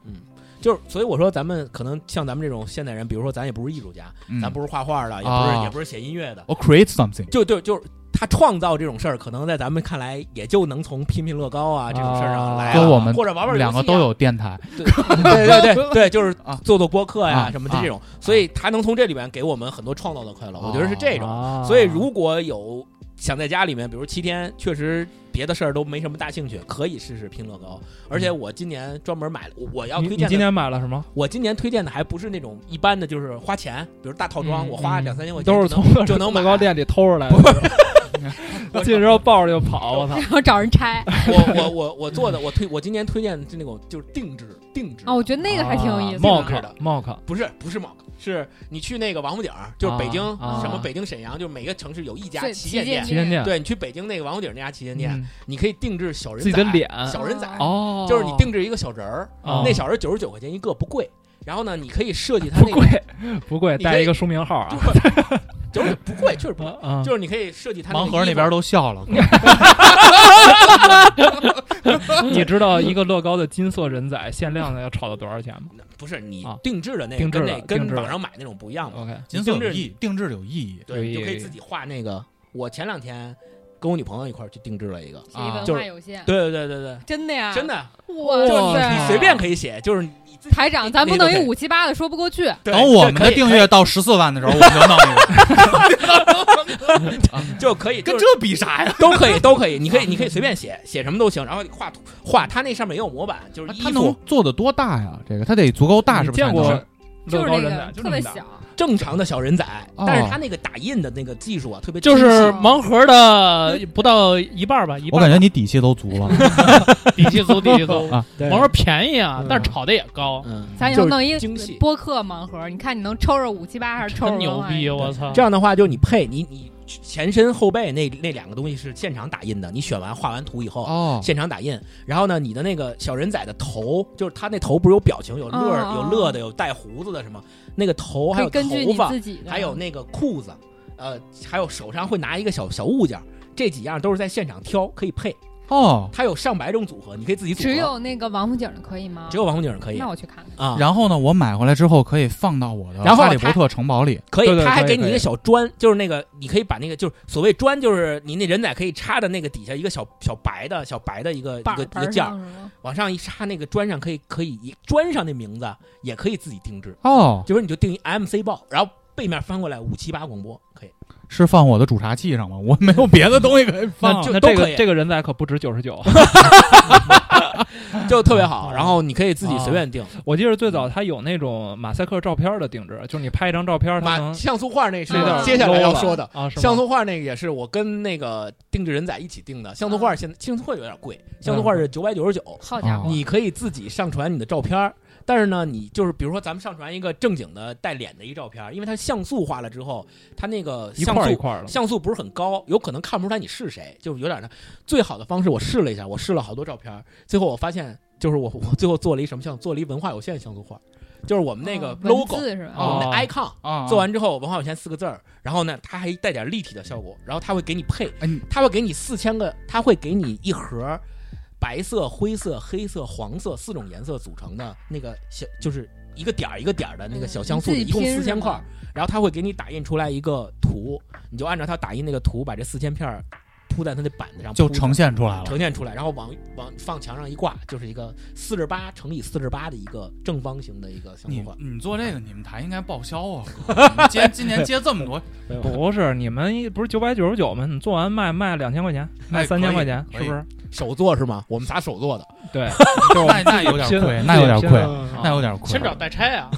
Speaker 3: 就是所以我说咱们可能像咱们这种现代人，比如说咱也不是艺术家，
Speaker 1: 嗯
Speaker 3: 咱不是画画的，也不是、
Speaker 1: 啊
Speaker 3: 也不是写音乐的，
Speaker 1: 我 create something，
Speaker 3: 就就就是他创造这种事儿，可能在咱们看来也就能从拼拼乐高啊这种事儿
Speaker 2: 啊
Speaker 3: 上来、啊，
Speaker 1: 哦哥，我们
Speaker 3: 或者玩玩游戏啊
Speaker 1: 两个都，有电台，
Speaker 3: 对对对对，就是
Speaker 1: 啊
Speaker 3: 做做播客呀、
Speaker 1: 啊
Speaker 3: 什么的
Speaker 1: 啊
Speaker 3: 这种，所以他能从这里边给我们很多创造的快乐，我觉得是这种。
Speaker 2: 啊
Speaker 3: 所以如果有想在家里面，比如七天确实别的事儿都没什么大兴趣，可以试试拼乐高。而且我今年专门买了，我 (laughs) 我要
Speaker 2: 你
Speaker 3: 推
Speaker 2: 你
Speaker 3: 荐
Speaker 2: 今
Speaker 3: 的，
Speaker 2: 年买了什么？
Speaker 3: 我今年推荐的还不是那种一般的，就是花钱，比如大套装，
Speaker 5: 嗯
Speaker 3: 我花
Speaker 5: 嗯
Speaker 3: 两三千块钱
Speaker 2: 都是
Speaker 3: 就能
Speaker 2: 从
Speaker 3: 就能买
Speaker 2: 乐高店里偷出来的， (laughs) 进之后抱着就跑，我操！
Speaker 4: 然后找人拆
Speaker 3: 我我我我做的，我推我今年推荐的是那种就是定制定制
Speaker 4: 啊，我觉得那个还挺有意思
Speaker 3: 啊
Speaker 4: 的。
Speaker 3: 是的
Speaker 2: mock mock
Speaker 3: 不是不是 mock，是你去那个王府井儿，就是北京、
Speaker 2: 啊
Speaker 3: 什么北京沈阳，就是每个城市有一家
Speaker 4: 最
Speaker 3: 旗舰
Speaker 4: 旗舰嗯
Speaker 3: 店。
Speaker 2: 旗舰店，
Speaker 3: 对你去北京那个王府井那家旗舰店，
Speaker 2: 嗯
Speaker 3: 你可以定制小人
Speaker 2: 自己的
Speaker 3: 仔
Speaker 4: 啊
Speaker 2: 脸
Speaker 3: 小人仔
Speaker 2: 哦，
Speaker 3: 就是你定制一个小人儿，
Speaker 2: 哦
Speaker 3: 那小人九十九块钱一个，不贵。然后呢，你可以设计它
Speaker 2: (laughs) 不
Speaker 3: 那个
Speaker 2: 贵不贵，
Speaker 3: 你可以
Speaker 2: 带一个书名号啊，
Speaker 3: 就是不贵，确实不贵。
Speaker 5: 啊啊！
Speaker 3: (laughs) 就是你可以设计它那个
Speaker 1: 盲盒那边都笑
Speaker 3: (laughs)
Speaker 1: 了，
Speaker 2: 你知道一个乐高的金色人仔限量的要炒到多少钱吗
Speaker 3: 衣服不是你
Speaker 2: 啊
Speaker 3: 定制的那个，
Speaker 2: 定制
Speaker 3: 跟
Speaker 2: 的
Speaker 3: 那跟
Speaker 2: 定制的哦
Speaker 3: 网上买那种不一样嘛。
Speaker 2: ？OK，
Speaker 1: 金色有意，定制有意义。
Speaker 3: 对，你就可
Speaker 2: 对
Speaker 3: 以自己画那个。我前两天跟我女朋友一块儿去定制了一个。
Speaker 2: 啊
Speaker 4: 其实文
Speaker 3: 就
Speaker 4: 化
Speaker 3: 是
Speaker 4: 有限，
Speaker 3: 对对对对对，
Speaker 4: 真的呀，
Speaker 3: 真，的，
Speaker 4: 哇
Speaker 2: 就是
Speaker 4: 塞，
Speaker 2: 啊
Speaker 3: 你随便可以写，就是你自己。
Speaker 4: 台长，咱不能一五七八的说不过去。
Speaker 3: 对
Speaker 1: 等我们的
Speaker 3: 这可以
Speaker 1: 订阅到十四万的时候，我们就弄一个，
Speaker 3: 就可以，
Speaker 1: 跟
Speaker 3: 就是
Speaker 1: 这比啥呀？
Speaker 3: 都可以，都可以，你可以，你可以随便写，写什么都行，然后你画图，画它那上面也有模板，就
Speaker 1: (laughs)
Speaker 3: 是
Speaker 1: 啊他
Speaker 3: 衣
Speaker 1: 能
Speaker 3: 服
Speaker 1: 做的多大呀？这个他得足够大，
Speaker 2: 你
Speaker 1: 是不是才
Speaker 2: 见
Speaker 1: 能？
Speaker 2: 过
Speaker 4: 就
Speaker 2: 乐
Speaker 4: 是
Speaker 2: 高
Speaker 4: 那
Speaker 2: 人仔
Speaker 4: 个
Speaker 2: 就
Speaker 4: 特
Speaker 2: 这
Speaker 4: 别
Speaker 2: 么大
Speaker 4: 小，
Speaker 3: 正常的小人仔，但
Speaker 1: 哦
Speaker 3: 是它那个打印的那个技术啊，特别
Speaker 5: 就是盲盒的不到一半儿吧，一
Speaker 1: 我
Speaker 5: 半
Speaker 1: 感
Speaker 5: 儿
Speaker 1: 觉你底气都足了
Speaker 5: 底气足，底气足。
Speaker 1: 啊！
Speaker 5: 盲盒便宜啊
Speaker 3: 嗯，
Speaker 5: 但是炒的也高，
Speaker 3: 嗯，
Speaker 4: 咱以
Speaker 3: 就
Speaker 4: 后
Speaker 3: 是
Speaker 4: 弄一
Speaker 3: 精细。
Speaker 4: 播客盲盒，你看你能抽着五七八还是抽着
Speaker 5: 真牛逼！
Speaker 2: 哦
Speaker 5: 我操
Speaker 3: 嗯这！样的话，就你配你你前身后背那那两个东西是现场打印的，你选完画完图以后。
Speaker 1: (laughs) 哦，
Speaker 3: 现场打印，然后呢，你的那个小人仔的头，就是他那头不是有表情，有乐儿、
Speaker 4: 哦哦
Speaker 3: 有乐的，有带胡子的什么，那个头还
Speaker 4: 可以
Speaker 3: 有
Speaker 4: 根据
Speaker 3: 头
Speaker 4: 你
Speaker 3: 发，
Speaker 4: 自己的，
Speaker 3: 还有那个裤子，呃，还有手上会拿一个小小物件儿，这几样都是在现场挑，可以配。
Speaker 1: 哦，
Speaker 3: 它有上百种组合，你可以自己组合。
Speaker 4: 只有那个王府井的可以吗？
Speaker 3: 只有王府井可以
Speaker 4: 那
Speaker 3: 啊
Speaker 4: 我去看看。，
Speaker 1: 然后呢，我买回来之后可以放到我的
Speaker 3: 然后
Speaker 1: 哈利
Speaker 3: 它
Speaker 1: 波特城堡里。
Speaker 3: 可以
Speaker 2: 对对，
Speaker 3: 他还
Speaker 2: 可以
Speaker 3: 给你一
Speaker 2: 可以
Speaker 3: 个小砖，就是那个你可以把那个就是所谓砖，就是你那人仔可以插的那个底下一个小小白的小白的一个一
Speaker 4: 板
Speaker 3: 个
Speaker 4: 儿
Speaker 3: 一
Speaker 4: 板
Speaker 3: 个
Speaker 4: 儿
Speaker 3: 件儿，
Speaker 4: 上是吗
Speaker 3: 往上一插，那个砖上可以可以一砖上那名字也可以自己定制，
Speaker 1: 哦，
Speaker 3: 就是你就定一 MC 报，然后背面翻过来五七八广播可以。
Speaker 1: 是放我的煮茶器上吗？我没有别的东西可以
Speaker 2: 那
Speaker 1: 放。
Speaker 3: 就
Speaker 2: 啊那
Speaker 3: 都
Speaker 2: 这
Speaker 3: 可
Speaker 2: 个
Speaker 3: 以
Speaker 2: 这个人仔可不止九十 (laughs) 九，哎
Speaker 3: 就特别好，然后你可以自
Speaker 2: 啊
Speaker 3: 己随便定。
Speaker 2: 我记得最早他有那种马赛克照片的定制，就是你拍一张照片，他
Speaker 3: 马
Speaker 2: 能
Speaker 3: 像素画那是
Speaker 4: 这
Speaker 3: 我
Speaker 4: 段
Speaker 3: 接下来要说的，
Speaker 2: 啊，是吗
Speaker 3: 像素画那个也是我跟那个定制人仔一起定的。像素
Speaker 4: 啊
Speaker 3: 画现在像素画有点贵，像素画是九百九十九，
Speaker 4: 好
Speaker 2: 哦
Speaker 4: 家
Speaker 2: 啊
Speaker 4: 伙，
Speaker 3: 你可以自己上传你的照片儿，但是呢，你就是比如说咱们上传一个正经的带脸的一照片儿，因为它像素化了之后，它那个
Speaker 2: 一
Speaker 3: 像
Speaker 2: 块儿一
Speaker 3: 素
Speaker 2: 块儿的。
Speaker 3: 像素不是很高，有可能看不出来你是谁，就是有点儿那。最好的方式，我试了一下，我试了好多照片儿，最后我发现就是我我最后做了一什么像，做了一文化有限像素画，就是我们嗯那个
Speaker 2: 啊
Speaker 4: 哦文
Speaker 3: logo，、
Speaker 4: 字是吧？
Speaker 3: 我们的
Speaker 2: 哦
Speaker 3: icon。
Speaker 1: 啊
Speaker 3: 做，完之后，文化有限四个字儿，然后呢，它还带点立体的效果，然后它会给你配，
Speaker 1: 哎你
Speaker 3: 它会给你四千个，它会给你一盒白色、灰色、黑色、黄色四种颜色组成的那个小，就是一个点儿一个点儿的那个小像素，
Speaker 4: 嗯你自己
Speaker 3: 一共
Speaker 4: 拼
Speaker 3: 四
Speaker 4: 是
Speaker 3: 千
Speaker 4: 吗
Speaker 3: 块儿，然后它会给你打印出来一个图，你就按照它打印那个图，把这四千片儿铺在它的板子上，
Speaker 1: 就
Speaker 3: 铺着
Speaker 1: 呈现出来了。
Speaker 3: 呈现出来，然后往往放墙上一挂，就是一个四十八乘以四十八的一个正方形的一个像素
Speaker 1: 你
Speaker 3: 画。
Speaker 1: 你做这个，你们台应该报销
Speaker 3: (laughs)
Speaker 1: 啊！你们接今年接这么多，
Speaker 2: 不是你们一不是九百九十九吗？你做完卖卖两千块钱，卖
Speaker 1: 哎
Speaker 2: 三千
Speaker 1: 可
Speaker 2: 块
Speaker 1: 以
Speaker 2: 钱，
Speaker 1: 可
Speaker 2: 是不
Speaker 1: 以
Speaker 2: 是？
Speaker 3: 手做是吗？我们仨手做的。
Speaker 2: 对，
Speaker 1: 那那有点亏，那有点亏，那有点亏
Speaker 5: 先。找代拆啊，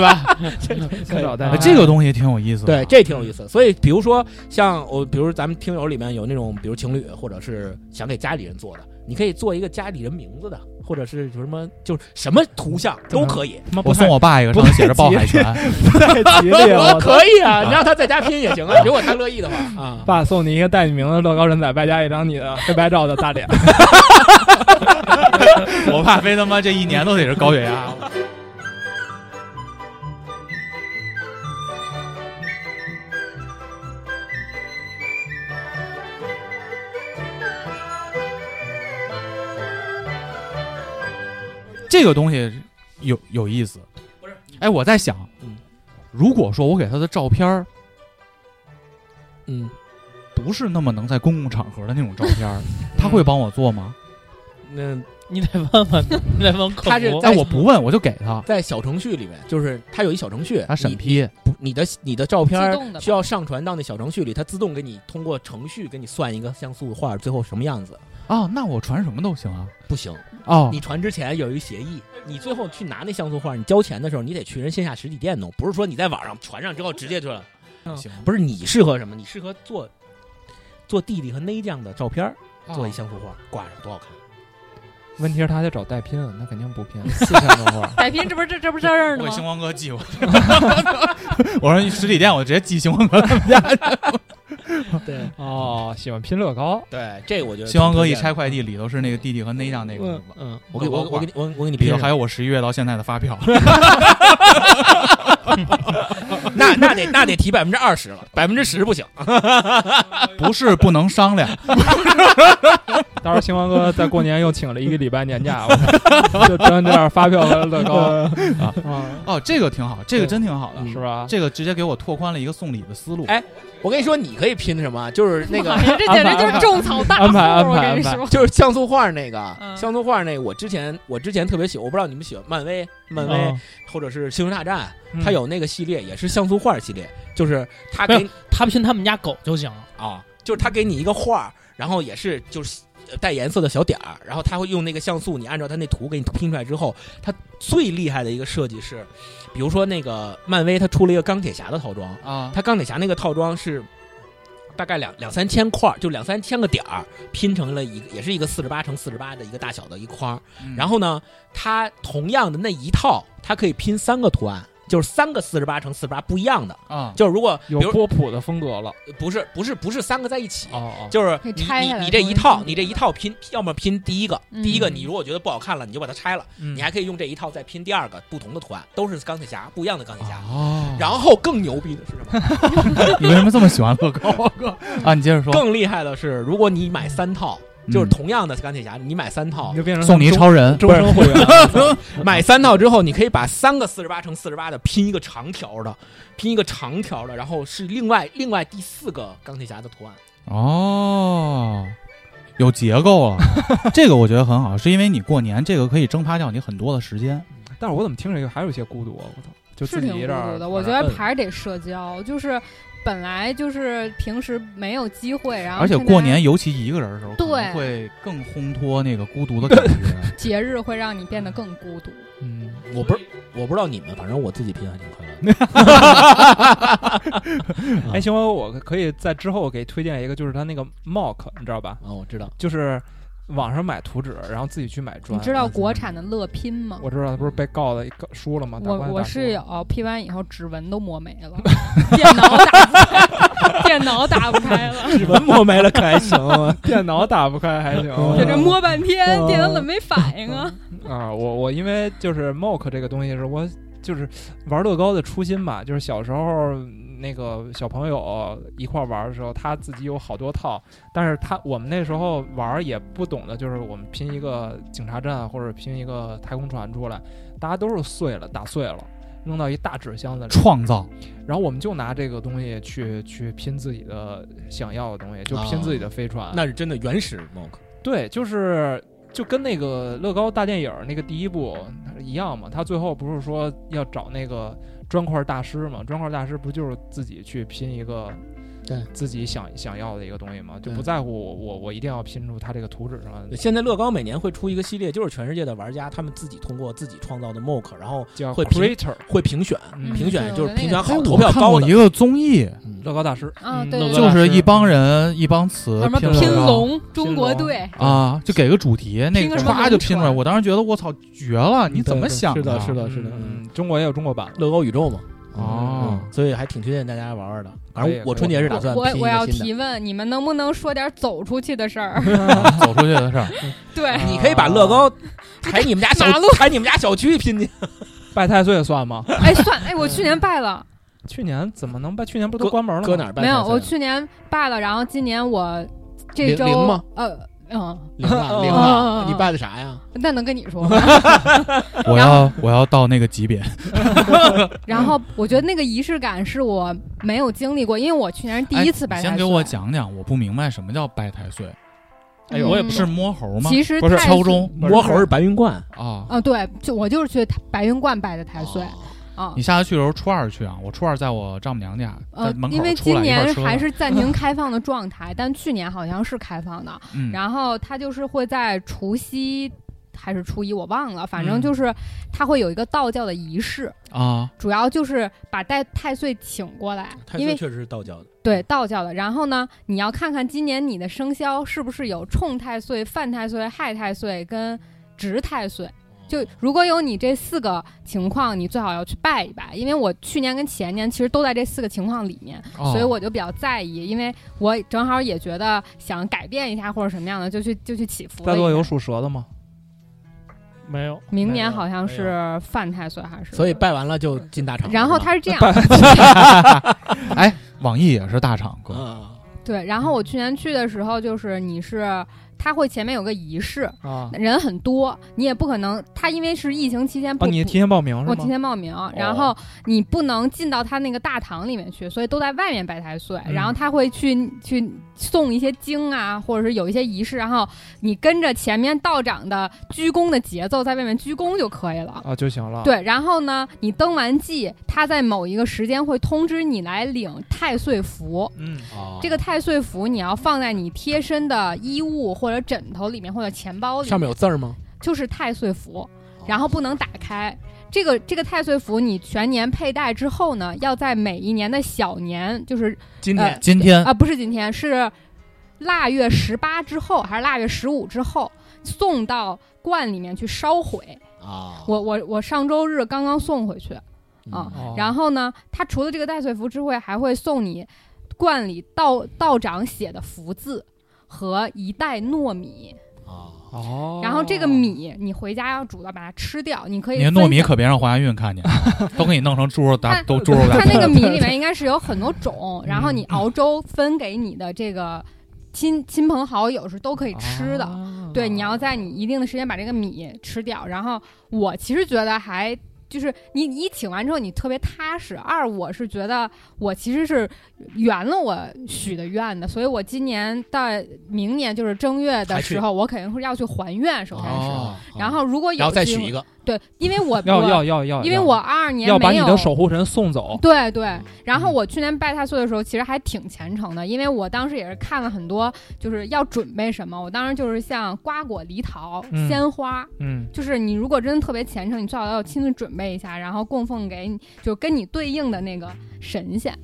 Speaker 5: (laughs)
Speaker 3: 吧？
Speaker 2: 先找代
Speaker 1: 哎
Speaker 2: 拆。
Speaker 1: 这个东西挺有意思的
Speaker 3: 对
Speaker 1: 啊。，
Speaker 3: 这挺有意思。所以，比如说像我，比如咱们听友里面有那种，比如情侣，或者是想给家里人做的，你可以做一个家里人名字的，或者是什么，就是什么图像都可以，
Speaker 2: 他妈不
Speaker 1: 我
Speaker 2: 太
Speaker 1: 送我爸一个，上
Speaker 2: 不
Speaker 1: 面
Speaker 2: 太
Speaker 1: 写着
Speaker 2: 吉
Speaker 1: 抱
Speaker 2: 利
Speaker 1: 海泉。
Speaker 2: (laughs) 太吉
Speaker 3: (laughs)
Speaker 2: 利了。我操
Speaker 3: 可以啊，你让他在家拼也
Speaker 1: (laughs)
Speaker 3: 行啊，如果他乐意的话啊。
Speaker 2: 爸送你一个带你名字的乐高人仔，外加一张你的黑白照的大脸。
Speaker 1: (laughs) 我爸非他妈这一年都得是高血压。这个东西有有意思，
Speaker 3: 不是？
Speaker 1: 哎，我在想
Speaker 3: 嗯，
Speaker 1: 如果说我给他的照片儿
Speaker 3: 嗯，
Speaker 1: 不是那么能在公共场合的那种照片
Speaker 3: (laughs)
Speaker 1: 儿，他会帮我做吗？
Speaker 3: 嗯那
Speaker 5: 你得问问，你得问客
Speaker 3: 他是
Speaker 5: 服
Speaker 3: 在
Speaker 1: 哎，我不问，我就给他，
Speaker 3: 在小程序里面，就是它有一小程序，
Speaker 1: 他审
Speaker 3: 你
Speaker 1: 批。
Speaker 3: 不你的你的照片
Speaker 4: 自动的吧
Speaker 3: 需要上传到那小程序里，它自动给你通过程序给你算一个像素画最后什么样子。
Speaker 1: 哦，那我传什么都行啊。
Speaker 3: 不行，
Speaker 1: 哦，
Speaker 3: 你传之前有一个协议，你最后去拿那像素画，你交钱的时候，你得去人线下实体店弄，不是说你在网上传上之后直接去了。
Speaker 1: 行，
Speaker 3: 不是你适合什么，你适合做做弟弟和内酱的照片儿，做一像素画，挂上多好看。
Speaker 2: 问题是他得找代拼，那肯定不拼四千多块儿。
Speaker 4: 摆平，这不是这这不是这儿呢
Speaker 3: (laughs)
Speaker 1: 我给星
Speaker 4: 吗？
Speaker 1: 光哥寄我，哦 (laughs) 我说实体店我直接寄星光哥他们家。
Speaker 3: 对
Speaker 2: 哦，喜欢拼乐高，
Speaker 3: 对，这我觉得
Speaker 1: 星光哥一
Speaker 3: 挺推荐的
Speaker 1: 拆快递，里头是那个弟弟和内酱那个
Speaker 5: 嗯
Speaker 1: 吧，
Speaker 5: 嗯，
Speaker 3: 我给我我给你我我给
Speaker 1: 里
Speaker 3: 你拼
Speaker 1: 头
Speaker 3: 上，
Speaker 1: 还有我十一月到现在的发票。 (laughs)
Speaker 3: 那那得那得提百分之二十了，百分之十不行。
Speaker 1: 不是不能商量，
Speaker 2: 到时候星光哥在过年又请了一个礼拜年假，我就专这样发票和 (laughs) 乐高啊啊，
Speaker 1: 哦，这个挺好，这个真挺好的，
Speaker 2: 是吧？
Speaker 1: 这个直接给我拓宽了一个送礼的思路。
Speaker 3: 嗯哎我跟你说，你可以拼什么？就是那个
Speaker 4: 妈呀这简直就是种草大
Speaker 2: 安排安
Speaker 4: 户，
Speaker 2: 排
Speaker 4: 我跟你
Speaker 2: 安排
Speaker 4: 说，
Speaker 3: 就是像素画那个
Speaker 4: 嗯
Speaker 3: 像素画那个，我之前我之前特别喜欢，我不知道你们喜欢漫威漫威
Speaker 2: 嗯
Speaker 3: 或者是星球大战，
Speaker 2: 嗯
Speaker 3: 它有那个系列也是像素画系列，就是它给
Speaker 5: 没他拼他们家狗就行了。
Speaker 3: 啊，就是他给你一个画儿，然后也是就是呃带颜色的小点儿，然后他会用那个像素，你按照他那图给你拼出来之后，他最厉害的一个设计是，比如说那个漫威，他出了一个钢铁侠的套装，
Speaker 1: 啊，
Speaker 3: 他钢铁侠那个套装是。大概两两三千块儿，就两三千个点儿拼成了一个，也是一个四十八乘四十八的一个大小的一框儿。
Speaker 1: 嗯
Speaker 3: 然后呢，它同样的那一套，它可以拼三个图案，就是三个四十八乘四十八不一样的。
Speaker 1: 啊，
Speaker 3: 就是如果比
Speaker 2: 有
Speaker 3: 如
Speaker 2: 波普的风格了，
Speaker 3: 不是不是不是三个在一起，
Speaker 2: 哦哦，
Speaker 3: 就是
Speaker 4: 可
Speaker 3: 你
Speaker 4: 以拆
Speaker 3: 你
Speaker 4: 下来
Speaker 3: 你这
Speaker 4: 重
Speaker 3: 一
Speaker 4: 新
Speaker 3: 套，
Speaker 4: 拼
Speaker 3: 你这一套拼，要么拼第一个，
Speaker 4: 嗯
Speaker 3: 第一个你如果觉得不好看了，你就把它拆了，
Speaker 2: 嗯
Speaker 3: 你还可以用这一套再拼第二个不同的图案，都是钢铁侠，不一样的钢铁侠。
Speaker 1: 哦，
Speaker 3: 然后更牛逼的是什么？
Speaker 1: 你为什么这么喜欢乐高啊？你接着说，
Speaker 3: 更厉害的是，如果你买三套，就是同样的钢铁侠，你买三
Speaker 4: 啊
Speaker 3: 套
Speaker 2: 你，就变成
Speaker 1: 送你一超人，
Speaker 2: 终身会员，
Speaker 3: (laughs) 买三套之后，你可以把三个四十八乘四十八的拼一个长条的，拼一个长条的，然后是另外另外第四个钢铁侠的图案。
Speaker 1: 哦，有结构 (laughs) 了，这个我觉得很好，是因为你过年这个可以蒸发掉你很多的时间。
Speaker 2: (laughs) 但是我怎么听着一个还有一些孤独啊，我操，就是嗯自己
Speaker 4: 挺
Speaker 2: 一
Speaker 4: 孤
Speaker 2: 人儿
Speaker 4: 独的。我觉
Speaker 2: 玩儿
Speaker 4: 得还是得社交，就是本来就是平时没有机会，然后
Speaker 1: 而且
Speaker 4: 现在
Speaker 1: 过年尤其一个人的时候，
Speaker 4: 对
Speaker 1: 可能会更烘托那个孤独的感觉。
Speaker 4: 节日会让你变得更孤独。
Speaker 2: 嗯，
Speaker 3: 我不是我不知道你们，反正我自己拼还挺快乐 (laughs) 的。
Speaker 2: 哎，行，我我可以在之后给推荐一个，就是他那个 mock，你知道吧？
Speaker 3: 啊，我知道，
Speaker 2: 就是网上买图纸，然后自己去买
Speaker 4: 你
Speaker 2: 砖。
Speaker 4: 知道国产的乐拼吗？
Speaker 2: 我知道他不是被告的告输了吗？打
Speaker 4: 我
Speaker 2: 官司
Speaker 4: 我
Speaker 2: 打输了
Speaker 4: 是有批完以后指纹都磨没了，电脑打不开， (laughs) 电脑打不开了，
Speaker 2: 指纹磨没了，可还行啊？ (laughs) 电脑打不开还行啊。
Speaker 4: 在这摸半天，
Speaker 2: 哦
Speaker 4: 电脑怎么没反应啊？
Speaker 2: 啊，我我因为就是 mock 这个东西是我就是玩乐高的初心吧，就是小时候那个小朋友一块玩的时候，他自己有好多套，但是他我们那时候玩也不懂的，就是我们拼一个警察站或者拼一个太空船出来，大家都是碎了打碎了。弄到一大纸箱子里，
Speaker 1: 创造，
Speaker 2: 然后我们就拿这个东西去去拼自己的想要的东西，就拼自己的飞船。
Speaker 3: 那是真的原始 m o
Speaker 2: 对，就是就跟那个乐高大电影儿那个第一部一样嘛，他最后不是说要找那个砖块大师嘛？砖块大师不就是自己去拼一个
Speaker 3: 对
Speaker 2: 自己想想要的一个东西嘛？就
Speaker 3: 对
Speaker 2: 不在乎我我我一定要拼出他这个图纸上
Speaker 3: 现在乐高每年会出一个系列，就是全世界的玩家他们自己通过自己创造的 mock，然后
Speaker 2: 叫
Speaker 3: 会
Speaker 2: creator
Speaker 3: 会评选，
Speaker 2: 嗯
Speaker 3: 评选
Speaker 4: 对
Speaker 3: 就
Speaker 4: 我觉得
Speaker 3: 是评选
Speaker 4: 那个
Speaker 3: 好
Speaker 4: 哎
Speaker 3: 投票
Speaker 1: 看
Speaker 3: 高
Speaker 1: 过
Speaker 3: 的
Speaker 1: 一。个综艺，
Speaker 2: 乐高大师。
Speaker 4: 啊，
Speaker 5: 嗯
Speaker 4: 对
Speaker 5: 乐
Speaker 4: 对
Speaker 5: 高
Speaker 4: 对，
Speaker 1: 就是一帮人一帮词
Speaker 4: 什么
Speaker 1: 拼
Speaker 4: 拼
Speaker 1: 了个
Speaker 4: 龙中国队，
Speaker 1: 啊，就给个主题，那
Speaker 4: 拼
Speaker 1: 个
Speaker 4: 个什么
Speaker 1: 唰
Speaker 4: 龙
Speaker 1: 就拼出来。
Speaker 4: 船
Speaker 1: 我当时觉得我操绝了，你怎么想
Speaker 3: 啊是的，是
Speaker 1: 的，
Speaker 3: 的，是的，嗯，
Speaker 2: 嗯，中国也有中国版。
Speaker 3: 乐高宇宙嘛，
Speaker 1: 哦
Speaker 3: 嗯，所以还挺推荐大家玩玩的。反
Speaker 2: 可以
Speaker 3: 正我春节是打算
Speaker 4: 我
Speaker 3: 拼一
Speaker 4: 我要
Speaker 3: 个新
Speaker 4: 提
Speaker 3: 的。
Speaker 4: 问，你们能不能说点走出去的事儿？ (laughs)
Speaker 1: 啊 (laughs) 走出去的事儿。
Speaker 4: 对，
Speaker 3: 你可以把乐
Speaker 4: (laughs)
Speaker 3: 高抬你们家小
Speaker 4: 马路
Speaker 3: 抬你们家小区拼去，
Speaker 2: 拜太岁算吗？
Speaker 4: 哎，算，哎，我去年拜了，
Speaker 2: 去年怎么能拜？去年不都关门了吗？
Speaker 3: 搁哪儿办
Speaker 4: 没
Speaker 3: 才行？
Speaker 4: 有，我去年拜了，然后今年我这
Speaker 3: 零
Speaker 4: 周
Speaker 3: 零吗
Speaker 4: 呃嗯，
Speaker 3: 零 (laughs) 了零
Speaker 1: 啊
Speaker 4: 哦
Speaker 3: 了，你办的啥呀？
Speaker 4: 那能跟你说吗？
Speaker 1: (laughs) 我
Speaker 4: 然
Speaker 1: 要我要到那个级别，
Speaker 4: 然后我觉得那个仪式感是我没有经历过，因为我去年是第一次拜
Speaker 1: 哎你
Speaker 4: 太岁。
Speaker 1: 先给我讲讲，我不明白什么叫拜太岁，
Speaker 4: 嗯，
Speaker 5: 哎呦我也不
Speaker 1: 是摸猴吗？
Speaker 4: 其实
Speaker 1: 不是
Speaker 4: 太嗯
Speaker 1: 敲钟
Speaker 2: 不是
Speaker 3: 摸猴是白云观，
Speaker 1: 啊。
Speaker 4: 啊，对，就我就是去白云观拜的太岁
Speaker 3: 哦
Speaker 4: 啊
Speaker 1: 你。下次去的时候初二去啊，我初二在我丈母娘家，在
Speaker 4: 呃
Speaker 1: 门，口
Speaker 4: 因为
Speaker 1: 出
Speaker 4: 今
Speaker 1: 来一块
Speaker 4: 年
Speaker 1: 儿吃
Speaker 4: 还
Speaker 1: 饭，
Speaker 4: 是暂
Speaker 1: (laughs)
Speaker 4: 停开放的状态，但去年好像是开放的。
Speaker 1: 嗯，
Speaker 4: 然后它就是会在除夕还是初一，我忘了，反正
Speaker 2: 嗯
Speaker 4: 就是它会有一个道教的仪式，
Speaker 1: 啊，
Speaker 4: 主要就是把太太岁请过来，
Speaker 3: 太
Speaker 4: 因
Speaker 3: 岁
Speaker 4: 为
Speaker 3: 确实是道教的，
Speaker 4: 对道教的。然后呢，你要看看今年你的生肖是不是有冲太岁、犯太岁、害太岁跟值太岁。就如果有你这四个情况，你最好要去拜一拜，因为我去年跟前年其实都在这四个情况里面，
Speaker 1: 哦
Speaker 4: 所以我就比较在意，因为我正好也觉得想改变一下或者什么样的，就去就去祈福了一下。
Speaker 2: 在座有属蛇的吗？
Speaker 5: 没有，
Speaker 4: 明
Speaker 3: 没有
Speaker 4: 年好像
Speaker 3: 没有
Speaker 4: 是犯太岁还是？
Speaker 3: 所以拜完了就进大厂。
Speaker 4: 然后
Speaker 3: 是吧
Speaker 4: 他是这样，
Speaker 1: (laughs)
Speaker 3: (laughs)
Speaker 1: 哎，网易也是大厂哥，
Speaker 3: 嗯，
Speaker 4: 对，然后我去年去的时候，就是你是他会前面有个仪式，
Speaker 2: 啊
Speaker 4: 人很多，你也不可能，他因为是疫情期间不，
Speaker 2: 啊，你提前报名
Speaker 4: 我
Speaker 2: 是
Speaker 4: 提
Speaker 2: 吗？哦
Speaker 4: 前报名，然后你不能进到他那个大堂里面去，所以都在外面拜太岁。
Speaker 2: 嗯
Speaker 4: 然后他会去去诵一些经啊，或者是有一些仪式，然后你跟着前面道长的鞠躬的节奏，在外面鞠躬就可以了。
Speaker 2: 啊就行了。，
Speaker 4: 对，然后呢，你登完记，他在某一个时间会通知你来领太岁符。
Speaker 2: 嗯，
Speaker 3: 哦
Speaker 4: 这个太岁符你要放在你贴身的衣物或者枕头里面或者钱包里面
Speaker 3: 上面有字儿吗？哦
Speaker 4: 就是太岁符，然后不能打开。这个这个太岁符，你全年佩戴之后呢，要在每一年的小年，就是
Speaker 3: 今
Speaker 4: 呃
Speaker 3: 年
Speaker 1: 今
Speaker 4: 啊、
Speaker 1: 天
Speaker 4: 不是今天，是腊月十八之后，还是腊月十五之后，送到观里面去烧毁。
Speaker 3: 啊，
Speaker 4: 我我我上周日刚刚送回去，啊
Speaker 1: 哦
Speaker 3: 嗯
Speaker 4: 然后呢，他除了这个戴岁符之外，还会送你观里道道长写的福字和一袋糯米。
Speaker 3: 啊，
Speaker 2: 哦，
Speaker 4: 然后这个米你回家要煮了，把它吃掉。你可以
Speaker 1: 你的糯
Speaker 4: 分
Speaker 1: 米
Speaker 4: 享
Speaker 1: 可别让华夏运
Speaker 4: (laughs)
Speaker 1: 看见，都给你弄成猪肉大，
Speaker 4: 看
Speaker 1: 都猪肉大
Speaker 4: 它
Speaker 1: 肠。
Speaker 4: 那
Speaker 1: (laughs)
Speaker 4: 个米里面应该是有很多种，然后你
Speaker 1: 嗯
Speaker 4: 熬粥分给你的这个亲亲朋好友是都可以吃
Speaker 1: 哦
Speaker 4: 的。
Speaker 2: 啊
Speaker 4: 对，你要在你一定的时间把这个米吃掉。然后我其实觉得还。就是你一请完之后，你特别踏实。二，我是觉得我其实是圆了我许的愿的，所以我今年到明年就是正月的
Speaker 3: 还去
Speaker 4: 时候，我肯定是要去还愿，首先是。
Speaker 1: 哦
Speaker 4: 然后如果有
Speaker 3: 然后再
Speaker 4: 机
Speaker 3: 取
Speaker 4: 会
Speaker 3: 一个，
Speaker 4: 对，因为我
Speaker 2: 要
Speaker 4: 我
Speaker 2: 要要要，
Speaker 4: 因为
Speaker 2: 要
Speaker 4: 我二二年
Speaker 2: 要把
Speaker 4: 没
Speaker 2: 你
Speaker 4: 有
Speaker 2: 的守护神送走。
Speaker 4: 对
Speaker 2: 嗯
Speaker 4: 对，然后我去年拜太岁的时候，其实还挺虔诚的，因为我当时也是看了很多，就是要准备什么。我当时就是像瓜果、梨桃、
Speaker 2: 嗯
Speaker 4: 鲜花，
Speaker 2: 嗯，
Speaker 4: 就是你如果真的特别虔诚，你最好要亲自准备一下，然后供奉给你就跟你对应的那个神仙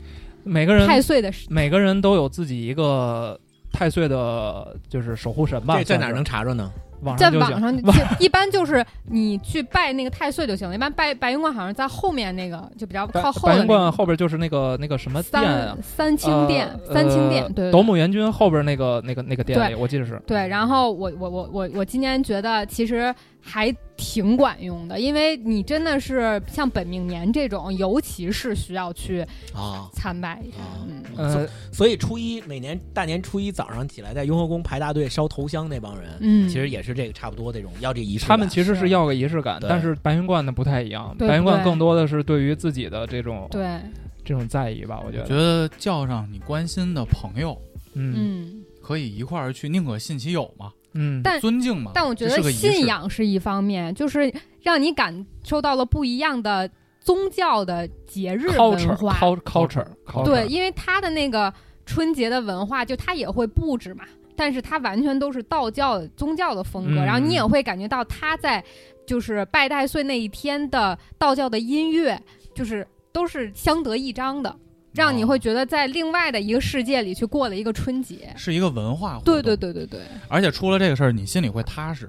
Speaker 2: 每个人
Speaker 4: 太岁的神。
Speaker 2: 每个人都有自己一个太岁的，就是守护神吧。
Speaker 3: 这在哪儿
Speaker 2: 算是
Speaker 3: 能查着呢？
Speaker 2: 网
Speaker 4: 在
Speaker 2: 上就
Speaker 4: 网
Speaker 2: 行。 (laughs)
Speaker 4: 上就，一般就是你去拜那个太岁就行了。一般拜白云观好像在后面那个，就比较
Speaker 2: 白
Speaker 4: 靠后
Speaker 2: 白
Speaker 4: 的
Speaker 2: 云
Speaker 4: 那
Speaker 2: 观
Speaker 4: 个
Speaker 2: 后边就是那个那个什么殿啊
Speaker 4: 三，三清殿，
Speaker 2: 呃
Speaker 4: 三清殿
Speaker 2: 呃，
Speaker 4: 对对对
Speaker 2: 斗。姆元君后边那个那个那个殿里，我记得是。
Speaker 4: 对，然后我我我我我今年觉得其实还挺管用的，因为你真的是像本命年这种，尤其是需要去
Speaker 3: 啊。
Speaker 4: 参拜一下
Speaker 3: 啊。
Speaker 4: 嗯，
Speaker 2: 呃，
Speaker 3: 所以初一每年大年初一早上起来，在雍和宫排大队烧头香那帮人，
Speaker 4: 嗯
Speaker 3: 其实也是这个差不多这种要这仪式
Speaker 2: 他
Speaker 3: 感。
Speaker 2: 们其实
Speaker 4: 是
Speaker 2: 是要个仪式感，
Speaker 3: 对
Speaker 2: 但是白云观呢不太一样，
Speaker 4: 对
Speaker 2: 白云观
Speaker 4: 对
Speaker 2: 更多的是对于自己的这种
Speaker 4: 对，
Speaker 2: 这种在意吧，我觉
Speaker 1: 我
Speaker 2: 得。
Speaker 1: 觉得叫上你关心的朋友，
Speaker 2: 嗯
Speaker 4: 嗯，
Speaker 1: 可以一块儿去，宁可信其有嘛，
Speaker 2: 嗯，
Speaker 4: 但
Speaker 1: 尊敬嘛。
Speaker 4: 但我觉
Speaker 1: 这是
Speaker 4: 得
Speaker 1: 个仪式嗯
Speaker 4: 信仰是一方面，就是让你感受到了不一样的宗教的节日文
Speaker 2: culture
Speaker 4: 化，
Speaker 2: cul- culture culture
Speaker 4: 对，因为他的那个春节的文化，就他也会布置嘛，但是他完全都是道教的宗教的风格，
Speaker 2: 嗯
Speaker 4: 然后你也会感觉到他在就是拜太岁那一天的道教的音乐，就是都是相得益彰的，让
Speaker 1: 哦
Speaker 4: 你会觉得在另外的一个世界里去过了一个春节。
Speaker 1: 是一个文化活动，
Speaker 4: 对对对对对，
Speaker 1: 而且出了这个事儿，你心里会踏实。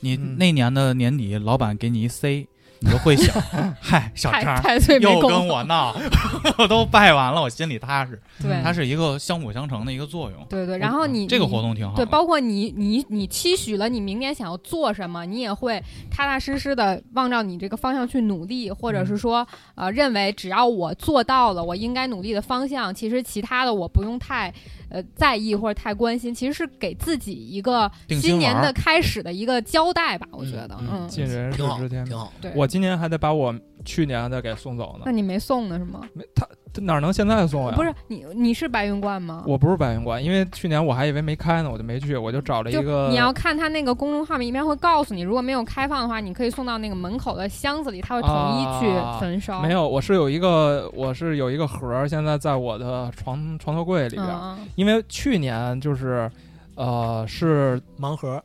Speaker 1: 你
Speaker 2: 嗯
Speaker 1: 那年的年底，老板给你一 C，你就会
Speaker 3: (laughs)
Speaker 1: 想，嗨，小
Speaker 4: 太
Speaker 1: 张
Speaker 4: 太岁没
Speaker 1: 又
Speaker 4: 供
Speaker 1: 跟我闹， (laughs) 我都拜完了，我心里踏实。
Speaker 4: 对
Speaker 1: 它是一个相辅相成的一个作用。
Speaker 4: 对对，然后嗯你
Speaker 1: 这个
Speaker 4: 你
Speaker 1: 活动挺好
Speaker 4: 对，
Speaker 1: 的，
Speaker 4: 包括你你你期许了你明年想要做什么，你也会踏踏实实的望着你这个方向去努力，或者是说，呃，认为只要我做到了我应该努力的方向，其实其他的我不用太呃在意或者太关心，其实是给自己一个
Speaker 1: 定心
Speaker 4: 新年
Speaker 1: 丸儿
Speaker 4: 的开始的一个交代吧，我觉得，
Speaker 3: 嗯
Speaker 4: 嗯，
Speaker 2: 尽人事
Speaker 3: 挺好，
Speaker 2: 之天
Speaker 3: 挺。好。
Speaker 4: 对。
Speaker 2: 我今年还得把我去年的给送走呢
Speaker 4: 那，你没送呢是吗？
Speaker 2: 没他他哪能现在送呀？啊
Speaker 4: 不是，你你是白云观吗？
Speaker 2: 我不是白云观，因为去年我还以为没开呢，我就没去，我就找了一
Speaker 4: 就
Speaker 2: 个
Speaker 4: 你要看他那个公众号里面会告诉你，如果没有开放的话，你可以送到那个门口的箱子里，他会统一
Speaker 2: 啊
Speaker 4: 去焚烧。嗯
Speaker 2: 没有，我是有一个，我是有一个盒儿，现在在我的床床头柜里边儿。
Speaker 4: 嗯，
Speaker 2: 因为去年就是，呃，是
Speaker 3: 盲盒，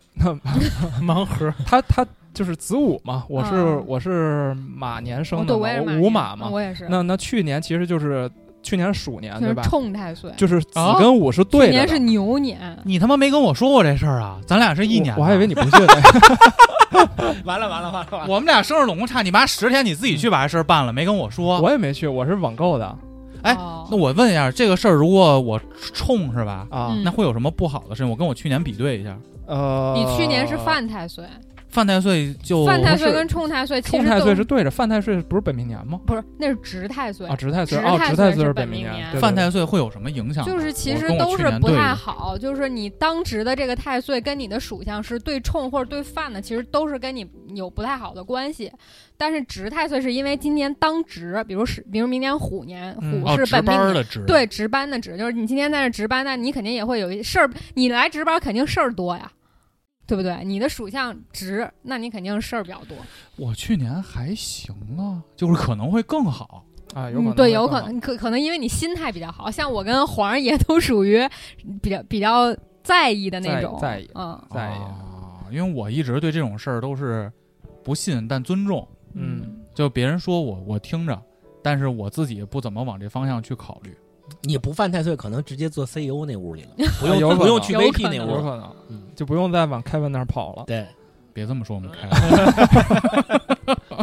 Speaker 5: 盲盒，
Speaker 2: 他他就是子午嘛，我是、
Speaker 4: 嗯
Speaker 2: 我是马年
Speaker 4: 哦
Speaker 2: 生的
Speaker 4: 对，
Speaker 2: 嘛，
Speaker 4: 我也是
Speaker 2: 午
Speaker 4: 马
Speaker 2: 马
Speaker 4: 年
Speaker 2: 嘛。
Speaker 4: 我也是。
Speaker 2: 那那去年其实就是去年鼠年
Speaker 4: 就
Speaker 2: 对
Speaker 4: 是
Speaker 2: 吧？
Speaker 4: 冲太岁，
Speaker 2: 就是子
Speaker 1: 啊
Speaker 2: 跟午是对
Speaker 4: 哦去
Speaker 2: 着的。
Speaker 4: 年是牛年，
Speaker 1: 你他妈没跟我说过这事儿啊？咱俩是一年
Speaker 2: 我，我还以为
Speaker 1: 你
Speaker 2: 你不
Speaker 5: (laughs)
Speaker 2: 信呢。
Speaker 3: 完了完了完了完了，
Speaker 1: 我们俩生日总共差你妈十天，你自己去把这事儿
Speaker 4: 嗯
Speaker 1: 办了，没跟我说。
Speaker 2: 我也没去，我是网购的
Speaker 1: 哎
Speaker 4: 哦
Speaker 1: 那我问一下，这个事儿如果我冲是吧？
Speaker 2: 啊。
Speaker 4: 嗯
Speaker 1: 那会有什么不好的事情？我跟我去年比对一下，
Speaker 2: 呃，
Speaker 4: 你去年是犯太岁，
Speaker 1: 犯太岁就
Speaker 4: 犯太岁
Speaker 2: 是
Speaker 4: 跟冲太岁其
Speaker 2: 冲
Speaker 4: 实
Speaker 2: 太
Speaker 4: 都
Speaker 2: 岁是对着，犯太岁不是本命年吗？
Speaker 4: 不是那是值太岁
Speaker 2: 啊，？值太岁
Speaker 4: 值
Speaker 2: 哦，
Speaker 4: 太
Speaker 2: 值
Speaker 4: 岁
Speaker 2: 太
Speaker 4: 是
Speaker 2: 是
Speaker 4: 本
Speaker 2: 命
Speaker 4: 命年
Speaker 2: 对
Speaker 1: 犯
Speaker 2: 对
Speaker 1: 太岁会有什么影响吗？
Speaker 4: 就是其
Speaker 1: 我
Speaker 4: 实
Speaker 1: 跟我
Speaker 4: 都
Speaker 1: 去
Speaker 4: 是
Speaker 1: 年
Speaker 4: 不
Speaker 1: 对
Speaker 4: 太
Speaker 1: 比
Speaker 4: 好，就是你当值的这个太岁跟你的属相是对冲或者对犯的，其实都是跟你有不太好的关系。但是值太岁是因为今年当值，比如是，比如明年虎年，
Speaker 2: 嗯
Speaker 4: 虎
Speaker 2: 哦
Speaker 4: 是
Speaker 6: 值
Speaker 4: 本命
Speaker 6: 班儿
Speaker 4: 年。
Speaker 6: 的值，
Speaker 4: 对，值班的值就是你今天在这值班，那你肯定也会有一事儿。你来值班肯定事儿多呀，对不对？你的属相值，那你肯定事儿比较多。
Speaker 1: 我去年还行啊，就是可能会更好。
Speaker 2: 对啊，有可
Speaker 4: 嗯，
Speaker 2: 能
Speaker 4: 对，
Speaker 2: 会
Speaker 4: 有
Speaker 2: 更
Speaker 4: 可
Speaker 2: 好
Speaker 4: 能可可能因为你心态比较好，像我跟皇上爷都属于比较比较在意的那
Speaker 2: 在
Speaker 4: 种，
Speaker 2: 在意
Speaker 4: 嗯，
Speaker 2: 在意
Speaker 1: 啊，因为我一直对这种事儿都是不信但尊重，
Speaker 2: 嗯，
Speaker 1: 就别人说我我听着，但是我自己不怎么往这方向去考虑。
Speaker 3: 你不犯太岁，可能直接坐 CEO 那屋里
Speaker 4: (laughs)
Speaker 3: 了，不
Speaker 2: 啊有
Speaker 3: 用
Speaker 2: 可
Speaker 3: 不用
Speaker 2: 能
Speaker 3: 去
Speaker 4: 有
Speaker 3: VP
Speaker 4: 可能
Speaker 3: 那
Speaker 2: 有
Speaker 3: 屋了。
Speaker 2: 可能
Speaker 3: 嗯，
Speaker 2: 就不用再往凯文那儿跑了。
Speaker 3: 对，
Speaker 1: 别这么说，我们开玩笑。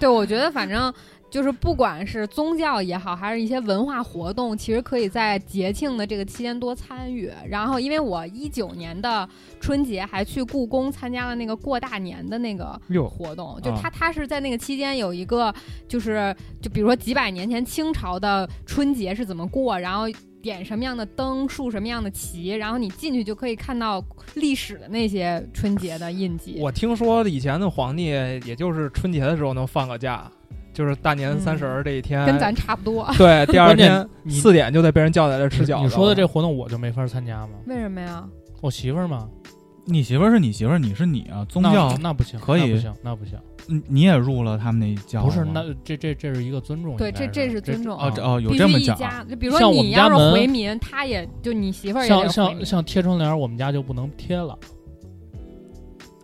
Speaker 4: 对，我觉得反正就是不管是宗教也好，还是一些文化活动，其实可以在节庆的这个期间多参与。然后，因为我一九年的春节还去故宫参加了那个过大年的那个
Speaker 2: 哟，
Speaker 4: 活动，就
Speaker 5: 嗯
Speaker 1: 啊
Speaker 4: 它它是在那个期间有一个，就是就比如说几百年前清朝的春节是怎么过，然后点什么样的灯，竖什么样的旗，然后你进去就可以看到历史的那些春节的印记。
Speaker 2: 我听说以前的皇帝，也就是春节的时候能放个假，就是大年三十儿这一天，
Speaker 4: 嗯
Speaker 5: 哎
Speaker 4: 跟咱差不多，
Speaker 2: 对，
Speaker 5: (laughs)
Speaker 2: 第二
Speaker 5: 关键
Speaker 2: 天
Speaker 5: 你
Speaker 2: 四点就得被人叫在这儿吃饺子了。
Speaker 5: 你说的这活动我就没法参加吗？
Speaker 4: 为什么呀？
Speaker 5: 我媳妇儿嘛，
Speaker 1: (laughs) 你媳妇儿是你媳妇儿，你是你啊，宗教
Speaker 5: 那那不行，
Speaker 1: 可以
Speaker 5: 那不行，那不行，
Speaker 1: 嗯你也入了他们那教
Speaker 5: 不是
Speaker 1: 吗
Speaker 5: 那这这这是一个尊重，
Speaker 4: 对，
Speaker 5: 应该
Speaker 4: 这这
Speaker 5: 是
Speaker 4: 是尊重。
Speaker 1: 哦这
Speaker 5: 啊
Speaker 1: 哦有
Speaker 4: 必
Speaker 1: 这
Speaker 4: 须
Speaker 1: 么
Speaker 4: 一
Speaker 1: 讲
Speaker 4: 家，就比如说
Speaker 5: 像我
Speaker 4: 你
Speaker 5: 们家
Speaker 4: 要是
Speaker 5: 门
Speaker 4: 回民，他也就你媳妇儿也
Speaker 5: 像
Speaker 4: 得回
Speaker 5: 像
Speaker 4: 民。
Speaker 5: 像贴春联儿，我们家就不能贴了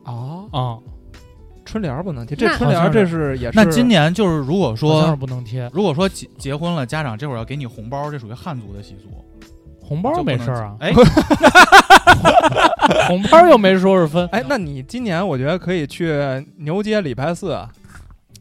Speaker 2: 啊，
Speaker 5: 啊，
Speaker 2: 春联儿不能贴，这
Speaker 4: 那
Speaker 2: 春联
Speaker 5: 好像
Speaker 2: 儿
Speaker 5: 是
Speaker 2: 这是也是
Speaker 1: 那今年就是如果
Speaker 5: 好像是
Speaker 1: 说
Speaker 5: 不能贴，
Speaker 1: 如果说结结婚了，家长这会儿要给你红包，这属于汉族的习俗。
Speaker 5: 红包
Speaker 1: 就不
Speaker 5: 没
Speaker 1: 能
Speaker 5: 事儿啊， (laughs)
Speaker 1: 哎，
Speaker 5: 红包又没说是分，
Speaker 2: 哎，那你今年我觉得可以去牛街礼拜四，啊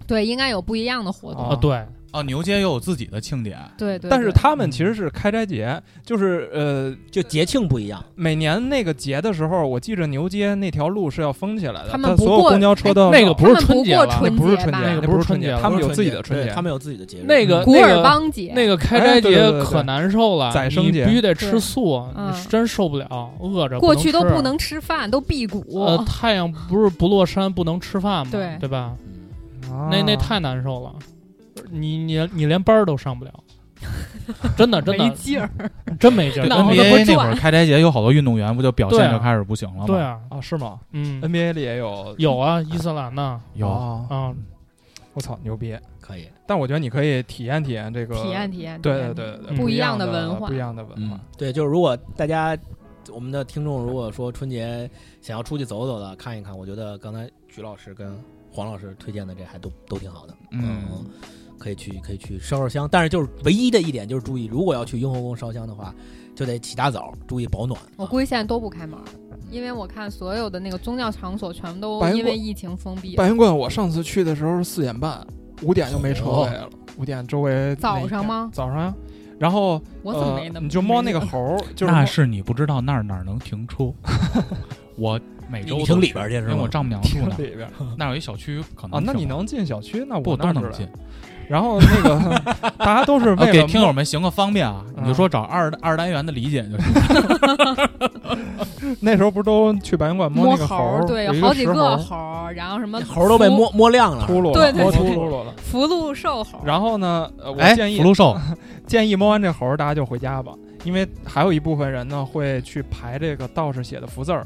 Speaker 4: 对，应该有不一样的活动。
Speaker 5: 啊，对，
Speaker 1: 哦，牛街也有自己的庆典，
Speaker 4: 对对，
Speaker 2: 但是
Speaker 4: 对
Speaker 2: 他们其实是开斋节，就是呃，
Speaker 3: 就节庆不一样，
Speaker 2: 每年那个节的时候，我记着牛街那条路是要封起来的，
Speaker 4: 他们
Speaker 2: 它
Speaker 4: 不
Speaker 2: 所有
Speaker 4: 过
Speaker 2: 公交车都要
Speaker 5: 那个
Speaker 2: 绕
Speaker 5: 不是
Speaker 4: 他们
Speaker 5: 春
Speaker 4: 不
Speaker 5: 节
Speaker 4: 过
Speaker 5: 吧
Speaker 4: 春
Speaker 2: 哎不是春
Speaker 4: 吧
Speaker 2: 节，那
Speaker 5: 那
Speaker 2: 个
Speaker 5: 个
Speaker 2: 不
Speaker 5: 不
Speaker 2: 是
Speaker 5: 是
Speaker 2: 春
Speaker 5: 春
Speaker 2: 节，
Speaker 5: 节
Speaker 2: 他们有
Speaker 3: 不是
Speaker 2: 自己
Speaker 3: 节
Speaker 2: 的春
Speaker 3: 对
Speaker 2: 节
Speaker 3: 他。们有自己的节日。
Speaker 5: 那个
Speaker 4: 古
Speaker 5: 那
Speaker 4: 尔
Speaker 5: 个
Speaker 4: 邦节
Speaker 5: 那个开
Speaker 2: 哎
Speaker 5: 斋
Speaker 2: 对对
Speaker 5: 节
Speaker 2: 对对
Speaker 5: 可难受了，
Speaker 2: 宰牲
Speaker 5: 你
Speaker 2: 节
Speaker 5: 必须得
Speaker 4: 对
Speaker 5: 吃素，
Speaker 4: 嗯
Speaker 5: 你真受不了，饿着
Speaker 4: 过去都不
Speaker 5: 不啊
Speaker 4: 能吃饭，都辟
Speaker 5: 吃。呃，
Speaker 4: (laughs) 谷。
Speaker 5: 太阳不是不落山不能吃饭吗？
Speaker 4: 对
Speaker 5: 对吧？
Speaker 3: 嗯
Speaker 5: 那那
Speaker 2: 啊
Speaker 5: 太难受了，你你你连班儿都上不了， (laughs) 真的真
Speaker 4: 没
Speaker 5: 的
Speaker 4: 劲儿，
Speaker 5: 真没劲儿。
Speaker 4: 脑
Speaker 5: 然后
Speaker 4: 子不
Speaker 1: NBA 那会
Speaker 4: 转
Speaker 1: 儿开斋节有好多运动员不就表
Speaker 5: 对
Speaker 1: 现
Speaker 5: 啊
Speaker 1: 就开始不行了吗？
Speaker 5: 对啊，
Speaker 2: 啊是吗
Speaker 5: 嗯，
Speaker 2: ？NBA 里也有
Speaker 5: 有啊，伊斯兰呐，
Speaker 1: 有
Speaker 2: 啊，
Speaker 5: 啊，
Speaker 2: 我操牛逼！
Speaker 3: 可以，
Speaker 2: 但我觉得你可以体验体验这个
Speaker 4: 体验体验。体
Speaker 2: 对对
Speaker 4: 验
Speaker 2: 对对，
Speaker 5: 嗯
Speaker 4: 不一样
Speaker 2: 的
Speaker 4: 的文化
Speaker 2: 不一样的文化
Speaker 1: 嗯。
Speaker 3: 对，就是如果大家我们的听众如果说春节想要出去走走的，看一看，我觉得刚才徐老师跟黄老师推荐的这还都都挺好的，
Speaker 1: 嗯
Speaker 3: 可以去可以去烧烧香，但是就是唯一的一点就是注意，如果要去雍和宫烧香的话，就得起大早，注意保暖。啊
Speaker 4: 我估计现在都不开门儿，因为我看所有的那个宗教场所全部都
Speaker 2: 白
Speaker 4: 因为
Speaker 2: 过
Speaker 4: 疫情封闭了。
Speaker 2: 白云观，我上次去的时候是四点半，五点就没车位了。哦五点周围
Speaker 4: 早上吗
Speaker 2: 早上呀。然后
Speaker 4: 我怎么没
Speaker 2: 呃
Speaker 4: 那么？
Speaker 2: 你就摸那个
Speaker 4: (laughs)
Speaker 2: 猴儿，就是
Speaker 1: 那
Speaker 2: 摸
Speaker 1: 是你不知道那儿哪儿能停
Speaker 2: (laughs)
Speaker 1: 车。我每周
Speaker 3: 你
Speaker 1: 都
Speaker 3: 听里边去是
Speaker 1: 因
Speaker 3: 吗
Speaker 1: 为我丈母娘住
Speaker 2: 厅
Speaker 1: 那儿，
Speaker 2: 里
Speaker 1: (laughs)
Speaker 2: 边儿
Speaker 1: 那儿有一小区可能
Speaker 2: 啊，那
Speaker 1: 停
Speaker 2: 你能进小区？那
Speaker 1: 不
Speaker 2: 我
Speaker 1: 都
Speaker 2: 那
Speaker 1: 能
Speaker 2: 是
Speaker 1: 进？
Speaker 2: 然后那个
Speaker 1: (laughs)
Speaker 2: 大家都是
Speaker 1: 啊
Speaker 2: 为
Speaker 1: 给
Speaker 2: 了
Speaker 1: 听友们行个方便啊，你就
Speaker 4: 嗯
Speaker 1: 说找二二单元的理解就行。
Speaker 2: 摸那时候不是都去白云观摸
Speaker 4: 摸
Speaker 2: 那个
Speaker 4: 猴
Speaker 2: 儿
Speaker 4: 儿，对，
Speaker 2: 有
Speaker 4: 有
Speaker 2: 一
Speaker 4: 好
Speaker 2: 个
Speaker 4: 几
Speaker 2: 石
Speaker 4: 个
Speaker 2: 儿
Speaker 4: 猴儿，然后什么
Speaker 3: 猴儿都被
Speaker 4: 福
Speaker 3: 摸摸亮了，
Speaker 2: 秃噜了，
Speaker 4: 对对
Speaker 2: 摸
Speaker 4: 对
Speaker 2: 秃噜了。
Speaker 4: 福禄寿猴儿，
Speaker 2: 然后呢，呃我
Speaker 1: 哎，
Speaker 2: 建议
Speaker 1: 福禄寿，
Speaker 2: 建议摸完这猴儿，大家就回家吧，因为还有一部分人呢会去排这个道士写的福字儿，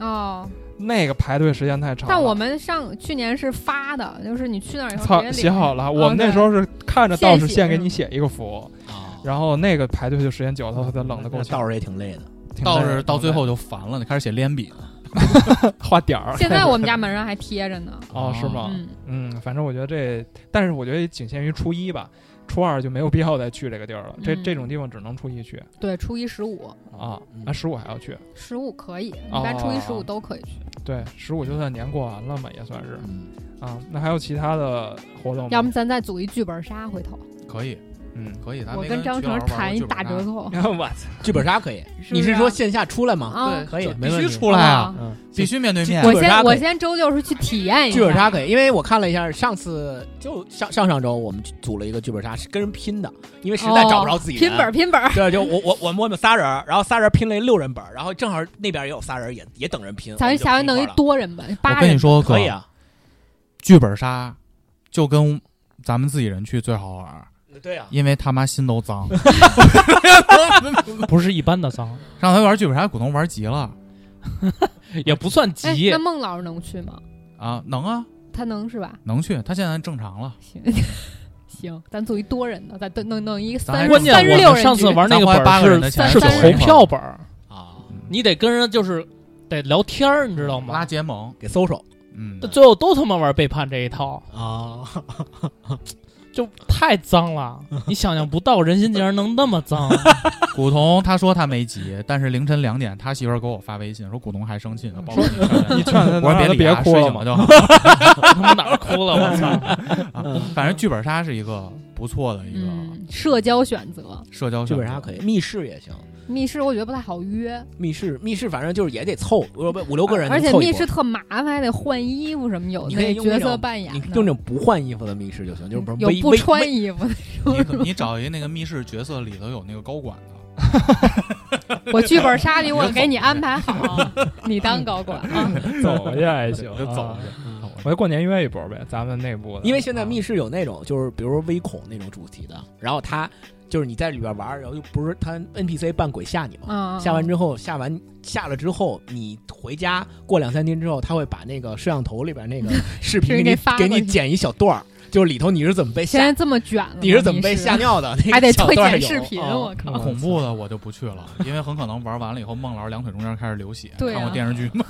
Speaker 4: 哦，
Speaker 2: 那个排队时间太长了。
Speaker 4: 但我们上去年是发的，就是你去那儿以后直
Speaker 2: 操
Speaker 4: 接，领
Speaker 2: 写好了。我们那
Speaker 4: 对
Speaker 2: 时候是看着道士
Speaker 4: 现写
Speaker 2: 现给
Speaker 4: 是
Speaker 2: 你
Speaker 4: 吗
Speaker 2: 写一个符，
Speaker 3: 啊，
Speaker 2: 然后那个排队的时间久了，他冷的够
Speaker 3: 那
Speaker 2: 呛。
Speaker 3: 道士也挺累的。
Speaker 2: 挺累
Speaker 1: 道
Speaker 2: 的
Speaker 1: 士到
Speaker 2: 挺
Speaker 1: 最
Speaker 2: 累
Speaker 1: 后就烦了，开始写连笔。
Speaker 2: 的 (laughs) 画点儿。
Speaker 4: 现在我
Speaker 2: (laughs)
Speaker 4: 们家门上还贴着呢。
Speaker 2: 哦是吗？
Speaker 4: 嗯，
Speaker 2: 嗯，反正我觉得这，但是我觉得也仅限于初一吧。初二就没有必要再去这个地儿了。这
Speaker 4: 嗯
Speaker 2: 这种地方只能初一去
Speaker 4: 对，初一十五，
Speaker 1: 哦
Speaker 2: 啊
Speaker 3: 嗯，
Speaker 2: 啊，十五还要去。
Speaker 4: 十五可以，一
Speaker 2: 哦
Speaker 4: 般初一十五都可以去。
Speaker 2: 对，十五就算年过完了嘛，也算是
Speaker 3: 嗯
Speaker 2: 啊。那还有其他的活动吗？
Speaker 4: 要么咱再组一剧本杀，回头
Speaker 1: 可以， (laughs)
Speaker 2: 嗯，
Speaker 1: 可以，咱
Speaker 4: 我
Speaker 1: 没
Speaker 4: 跟张
Speaker 1: 徐老
Speaker 4: 成
Speaker 1: 师玩过
Speaker 4: 谈一
Speaker 1: 剧本
Speaker 4: 打
Speaker 1: 杀
Speaker 2: (laughs)
Speaker 4: 折扣。
Speaker 2: 我操，
Speaker 3: 剧本杀可以，
Speaker 4: 是
Speaker 3: 你
Speaker 4: 不
Speaker 3: 是
Speaker 4: 啊
Speaker 3: 说线下出来吗？
Speaker 4: 啊，
Speaker 3: 可以
Speaker 1: 就，
Speaker 3: 没
Speaker 1: 必
Speaker 3: 问
Speaker 1: 须
Speaker 3: 题。
Speaker 1: 出来啊，
Speaker 4: 啊
Speaker 3: 嗯，
Speaker 1: 必须面对面
Speaker 3: 剧
Speaker 4: 我。
Speaker 3: 本杀
Speaker 4: 先
Speaker 3: 可以
Speaker 4: 我先周就是去体验一下
Speaker 3: 剧本杀可以，因为我看了一下，上次就上上上周我们组了一个剧本杀，是跟人拼的，因为实在找不着自己
Speaker 4: 哦拼
Speaker 3: 人。
Speaker 4: 本儿拼本儿，
Speaker 3: 对，就我 (laughs) 我我们我们仨人儿，然后仨人拼了一六人本儿，然后正好那边也有仨人也也等人拼。
Speaker 4: 咱
Speaker 3: 我
Speaker 4: 们
Speaker 3: 们就
Speaker 4: 下回
Speaker 3: 拼一
Speaker 4: 弄一
Speaker 3: 块儿了
Speaker 4: 多人吧，八
Speaker 1: 我跟
Speaker 4: 人
Speaker 1: 你说，
Speaker 3: 可以
Speaker 1: 哥
Speaker 3: 啊，
Speaker 1: 剧本杀就跟咱们自己人去最好玩儿，
Speaker 3: 对啊，
Speaker 1: 因为他妈心都脏。
Speaker 5: 不是一般的脏，
Speaker 1: 上回玩剧本杀，股东玩急了
Speaker 5: 也不算
Speaker 4: 哎，
Speaker 5: 急
Speaker 4: 那。孟老师能去吗？
Speaker 1: 啊，能啊，
Speaker 4: 他能是吧？
Speaker 1: 能去，他现在正常了。
Speaker 4: 行行，咱组一多人的，再弄弄弄一个
Speaker 1: 咱
Speaker 4: 三
Speaker 1: 还
Speaker 4: 十
Speaker 5: 关键
Speaker 4: 三十
Speaker 5: 我
Speaker 4: 六
Speaker 5: 们
Speaker 4: 人
Speaker 5: 上次
Speaker 4: 局
Speaker 5: 玩那
Speaker 1: 咱花八个人
Speaker 5: 本
Speaker 1: 的
Speaker 5: 儿
Speaker 1: 钱
Speaker 5: 是是
Speaker 4: 三十
Speaker 5: 投
Speaker 4: 人
Speaker 5: 票本儿，
Speaker 3: 啊，
Speaker 5: 你得跟人就是得聊天儿，你知道
Speaker 1: 拉
Speaker 5: 吗？
Speaker 1: 结盟，
Speaker 3: 给搜搜
Speaker 1: 嗯，
Speaker 5: 最后都他妈玩背叛这一套，哦
Speaker 3: 啊，
Speaker 5: 就太脏了。你想象不到人心竟然能那么脏，
Speaker 1: 古潼他说他没急，但是凌晨两点，他媳妇儿给我发微信说古潼还生气呢，抱怨
Speaker 2: 你
Speaker 1: 你
Speaker 2: 劝他，
Speaker 1: 我说别
Speaker 2: 让他
Speaker 1: 理
Speaker 2: 别
Speaker 1: 他
Speaker 2: 哭
Speaker 1: 睡
Speaker 2: 了
Speaker 1: 醒
Speaker 2: 嘛
Speaker 1: 了。就好。
Speaker 5: 他妈哪儿哭了？我操！
Speaker 2: (laughs)
Speaker 1: 反正剧本杀是一个不错的一个
Speaker 4: 嗯，社交选择，
Speaker 1: 社交
Speaker 3: 剧
Speaker 1: 项目
Speaker 3: 本杀可以，密室也行，
Speaker 4: 密室我觉得不太好约，
Speaker 3: 密室密室反正就是也得凑，呃不五六个人
Speaker 4: 而
Speaker 3: 能
Speaker 4: 且
Speaker 3: 凑一
Speaker 4: 密
Speaker 3: 波
Speaker 4: 室特麻烦，还得换衣服什么，有
Speaker 3: 你可
Speaker 4: 那
Speaker 3: 以用那
Speaker 4: 角色
Speaker 3: 种
Speaker 4: 扮演
Speaker 3: 你
Speaker 4: 的，
Speaker 3: 用这种不换衣服的密室就行，就是
Speaker 4: 有
Speaker 3: 微
Speaker 4: 不
Speaker 3: 微
Speaker 4: 穿
Speaker 3: 微
Speaker 4: 衣服的。
Speaker 1: 你可你找一那个密室角色里头有那个高管的，
Speaker 4: 我剧本杀里我
Speaker 1: 你就
Speaker 4: 给你
Speaker 1: 走
Speaker 4: 安排好，你当高管
Speaker 3: (laughs)
Speaker 4: 啊。
Speaker 2: 走一下还行，
Speaker 1: (laughs) 就走
Speaker 2: 啊
Speaker 1: 去。走
Speaker 2: 我过年约一波呗，咱们内部的。啊
Speaker 3: 因为现在密
Speaker 2: 室
Speaker 3: 室有那种就是比如说微恐那种主题的，然后它就是你在里边玩儿，然后又不是它 NPC 扮鬼吓你嘛，
Speaker 4: 嗯，
Speaker 3: 下完之后，下完下了之后，你回家过两三天之后，他会把那个摄像头里边
Speaker 4: (laughs)
Speaker 3: 那个视
Speaker 4: 给
Speaker 3: 频给
Speaker 4: 你
Speaker 3: 你
Speaker 4: 发
Speaker 3: 给
Speaker 4: 过
Speaker 3: 你
Speaker 4: 去
Speaker 3: 剪一小段儿，就是里头你是怎么被
Speaker 4: 现
Speaker 3: 吓
Speaker 4: 在，这么卷了，
Speaker 3: 你是怎么被
Speaker 4: 密室
Speaker 3: 吓？
Speaker 4: (laughs)
Speaker 3: 尿的，那
Speaker 4: 还
Speaker 3: 个
Speaker 4: 得
Speaker 3: 小
Speaker 4: 推
Speaker 3: 段儿
Speaker 4: 荐
Speaker 3: 有
Speaker 4: 视频，
Speaker 3: 哦
Speaker 4: 我靠！
Speaker 1: 啊恐怖的我就不去了，因为很可能玩完了以后，孟老师两腿中间开始流血。
Speaker 4: 对啊
Speaker 1: 看过电视剧吗？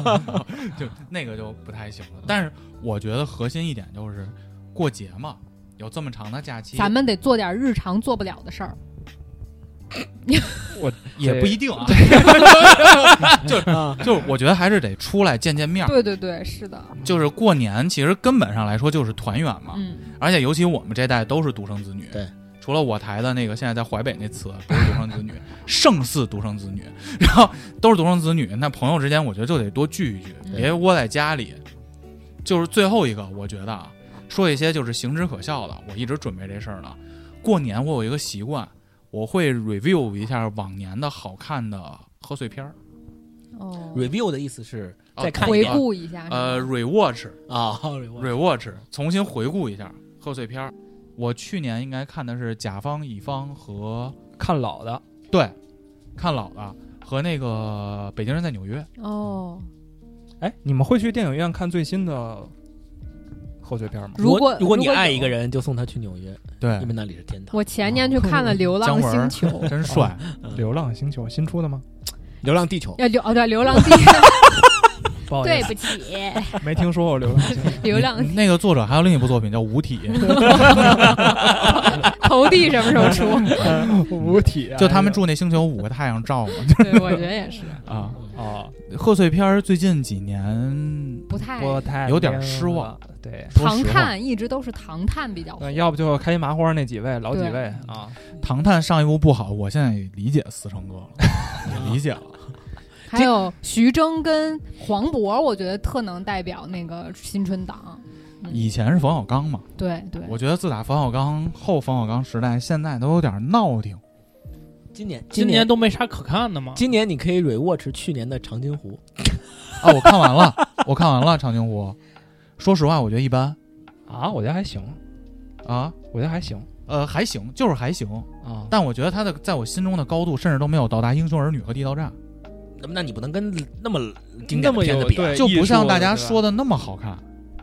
Speaker 1: (laughs) 就那个就不太行了。但是我觉得核心一点就是过节嘛，有这么长的假期，
Speaker 4: 咱们得做点日常做不了的事儿，
Speaker 1: 也不一定啊。
Speaker 3: 啊，
Speaker 1: (laughs) 就是我觉得还是得出来见见面儿。
Speaker 4: 对对对，是的，
Speaker 1: 就是过年，其实根本上来说就是团圆嘛。
Speaker 4: 嗯，
Speaker 1: 而且尤其我们这代都是独生子女，
Speaker 3: 对，
Speaker 1: 除了我台的那个现在在淮北那词不是独生子女， (laughs) 胜似独生子女，然后都是独生子女，那朋友之间我觉得就得多聚一聚，
Speaker 4: 嗯
Speaker 1: 别窝在家里。就是最后一个，我觉得啊，说一些就是行之可笑的，我一直准备这事儿呢。过年我有一个习惯，我会 review 一下往年的好看的贺岁片儿，
Speaker 4: 哦，
Speaker 3: review 的意思是
Speaker 1: 啊
Speaker 3: 再看一
Speaker 4: 回
Speaker 3: 遍
Speaker 4: 顾一下，
Speaker 1: 呃
Speaker 4: 是吧
Speaker 1: ，rewatch
Speaker 3: 啊
Speaker 1: rewatch 重新回顾一下贺岁片儿。我去年应该看的是甲方乙方和
Speaker 2: 看老的，
Speaker 1: 对，看老的和那个北京人在纽约，
Speaker 4: 哦，
Speaker 2: 哎，你们会去电影院看最新的贺岁片吗？
Speaker 4: (laughs) 如果
Speaker 3: 如果你
Speaker 4: 有
Speaker 3: 爱一个，人，就送他去纽约，
Speaker 1: 对
Speaker 3: 因为那里是天堂。
Speaker 4: 我前年去看了《流浪
Speaker 1: 姜文
Speaker 4: 星
Speaker 1: 儿
Speaker 4: 球》，
Speaker 1: (laughs) 真帅。
Speaker 2: 《流浪星球》新出的吗？
Speaker 3: 流浪地球
Speaker 4: 要流哦对，《流
Speaker 3: (laughs)
Speaker 4: 浪地
Speaker 3: 哦
Speaker 5: 不好意
Speaker 4: 对
Speaker 5: 思，
Speaker 4: 不起，
Speaker 2: 没听说过《流浪
Speaker 4: (laughs)
Speaker 2: 星球》
Speaker 4: 《流浪
Speaker 3: (laughs)
Speaker 1: 那个作者还有另一部作品叫《五 (laughs) 体》，
Speaker 4: 投递》什么时候出？ (laughs)
Speaker 2: 五体啊， (laughs)
Speaker 1: 就他们住那星球有五个太阳照嘛。
Speaker 4: 对，我觉得也是，
Speaker 1: (laughs) 啊，
Speaker 2: 啊，
Speaker 1: 贺岁片儿最近几年
Speaker 4: 不太
Speaker 2: 我太
Speaker 1: 有点失望
Speaker 2: 明白了。对，
Speaker 1: 说
Speaker 4: 唐
Speaker 1: 实话
Speaker 4: 探一直都是唐探比较火
Speaker 3: 呃
Speaker 2: 那，要不就开心麻花那几位老几
Speaker 4: 对
Speaker 2: 位啊，
Speaker 1: 唐探上一部不好，我现在也理解思成哥了，也理解了。
Speaker 4: 还有徐峥跟黄渤，我觉得特能代表那个新春档。嗯
Speaker 1: 以前是冯小刚嘛，
Speaker 4: 对对，
Speaker 1: 我觉得自打冯小刚后冯小刚时代，现在都有点闹挺。
Speaker 3: 今年
Speaker 5: 今
Speaker 3: 年
Speaker 5: 年都没啥可看的嘛。
Speaker 3: 今年你可以 rewatch 去年的长津湖，
Speaker 1: 啊，我看完了，我看完了《长津湖》，说实话，我觉得一般
Speaker 2: 啊，我觉得还行，
Speaker 1: 啊，
Speaker 2: 我觉得还行
Speaker 1: 呃，还行，就是还行。
Speaker 2: 啊。
Speaker 1: 但我觉得它的在我心中的高度，甚至都没有到达《英雄儿女》和《地道战
Speaker 3: 那么那你不能跟那么经典
Speaker 2: 那
Speaker 3: 的
Speaker 2: 么
Speaker 3: 片子
Speaker 2: 有
Speaker 3: 比啊，
Speaker 2: 对，》，
Speaker 1: 就不像大家
Speaker 2: 的
Speaker 1: 说的那么好看。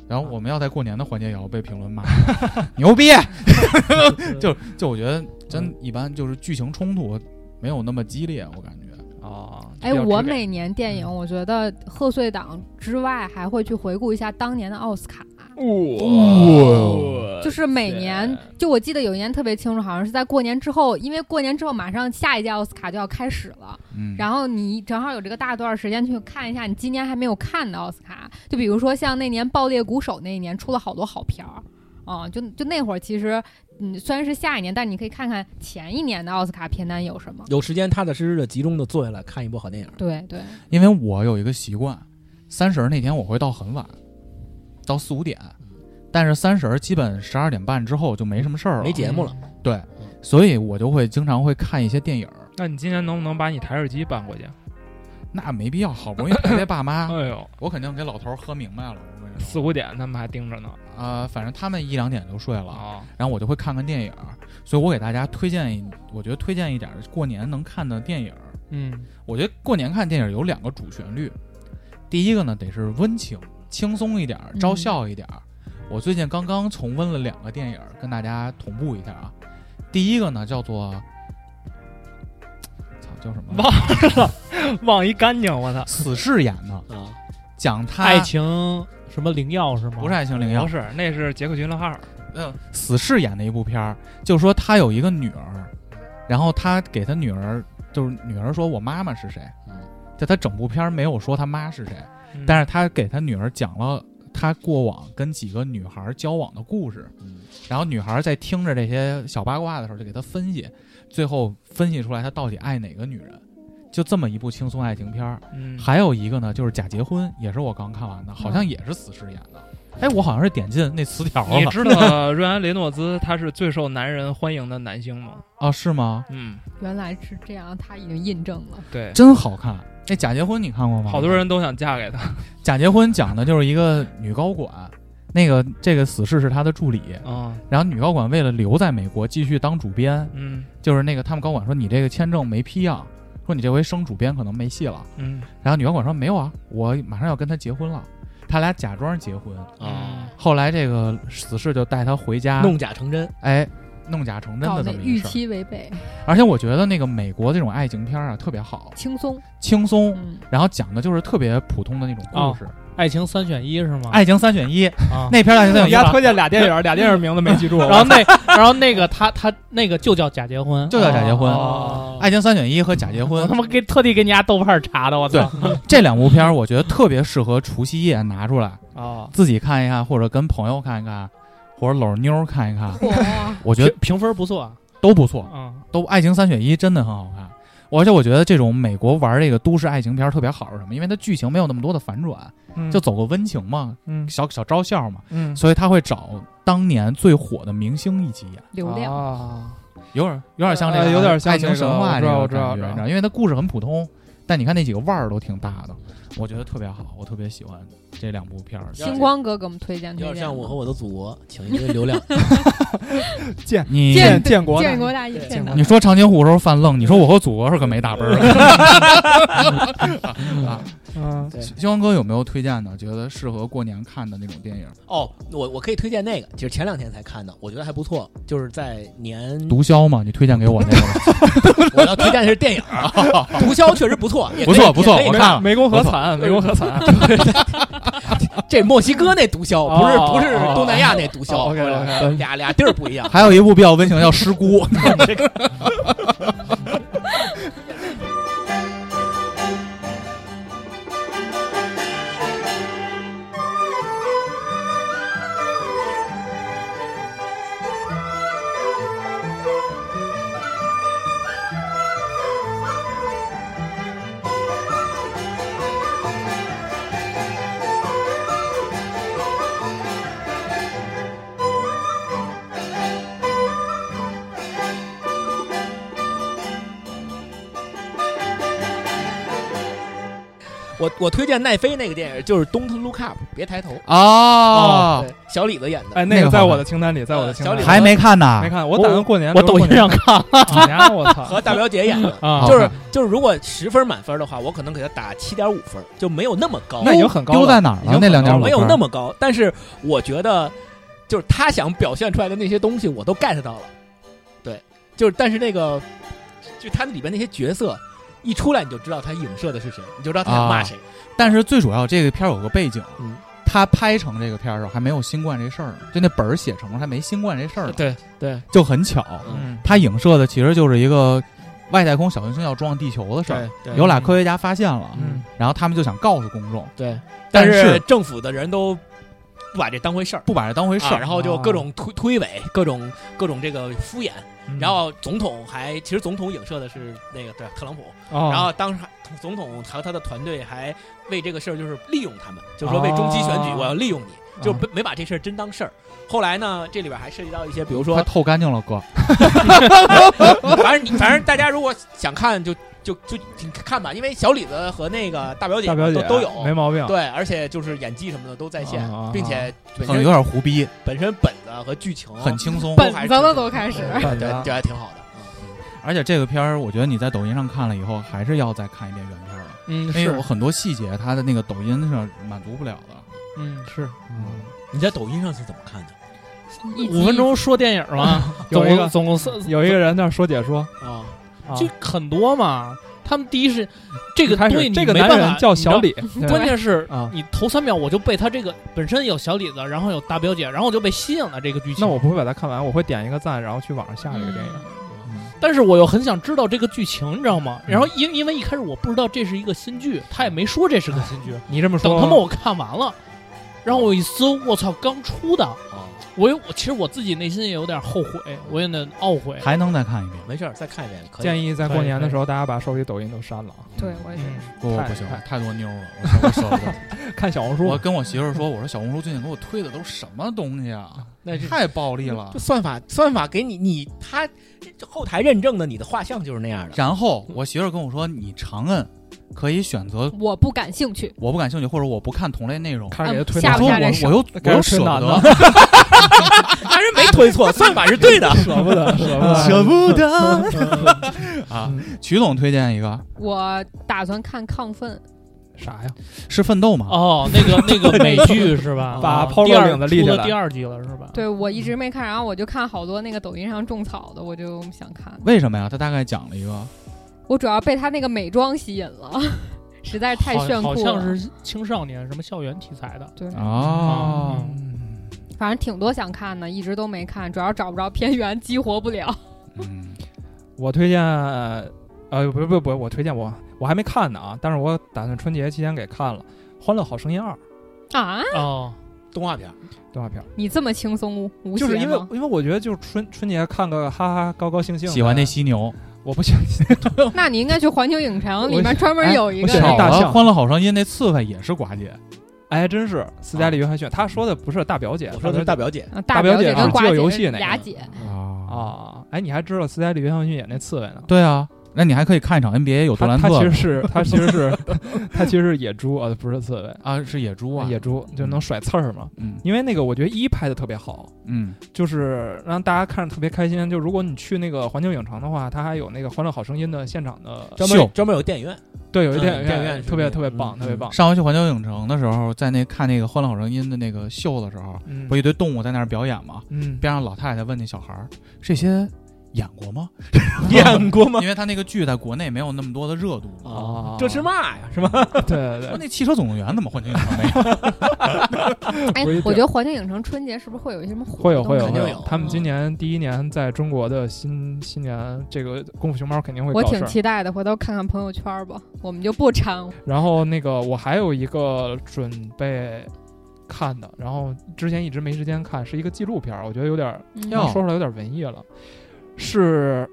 Speaker 1: 然后我们要在过年的环节也要被评论骂牛逼，就就我觉得真一般，就是剧情冲突没有那么激烈，我感觉。
Speaker 2: 对吧啊。
Speaker 4: 哎，
Speaker 2: 比较
Speaker 4: 我
Speaker 2: 直给
Speaker 4: 每年电影，我觉得贺岁
Speaker 1: 嗯
Speaker 4: 档之外，还会去回顾一下当年的奥斯卡。
Speaker 3: 哦
Speaker 2: 哇，我
Speaker 4: 就是每年，就我记得有一年特别清楚，好像是在过年之后，因为过年之后马上下一届奥斯卡就要开始了，
Speaker 1: 嗯，
Speaker 4: 然后你正好有这个大段时间去看一下你今年还没有看的奥斯卡，就比如说像那年《爆裂鼓手》那一年出了好多好片儿，啊、就就那会儿其实，嗯，虽然是下一年，但你可以看看前一年的奥斯卡片单有什么。
Speaker 3: 有时间踏踏实实的集中的坐下来看一部好电影。
Speaker 4: 对对，
Speaker 1: 因为我有一个习惯，三十儿那天我会到很晚，到四五点，但是三十儿基本十二点半之后就没什么事儿了，
Speaker 3: 没节目了，
Speaker 1: 对，所以我就会经常会看一些电影儿。
Speaker 2: 那你今年能不能把你台式机搬过去？
Speaker 4: 啊
Speaker 1: 那没必要，好不容易陪陪爸妈，
Speaker 2: 哎呦，
Speaker 1: 我肯定给老头儿喝明白了。我跟你
Speaker 2: 四
Speaker 1: 说，
Speaker 2: 五点他们还盯着呢
Speaker 1: 啊、反正他们一两点就睡了，
Speaker 2: 啊！
Speaker 1: 然后我就会看看电影儿。所以我给大家推荐一，我觉得推荐一点儿过年能看的电影儿。
Speaker 2: 嗯，
Speaker 1: 我觉得过年看电影有两个主旋律，第一个呢得是温情、轻松一点儿、
Speaker 4: 嗯
Speaker 1: 招笑一点儿。我最近刚刚重温了两个电影，跟大家同步一下啊。第一个呢叫做，操叫什么？
Speaker 2: 忘忘一干净，我操！
Speaker 1: 死侍演的，
Speaker 3: 啊，
Speaker 1: 讲他
Speaker 5: 爱情什么灵药是吗？
Speaker 1: 不是爱情灵药
Speaker 2: 不，是，那是杰克·吉伦哈尔。
Speaker 1: 嗯，死侍演的一部片儿，就说他有一个女儿，然后他给他女儿，就是女儿说我妈妈是谁
Speaker 3: 嗯，
Speaker 1: 就他整部片儿没有说他妈是谁。
Speaker 2: 嗯
Speaker 1: 但是他给他女儿讲了他过往跟几个女孩交往的故事，
Speaker 3: 嗯
Speaker 1: 然后女孩在听着这些小八卦的时候，就给他分析，最后分析出来他到底爱哪个女人，就这么一部轻松爱情片儿。
Speaker 2: 嗯
Speaker 1: 还有一个呢，就是《假结婚》，也是我刚看完的，好像也是死侍演的。哎，我好像是点进那词条
Speaker 2: 你
Speaker 1: 了
Speaker 2: 知道瑞安·雷诺兹他是最受男人欢迎的男星吗？
Speaker 1: 啊？是吗？
Speaker 2: 嗯，
Speaker 4: 原来是这样，他已经印证了。
Speaker 2: 对，
Speaker 1: 真好看。那《假结婚》你看过吗？
Speaker 2: 好多人都想嫁给他。
Speaker 1: 《假结婚》讲的就是一个女高管，那个这个死侍是她的助理，
Speaker 2: 嗯
Speaker 1: 然后女高管为了留在美国继续当主编，
Speaker 2: 嗯
Speaker 1: 就是那个他们高管说你这个签证没批啊，说你这回升主编可能没戏了。
Speaker 2: 嗯
Speaker 1: 然后女高管说没有啊，我马上要跟他结婚了。他俩假装结婚，
Speaker 2: 嗯
Speaker 3: 啊，
Speaker 1: 后来这个死侍就带他回家，
Speaker 3: 弄假成真，
Speaker 1: 哎，弄假成真
Speaker 4: 搞
Speaker 1: 的
Speaker 4: 得
Speaker 1: 这么一
Speaker 4: 预
Speaker 1: 个事儿。
Speaker 4: 期违背，
Speaker 1: 而且我觉得那个美国这种爱情片啊特别好，
Speaker 4: 轻松。
Speaker 1: 轻松，
Speaker 4: 嗯，
Speaker 1: 然后讲的就是特别普通的那种故
Speaker 2: 哦
Speaker 1: 事，
Speaker 5: 爱情三选一是吗？
Speaker 1: 爱情三选一。
Speaker 5: 啊，
Speaker 1: 那片儿爱情三选一
Speaker 2: 哎丫推荐俩电影，俩电影名字没
Speaker 5: (laughs)
Speaker 2: 记住。
Speaker 5: 然后那然后那个他他那个就叫假结婚，啊
Speaker 1: 就叫假结婚
Speaker 5: 哦
Speaker 2: 哎
Speaker 1: 爱情三选一和假结
Speaker 5: 我
Speaker 1: 婚
Speaker 5: 他妈给特地给你家豆瓣儿查的，我操！
Speaker 1: 这两部片儿，我觉得特别适合除夕夜拿出来
Speaker 2: 啊，
Speaker 1: 自己看一看，或者跟朋友看一看，或者搂着妞儿看一看。
Speaker 4: 嚯，
Speaker 1: (laughs) 我觉得
Speaker 5: 评评分不错啊，
Speaker 1: 都不错，
Speaker 2: 哦
Speaker 5: 嗯
Speaker 1: 都爱情三选一真的很好看。而且我觉得这种美国玩这个都市爱情片儿特别好是什么？因为它剧情没有那么多的反转，就走个温情嘛，
Speaker 2: 嗯
Speaker 1: 小小招笑嘛，
Speaker 2: 嗯
Speaker 1: 所以他会找当年最火的明星一起演，
Speaker 4: 流量。
Speaker 2: 啊，
Speaker 1: 有点有点像这个、
Speaker 2: 呃有点像
Speaker 1: 爱情神话这
Speaker 2: 那个
Speaker 1: 个
Speaker 2: 我知道
Speaker 1: 感觉
Speaker 2: 我知道
Speaker 1: 你因为它故事很普通，但你看那几个腕儿都挺大的，我觉得特别好，我特别喜欢这两部片儿。
Speaker 4: 星光哥给我们推荐推
Speaker 3: 有
Speaker 4: 荐，
Speaker 3: 点像《我和我的祖国》，请一堆流量，
Speaker 1: 你
Speaker 4: 建
Speaker 2: 建国
Speaker 4: 建国大业，
Speaker 2: 建国
Speaker 1: 你说长津湖时候犯愣，你说我和祖国是可没打奔儿
Speaker 2: (laughs)
Speaker 1: 的。啊
Speaker 2: 嗯
Speaker 3: 对
Speaker 1: 星光哥有没有推荐的？觉得适合过年看的那种电影？
Speaker 3: 哦，我我可以推荐那个，就是前两天才看的，我觉得还不错，就是在年，
Speaker 1: 毒枭吗？你推荐给我那个吧
Speaker 3: 我要推荐的是电影儿，毒枭确实不错，也可
Speaker 1: 不
Speaker 3: 以
Speaker 1: 错不错，
Speaker 3: 也
Speaker 1: 我
Speaker 3: 可以
Speaker 1: 看了。
Speaker 2: 湄公河惨，湄公河惨。
Speaker 3: 这墨西哥那毒枭，
Speaker 2: 哦
Speaker 3: 不是
Speaker 2: 哦
Speaker 3: 不是
Speaker 2: 哦
Speaker 3: 东南亚那毒枭，
Speaker 2: 哦，OK，OK，
Speaker 3: 不是 (laughs) 俩俩地儿不一样。
Speaker 1: 还有一部比较温情叫《失孤》，
Speaker 3: 我我推荐奈飞那个电影，就是《Don't Look Up》，别抬头
Speaker 1: 哦，
Speaker 3: 对小李子演的。
Speaker 2: 哎，
Speaker 1: 那
Speaker 2: 那
Speaker 1: 个
Speaker 2: 个
Speaker 1: 好
Speaker 2: 在我
Speaker 1: 看
Speaker 2: 的清单里，在我的清单
Speaker 3: 小
Speaker 2: 里
Speaker 3: 李
Speaker 1: 还没看呢
Speaker 2: 没。看，我打算过年
Speaker 5: 嗯我抖音上看
Speaker 2: 好家伙，啊我操
Speaker 3: (laughs) 和大表姐演的，
Speaker 2: 啊
Speaker 1: 好
Speaker 3: 就是就是，如果十分满分的话，我可能给他打七点五分，就没有那么高，啊
Speaker 2: 那已经很高了
Speaker 1: 丢在哪儿
Speaker 2: 已经
Speaker 1: 了？
Speaker 2: 很
Speaker 1: 那两点
Speaker 2: 高
Speaker 1: 五
Speaker 2: 了
Speaker 3: 没有
Speaker 1: 分
Speaker 3: 那么高。但是我觉得，就是他想表现出来的那些东西，我都 get 到了。对，就是但是那个，就他里边那些角色一
Speaker 1: 啊
Speaker 3: 出来，你就知道他影射的是谁，你就知道他想骂谁。
Speaker 1: 但是最主要，这个片儿有个背景，
Speaker 3: 嗯，
Speaker 1: 他拍成这个片儿的时候还没有新冠这事儿呢，就那本儿写成了还没新冠这事儿呢，
Speaker 5: 对对，
Speaker 1: 就很巧，
Speaker 2: 嗯
Speaker 1: 他影射的其实就是一个外太空小行星要撞地球的事儿，
Speaker 3: 对
Speaker 1: 有俩科学家发现了，
Speaker 2: 嗯
Speaker 1: 然后他们就想告诉公众，
Speaker 3: 对，
Speaker 1: 但
Speaker 3: 但
Speaker 1: 是
Speaker 3: 政府的人都不把这当回事儿。
Speaker 1: 不把这当回事
Speaker 3: 啊，
Speaker 1: 儿，
Speaker 3: 然后就各种推推诿，各种各种这个敷衍，
Speaker 2: 嗯
Speaker 3: 然后总统还其实总统影射的是那个对特朗普，
Speaker 2: 哦
Speaker 3: 然后当时还总统和他的团队还为这个事儿就是利用他们，就是说为中期选举
Speaker 2: 哦
Speaker 3: 我要利用你，就不没把这事儿真当事儿。后来呢，这里边还涉及到一些，比如
Speaker 1: 快
Speaker 3: 说，
Speaker 1: 透干净了，哥，
Speaker 3: 反正你反正大家如果想看就就就请看吧，因为小李子和那个大表姐
Speaker 2: 大表姐啊
Speaker 3: 都都有，
Speaker 2: 没毛病，
Speaker 3: 对，而且就是演技什么的都在线
Speaker 2: 啊啊啊，
Speaker 3: 并且本
Speaker 1: 可能有
Speaker 3: 身
Speaker 1: 点胡逼，
Speaker 3: 本身本子和剧情
Speaker 1: 很轻
Speaker 4: (laughs)
Speaker 1: 松。
Speaker 4: 本子了都开始。
Speaker 2: 本子
Speaker 3: 对，这还挺好的。嗯
Speaker 1: 而且这个片儿，我觉得你在抖音上看了以后，还是要再看一遍原片儿的，
Speaker 5: 嗯
Speaker 2: 哎
Speaker 1: 因为有
Speaker 5: 是
Speaker 1: 很多细节，它的那个抖音上满足不了的。
Speaker 5: 嗯是，
Speaker 1: 嗯，
Speaker 3: 你在抖音上是怎么看的？
Speaker 4: 一集
Speaker 5: 五分钟说电影嘛，
Speaker 2: 嗯啊有
Speaker 5: 总
Speaker 2: 一个
Speaker 5: 共总共四
Speaker 2: 有一个人在那说解说，
Speaker 3: 啊，
Speaker 2: 啊
Speaker 5: 就很多嘛。他们第一是这个
Speaker 2: 开
Speaker 5: 东
Speaker 2: 始
Speaker 5: 西，
Speaker 2: 这个
Speaker 5: 没
Speaker 2: 男
Speaker 5: 办法
Speaker 2: 人叫小，李，
Speaker 5: 你
Speaker 2: 对
Speaker 5: 知道关键是
Speaker 2: 啊
Speaker 5: 你头三秒我就被他这个本身有小李子，然后有大表姐，然后我就被吸引了这个剧情。
Speaker 2: (laughs) 那我不会把它看完，我会点一个赞，然后去网上下这个电
Speaker 4: 嗯
Speaker 2: 影。
Speaker 1: 嗯
Speaker 5: 但是我又很想知道这个剧情，你知道吗？
Speaker 2: 嗯
Speaker 5: 然后因因为一开始我不知道这是一个新剧，他也没说这是个新剧。
Speaker 2: 你这么说，
Speaker 5: 等他妈我看完了，然后我一搜，我操，刚出的，
Speaker 3: 啊，
Speaker 5: 我有我其实我自己内心也有点后悔，我也得懊悔。
Speaker 1: 还能再看一遍？
Speaker 3: 没事儿，再看一遍可以。
Speaker 2: 建议在过年的时候，大家把手里抖音都删了啊，
Speaker 4: 对，我也觉得
Speaker 5: 嗯
Speaker 4: 是
Speaker 1: 不
Speaker 2: 太
Speaker 1: 不行
Speaker 2: 太，
Speaker 1: 太多妞了，我受 (laughs) 不了。
Speaker 2: 看小红
Speaker 1: 我
Speaker 2: 书。
Speaker 1: 跟我媳妇儿说，我说小红书最近给我推的都什么东西啊？
Speaker 3: 那是
Speaker 1: 太暴力了
Speaker 3: 这。算法算法给你你他这后台认证的你的画像就是那样的。
Speaker 1: 然后我媳妇儿跟我说，你长摁可以选择
Speaker 4: 我不感兴趣。
Speaker 1: 我不感兴趣或者我不看同类内容。
Speaker 2: 开始给他推
Speaker 4: 嗯下
Speaker 1: 我
Speaker 2: 拿
Speaker 1: 说我
Speaker 4: 不下这手
Speaker 1: 我又我又
Speaker 2: 开始
Speaker 1: 舍
Speaker 2: 吃
Speaker 1: 啊不
Speaker 2: 男的
Speaker 1: 得，
Speaker 3: (laughs) 还是没推错，算法是对的。
Speaker 2: 舍不得，舍不得，
Speaker 1: 舍不得
Speaker 2: (laughs)
Speaker 1: 啊！ (laughs) 曲总推荐一个
Speaker 4: 我打算看《亢奋
Speaker 2: 啥呀？
Speaker 1: 是《奋斗》吗？
Speaker 5: 哦，那个那
Speaker 2: (laughs)
Speaker 5: 个美剧是吧？
Speaker 2: 把
Speaker 5: 啊
Speaker 2: Polo
Speaker 5: 第二
Speaker 2: 领子立起来
Speaker 5: 出了第二季了是吧》，？
Speaker 4: 对我一直没看，然后我就看好多那个抖音上种草的，我就想看。
Speaker 1: 为什么呀？他大概讲了一个，
Speaker 4: 我主要被他那个美妆吸引了， (laughs) 实在是太
Speaker 5: 好
Speaker 4: 炫酷
Speaker 5: 好
Speaker 4: 了。
Speaker 5: 像是青少年什么校园题材的。
Speaker 4: 对，
Speaker 2: 啊
Speaker 1: 哦，
Speaker 4: 反正挺多想看的，一直都没看，主要找不着片源，激活不了。 (laughs)
Speaker 1: 嗯，
Speaker 2: 我推荐，呃，不不不，我推荐我我还没看呢啊，但是我打算春节期间给看了《欢乐好声音二》
Speaker 4: 啊，
Speaker 5: 哦，
Speaker 3: (laughs) 动画片儿
Speaker 2: 动画片儿，
Speaker 4: 你这么轻松无无
Speaker 2: 就是
Speaker 4: 邪
Speaker 2: 因为
Speaker 4: 吗
Speaker 2: 因为我觉得就是春春节看个哈哈高高兴兴的，
Speaker 1: 喜欢那犀牛，
Speaker 2: 我不喜欢
Speaker 4: 那你应该去环球影城，里
Speaker 2: 呃我
Speaker 4: 面专门
Speaker 2: 哎
Speaker 4: 有一
Speaker 2: 我
Speaker 4: 个
Speaker 2: 喜欢
Speaker 4: 那
Speaker 1: 巧
Speaker 2: 大
Speaker 4: 个。
Speaker 1: 了，《
Speaker 2: 象
Speaker 1: 欢乐好声音》那刺猬也是寡姐，
Speaker 2: 哎，真是斯嘉丽约翰逊，她说的不是大表姐，
Speaker 3: 我说的是
Speaker 2: 大
Speaker 3: 大表姐，
Speaker 4: 啊
Speaker 2: 大
Speaker 4: 表
Speaker 2: 表姐
Speaker 4: 跟
Speaker 2: 是饥
Speaker 4: 寡
Speaker 2: 饿
Speaker 4: 姐
Speaker 2: 游戏那个
Speaker 4: 俩姐，
Speaker 2: (laughs)
Speaker 1: 啊
Speaker 2: 啊，哎，你还知道斯嘉丽约翰逊演那刺猬呢？
Speaker 1: 对啊，那你还可以看一场 NBA 有杜
Speaker 2: 他
Speaker 1: 兰
Speaker 2: 他其
Speaker 1: 特
Speaker 2: 实是他其实是他其实是野猪啊，不是刺猬，
Speaker 1: 啊，是野猪啊，
Speaker 2: 野猪就能甩刺儿嘛。
Speaker 1: 嗯
Speaker 2: 因为那个我觉得一拍的特别好，
Speaker 1: 嗯
Speaker 2: 就是让大家看着特别开心。就如果你去那个环球影城的话，它还有那个《欢乐好声音》的现场的，
Speaker 3: 专门
Speaker 1: 秀
Speaker 3: 专门有电影院。
Speaker 2: 对，有一
Speaker 3: 嗯
Speaker 2: 电
Speaker 3: 电影院是
Speaker 2: 特别
Speaker 3: 那
Speaker 2: 特别
Speaker 3: 个
Speaker 2: 棒，特别棒。
Speaker 1: 上回去环球影城的时候，在那看那个《欢乐好声音》的那个秀的时候，
Speaker 2: 嗯
Speaker 1: 不，一堆动物在那儿表演吗？
Speaker 2: 嗯，
Speaker 1: 边上老太太问那小孩儿：“这些演过 (laughs) 吗？”
Speaker 3: 演过吗？
Speaker 1: (laughs) 因为他那个剧在国内没有那么多的热度嘛。
Speaker 2: 啊
Speaker 3: 这是嘛呀？是吧？
Speaker 2: (laughs) 对对
Speaker 1: 说 (laughs)
Speaker 2: 对，
Speaker 1: 那汽车总动员怎么环球影城没 (laughs) 有？
Speaker 4: 哎
Speaker 2: 我也，
Speaker 4: 我觉得环球影城春节是不是会有一些什么活动？
Speaker 2: 会有会有
Speaker 3: 肯
Speaker 2: 会
Speaker 3: 定
Speaker 2: 有
Speaker 3: 有。
Speaker 4: 嗯
Speaker 2: 他们今年第一年在中国的新新年，这个功夫熊猫肯定会
Speaker 4: 我
Speaker 2: 搞事
Speaker 4: 挺
Speaker 2: 儿。
Speaker 4: 期待的，回头看看朋友圈吧，我们就不掺和。
Speaker 2: 然后那个我还有一个准备看的，然后之前一直没时间看，是一个纪录片儿，我觉得有点儿
Speaker 3: 嗯
Speaker 1: 哟
Speaker 2: 说出来有点文艺了，是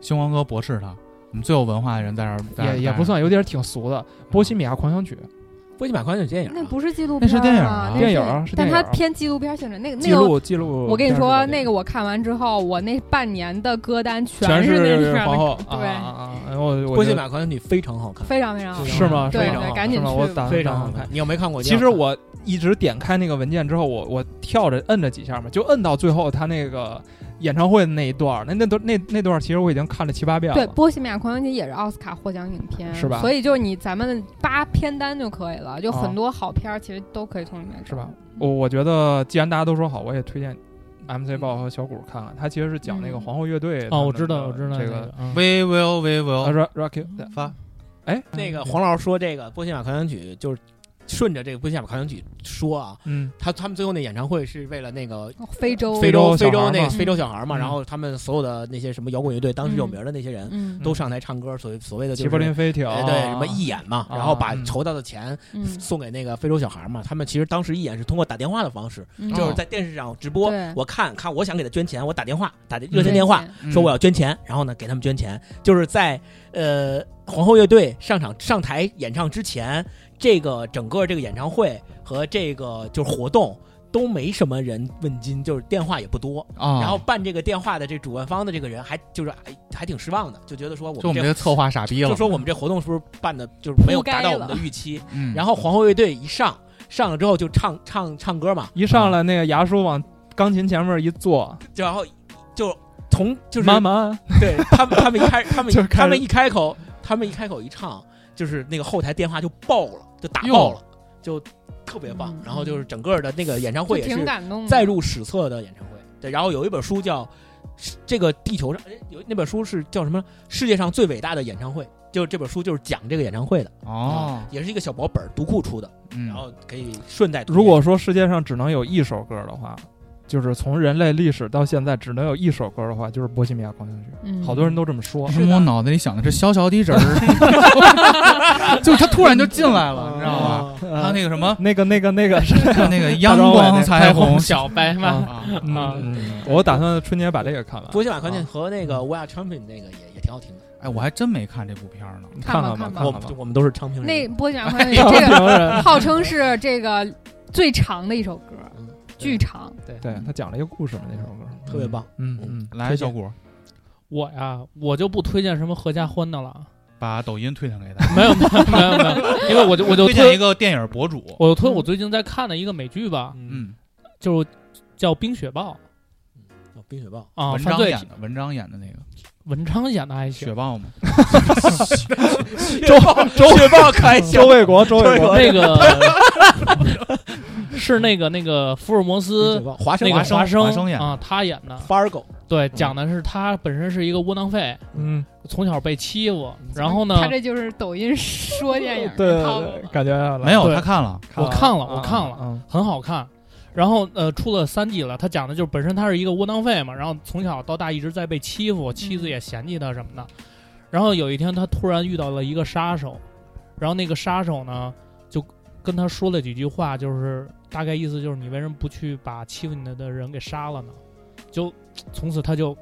Speaker 1: 星光哥驳斥他，我们最有文化的人在这儿，在这儿嗯
Speaker 2: 也也不算，有点儿挺俗的，《波西米亚狂想曲》
Speaker 3: 波西米亚狂想曲电影啊，
Speaker 4: 那不是纪录
Speaker 1: 那
Speaker 4: 片，
Speaker 1: 是电影啊
Speaker 4: 那
Speaker 2: 电影啊是
Speaker 4: 但
Speaker 2: 电
Speaker 4: 它
Speaker 2: 影啊
Speaker 4: 偏纪录片性质。那个嗯那
Speaker 2: 记
Speaker 4: 个，
Speaker 2: 录记录。
Speaker 4: 我跟你说，那
Speaker 2: 个
Speaker 4: 个我看完之后，我那半年的歌单
Speaker 2: 全
Speaker 4: 是那里面
Speaker 2: 皇
Speaker 4: 的，
Speaker 2: 后，
Speaker 4: 对
Speaker 2: 啊啊啊！哎我我
Speaker 3: 波
Speaker 2: 觉
Speaker 3: 西米
Speaker 2: 得
Speaker 3: 亚狂想曲非常好看，
Speaker 4: 非常非常好。
Speaker 2: 是吗？
Speaker 4: 对
Speaker 2: 是吗
Speaker 3: 非常好
Speaker 4: 对，
Speaker 3: 看
Speaker 4: 赶紧
Speaker 2: 是吗
Speaker 4: 去
Speaker 2: 我
Speaker 4: 吧。
Speaker 2: 打
Speaker 3: 非
Speaker 2: 算
Speaker 3: 常
Speaker 2: 看
Speaker 3: 好
Speaker 2: 看
Speaker 3: 看。。你要没看过，
Speaker 2: 其
Speaker 3: 你
Speaker 2: 实
Speaker 3: 要看
Speaker 2: 我一直点开那个文件之后，我我跳着摁着几下嘛，就摁到最后他那个演唱会的那一段儿，那那段那那段儿其实我已经看了七八遍
Speaker 4: 对，
Speaker 2: 了。
Speaker 4: 《波西米亚狂想曲》也是奥斯卡获奖影片，
Speaker 2: 是吧
Speaker 4: 所以就是你咱们扒片单就可以了，就
Speaker 2: 啊
Speaker 4: 很多好片儿其实都可以从里面
Speaker 2: 是吧
Speaker 4: 找？
Speaker 2: 我我觉得既然大家都说好，我也推荐 MC 豹和小谷看看，他其实是讲那个
Speaker 4: 嗯
Speaker 2: 皇后乐队他们的
Speaker 5: 嗯哦，我知道，我知道
Speaker 2: 这
Speaker 5: 那
Speaker 2: 个。
Speaker 5: 嗯
Speaker 1: We will, we
Speaker 2: 啊
Speaker 3: 嗯
Speaker 1: will
Speaker 2: ，Rock Rock，
Speaker 1: 发
Speaker 2: 哎，
Speaker 3: 那个黄老师说这个波西米亚狂想曲就是顺着这个不下马狂想曲说啊，
Speaker 2: 嗯，
Speaker 3: 他他们最后那演唱会是为了那个
Speaker 4: 哦非洲，
Speaker 3: 非
Speaker 2: 洲
Speaker 3: 哦
Speaker 2: 小
Speaker 3: 非
Speaker 2: 孩
Speaker 3: 洲
Speaker 2: 儿
Speaker 3: 那个
Speaker 2: 嘛
Speaker 3: 非洲小孩儿嘛，
Speaker 2: 嗯
Speaker 3: 然后他们所有的那些什么摇滚乐队当时有名儿的那些人
Speaker 4: 嗯，
Speaker 3: 都上台唱歌，所谓所谓的
Speaker 2: 齐
Speaker 3: 就
Speaker 2: 柏林
Speaker 3: 是。
Speaker 2: 飞啊条，
Speaker 3: 哎，对，什么义演嘛，然后把
Speaker 2: 哦嗯
Speaker 3: 筹到的钱
Speaker 4: 嗯
Speaker 3: 送给那个非洲小孩儿嘛。他们其实当时义演是通过打电话的方式，
Speaker 4: 嗯，
Speaker 3: 就是在电视上直播
Speaker 4: 对，嗯
Speaker 3: 我看看，我想给他捐钱，我打电话打热
Speaker 4: 对
Speaker 3: 线电话，，说我要捐钱，然后呢给他们捐钱，就是在呃皇后乐队上场上台演唱之前，这个整个这个演唱会和这个就是活动都没什么人问津，就是电话也不多。
Speaker 1: 啊，
Speaker 3: 然后办这个电话的这主办方的这个人还就是还还挺失望的，就觉得说我
Speaker 1: 就我
Speaker 3: 们
Speaker 1: 们
Speaker 3: 这
Speaker 1: 这策划傻逼了
Speaker 3: 就，说我们这活动是不是办的就是没有
Speaker 4: 铺盖
Speaker 3: 达到我
Speaker 4: 了
Speaker 3: 们的预期。
Speaker 1: 嗯，
Speaker 3: 然后皇后乐队一上上了之后就唱唱唱歌嘛，
Speaker 2: 一上来那个牙叔往钢琴前面一坐，
Speaker 3: 就然后就从就是
Speaker 2: 妈妈，
Speaker 3: 对他们，他们一开，他们
Speaker 2: (laughs) 就是开始
Speaker 3: 他们一开口，他们一开口一唱，就是那个后台电话就爆了，就打爆了，就特别棒
Speaker 4: 嗯。
Speaker 3: 然后就是整个的那个演唱会
Speaker 4: 就
Speaker 3: 也
Speaker 4: 挺
Speaker 3: 是
Speaker 4: 感动的，
Speaker 3: 载入史册的演唱会。对，然后有一本书叫《这个地球上》，哎有那本书是叫什么？世界上最伟大的演唱会，就是这本书就是讲这个演唱会的，
Speaker 1: 哦，
Speaker 3: 啊也是一个小薄本儿，读库出的，
Speaker 1: 嗯
Speaker 3: 然，后可以顺带读一下。
Speaker 2: 如果说世界上只能有一首歌的话，就是从人类历史到现在只能有一首歌的话，就是《波西米亚狂想曲》。
Speaker 4: 嗯
Speaker 2: 好多人都这么说
Speaker 1: 为，什么我脑子里想的是小小的人儿， (laughs) 就他突然就进来了，你知道吧？还有
Speaker 2: 呃
Speaker 3: 嗯
Speaker 1: 那个什么，
Speaker 2: (laughs) 那个那个那
Speaker 3: (laughs)
Speaker 2: 个是
Speaker 1: 还有那个阳光彩虹
Speaker 5: 小白嘛，
Speaker 1: 啊，
Speaker 5: 啊
Speaker 2: 嗯，我打算春节把这个看完。
Speaker 3: 波西马狂想曲和那个《We Are Champion》那个也也挺好听的，
Speaker 1: 哎，我还真没看这部片儿呢。
Speaker 2: 你
Speaker 4: 看
Speaker 2: 看
Speaker 4: 吧
Speaker 2: 吧，
Speaker 4: 看吧
Speaker 2: 看
Speaker 3: 我
Speaker 2: 吧
Speaker 3: 们。我们都是昌平人。
Speaker 4: 那波西
Speaker 2: (laughs)
Speaker 4: 亚狂想曲这个
Speaker 2: 人，
Speaker 4: 号称是这个最长的一首歌，
Speaker 3: 嗯
Speaker 4: 巨长，
Speaker 2: 对他讲了一个故事嘛，那首歌
Speaker 3: 特别棒。
Speaker 2: 嗯嗯，
Speaker 1: 来，小谷，
Speaker 5: 我呀，我就不推荐什么合家欢的了，
Speaker 1: 把抖音推荐给他，
Speaker 5: 没有没有没有没有，因为我就我就
Speaker 1: 推荐
Speaker 5: 推哦
Speaker 1: 一个嗯电影博主，
Speaker 5: 我推我最近在看的一个美剧吧，
Speaker 3: 嗯，
Speaker 1: 嗯，
Speaker 5: 就是叫《冰雪暴》
Speaker 3: 哦冰雪暴，
Speaker 5: 啊，
Speaker 1: 文
Speaker 5: 犯
Speaker 1: 章
Speaker 5: 罪
Speaker 1: 演的，文章演的那个
Speaker 5: 文章演的还行
Speaker 1: 雪，豹嘛，
Speaker 2: 周周
Speaker 3: 雪暴开
Speaker 2: 哎周卫国，周卫国，
Speaker 5: 那个 (laughs) 是那个那个福尔
Speaker 3: 嗯
Speaker 5: 摩斯
Speaker 3: 哦华生
Speaker 5: 那个
Speaker 1: 华生
Speaker 5: 华
Speaker 1: 华生演的嗯
Speaker 5: 啊，他演的，
Speaker 3: Fargo，
Speaker 5: 对，讲的是他本身是一个窝囊废，
Speaker 2: 嗯，
Speaker 5: 从小被欺负，
Speaker 1: 嗯
Speaker 5: 然后呢，
Speaker 4: 他这就是抖音说电影
Speaker 2: 对
Speaker 4: 那
Speaker 2: 对
Speaker 4: 套路
Speaker 2: 对，
Speaker 4: 了
Speaker 2: 感觉来
Speaker 1: 没有
Speaker 5: 对
Speaker 1: 他看了，
Speaker 5: 我看了
Speaker 2: 啊
Speaker 5: 我看了
Speaker 2: 嗯
Speaker 5: 很好看。然后呃，出了三季了，他讲的就是本身他是一个窝囊废嘛，然后从小到大一直在被欺负，妻子也嫌弃他什么的。然后有一天他突然遇到了一个杀手，然后那个杀手呢就跟他说了几句话，就是大概意思就是你为什么不去把欺负你的的人给杀了呢？就从此他就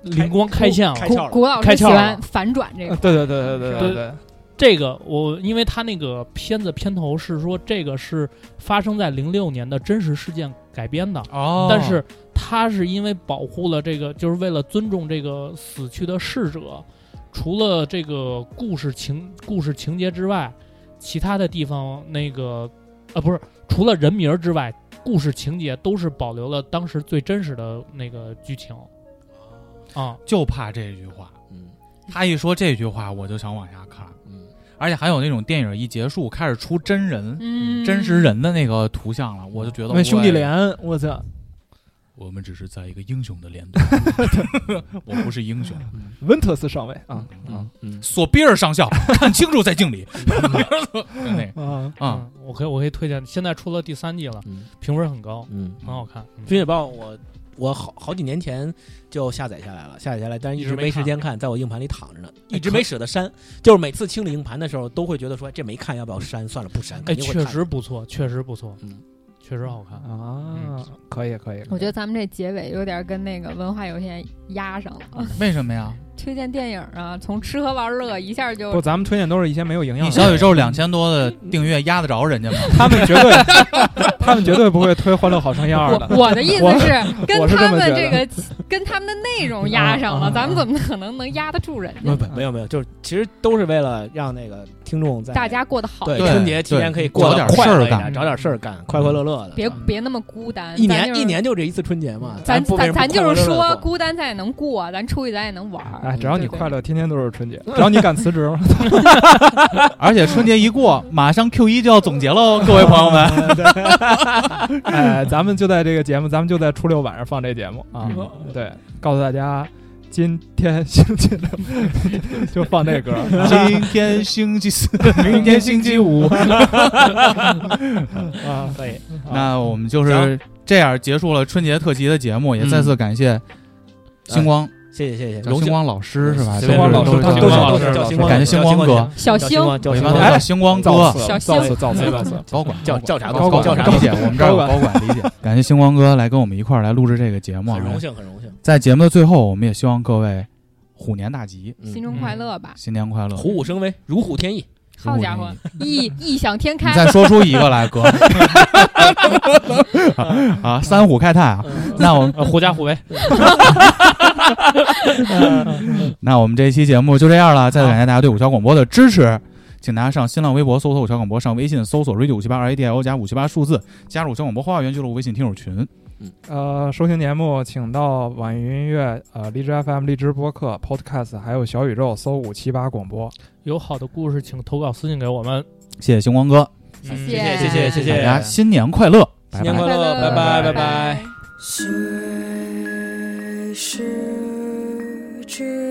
Speaker 5: 灵光开现啊了
Speaker 3: 开。窍
Speaker 4: 古
Speaker 3: 了。
Speaker 4: 古老师
Speaker 5: 开
Speaker 4: 喜
Speaker 5: 窍了
Speaker 4: 欢反转这
Speaker 2: 呃
Speaker 4: 个，
Speaker 2: 对对对对对对，
Speaker 5: 这个我因为他那个片子片头是说这个是发生在零六年的真实事件改编的，
Speaker 1: 哦
Speaker 5: 但是他是因为保护了这个，就是为了尊重这个死去的逝者，除了这个故事情故事情节之外，其他的地方那个呃不是除了人名儿之外，故事情节都是保留了当时最真实的那个剧情
Speaker 3: 哦
Speaker 5: 啊。
Speaker 1: 就怕这句话，
Speaker 3: 嗯
Speaker 1: 他一说这句话，我就想往下看，
Speaker 3: 嗯，
Speaker 1: 而且还有那种电影一结束开始出真人。
Speaker 4: (laughs) 嗯，
Speaker 1: 真实人的那个图像了，我就觉得
Speaker 2: 那兄弟
Speaker 1: 我
Speaker 2: 连，我操，
Speaker 1: 我们只是在一个英雄的连队，我不是英雄。
Speaker 2: 温特斯上尉啊
Speaker 3: 嗯嗯，
Speaker 1: 索比尔上校，看清楚在敬礼。嗯 (laughs) 那个
Speaker 2: 啊，
Speaker 1: 啊，
Speaker 5: 嗯，我可以我可以推荐，现在出了第三季了，
Speaker 3: 嗯
Speaker 5: 评分很高，
Speaker 3: 嗯，
Speaker 5: 很好看。嗯
Speaker 3: 冰雪暴我。我好好几年前就下载下来了，下载下来，但是一
Speaker 5: 一直
Speaker 3: 直
Speaker 5: 没
Speaker 3: 没
Speaker 5: 看
Speaker 3: 时间看，在我硬盘里躺着呢，
Speaker 5: 哎
Speaker 3: 一直
Speaker 5: 可
Speaker 3: 没舍得删。就是每次清理硬盘的时候，都会觉得说这没看，要不要删？算了，不删。
Speaker 5: 哎，
Speaker 3: 肯定会
Speaker 5: 确
Speaker 3: 看
Speaker 5: 实，不错，确实不错，
Speaker 3: 嗯，
Speaker 5: 确实好看。嗯
Speaker 2: 啊，可以可以，
Speaker 4: 我觉得咱们这结尾有点跟那个文化有限压上了，
Speaker 1: 嗯为什么呀？
Speaker 4: 推荐电影啊，从吃喝玩乐一下
Speaker 2: 不，
Speaker 4: 就
Speaker 2: 咱们推荐都是一些没有营养
Speaker 1: 你
Speaker 2: 的，
Speaker 1: 小宇宙两千多的订阅压得着人家吗？
Speaker 2: 他们绝对，他们绝对不会推《欢乐好声音二》
Speaker 4: 我
Speaker 2: 的。
Speaker 4: 我的意
Speaker 2: 我
Speaker 4: 思是跟
Speaker 2: 我是这
Speaker 4: 他
Speaker 2: 么
Speaker 4: 们
Speaker 2: 觉
Speaker 4: 这
Speaker 2: 得
Speaker 4: 个跟他们的内容压上
Speaker 2: 啊啊
Speaker 4: 了，
Speaker 2: 啊
Speaker 4: 咱们怎么可能能压得住人
Speaker 3: 没
Speaker 4: 家？
Speaker 3: 不没有没有，就是其实都是为了让那个听众在
Speaker 4: 大家过得好，
Speaker 3: 对
Speaker 1: 对
Speaker 3: 春节期间可以过
Speaker 1: 找
Speaker 3: 得
Speaker 1: 点
Speaker 3: 快
Speaker 1: 事儿
Speaker 3: 乐一点
Speaker 1: 干
Speaker 3: 找点事儿干，快快乐乐的。
Speaker 4: 别
Speaker 3: 嗯
Speaker 4: 别那么孤单，
Speaker 3: 一
Speaker 4: 咱
Speaker 3: 年
Speaker 4: 就是
Speaker 3: 一。年就这一次春节嘛，
Speaker 4: 咱
Speaker 3: 不
Speaker 4: 咱咱就是说，
Speaker 3: 孤
Speaker 4: 孤单咱也能过，咱出去咱也能玩儿。
Speaker 2: 哎，只要你
Speaker 4: 对对
Speaker 2: 快乐，天天都是春节。只要你敢辞职，
Speaker 1: (laughs)
Speaker 4: (laughs)
Speaker 1: 而且春节一过，马上 Q 一就要总结喽，各位朋友们。
Speaker 2: 哎，咱们就在这个节目，咱们就在初六晚上放这节目啊
Speaker 1: 嗯。
Speaker 2: 对，告诉大家今天星期六 (laughs) 就放这歌儿，
Speaker 1: (laughs) 嗯今天星期四，
Speaker 2: 明天星期五啊，
Speaker 5: 可以，
Speaker 1: 那我们就是这样结束了春节特辑的节目，也再次感谢星光，
Speaker 3: 谢谢谢谢，
Speaker 1: 叫
Speaker 3: 荣
Speaker 1: 星
Speaker 3: 幸
Speaker 1: 光老师是吧？
Speaker 3: 随便
Speaker 2: 光老师
Speaker 1: 都是
Speaker 2: 他
Speaker 1: 叫
Speaker 2: 都是
Speaker 1: 光
Speaker 2: 老
Speaker 1: 老
Speaker 2: 师
Speaker 1: 师，
Speaker 3: 叫星
Speaker 1: 感谢星光哥
Speaker 4: 小
Speaker 3: 叫
Speaker 4: 星
Speaker 3: 星，光
Speaker 1: 我
Speaker 3: 叫
Speaker 1: 一
Speaker 3: 星
Speaker 1: 般都
Speaker 3: 光，哎
Speaker 1: 叫星光哎
Speaker 2: 造
Speaker 1: 哥，
Speaker 2: 次
Speaker 4: 小
Speaker 2: 了，
Speaker 4: 星
Speaker 2: 造次，造
Speaker 5: 嗯
Speaker 1: (laughs)
Speaker 2: 次，造次。
Speaker 1: 高管
Speaker 3: 叫叫啥
Speaker 1: 高管
Speaker 3: 叫啥
Speaker 1: 高姐，我们这儿有高管理解。 (laughs) 感谢星光哥来跟我们一块儿来录制这个节目啊
Speaker 3: 很，荣幸很荣幸，
Speaker 1: 在节目的最后，我们也希望各位虎年大 (laughs) 吉，
Speaker 4: 新中
Speaker 1: 嗯
Speaker 4: 快乐吧！
Speaker 1: 新年快乐，
Speaker 3: 嗯虎虎生威，如虎添翼，
Speaker 1: 如
Speaker 4: 好
Speaker 1: 虎
Speaker 4: 家
Speaker 1: 添
Speaker 4: 伙
Speaker 1: 翼，
Speaker 4: 异异想天
Speaker 1: 你
Speaker 4: 开，
Speaker 1: 再说出一个 (laughs) 来，哥。啊，三虎开泰啊！那我们
Speaker 5: 呃狐假虎威，
Speaker 1: 那我们这期节目就这样了，再次感谢大家对五桥广播的支持。请大家上新浪微博搜索五桥广播，上微信搜索 radio 五七八 r a d i o 加五七八数字，加入五桥广播花园俱乐部微信听友群。
Speaker 2: 呃，收听节目请到网易云音乐、呃荔枝 FM、荔枝播客、Podcast，还有小宇宙搜五七八广播。
Speaker 5: 有好的故事请投稿私信给我们，
Speaker 1: 谢谢星光哥，
Speaker 4: 谢
Speaker 5: 嗯
Speaker 4: 谢
Speaker 5: 谢谢谢
Speaker 1: 大
Speaker 5: 谢
Speaker 1: 家新年快乐，拜
Speaker 3: 新年
Speaker 1: 拜
Speaker 3: 快。
Speaker 4: 快
Speaker 3: 乐
Speaker 4: 乐，
Speaker 3: 拜
Speaker 1: 拜
Speaker 4: 拜
Speaker 3: 拜拜。
Speaker 6: 谁是知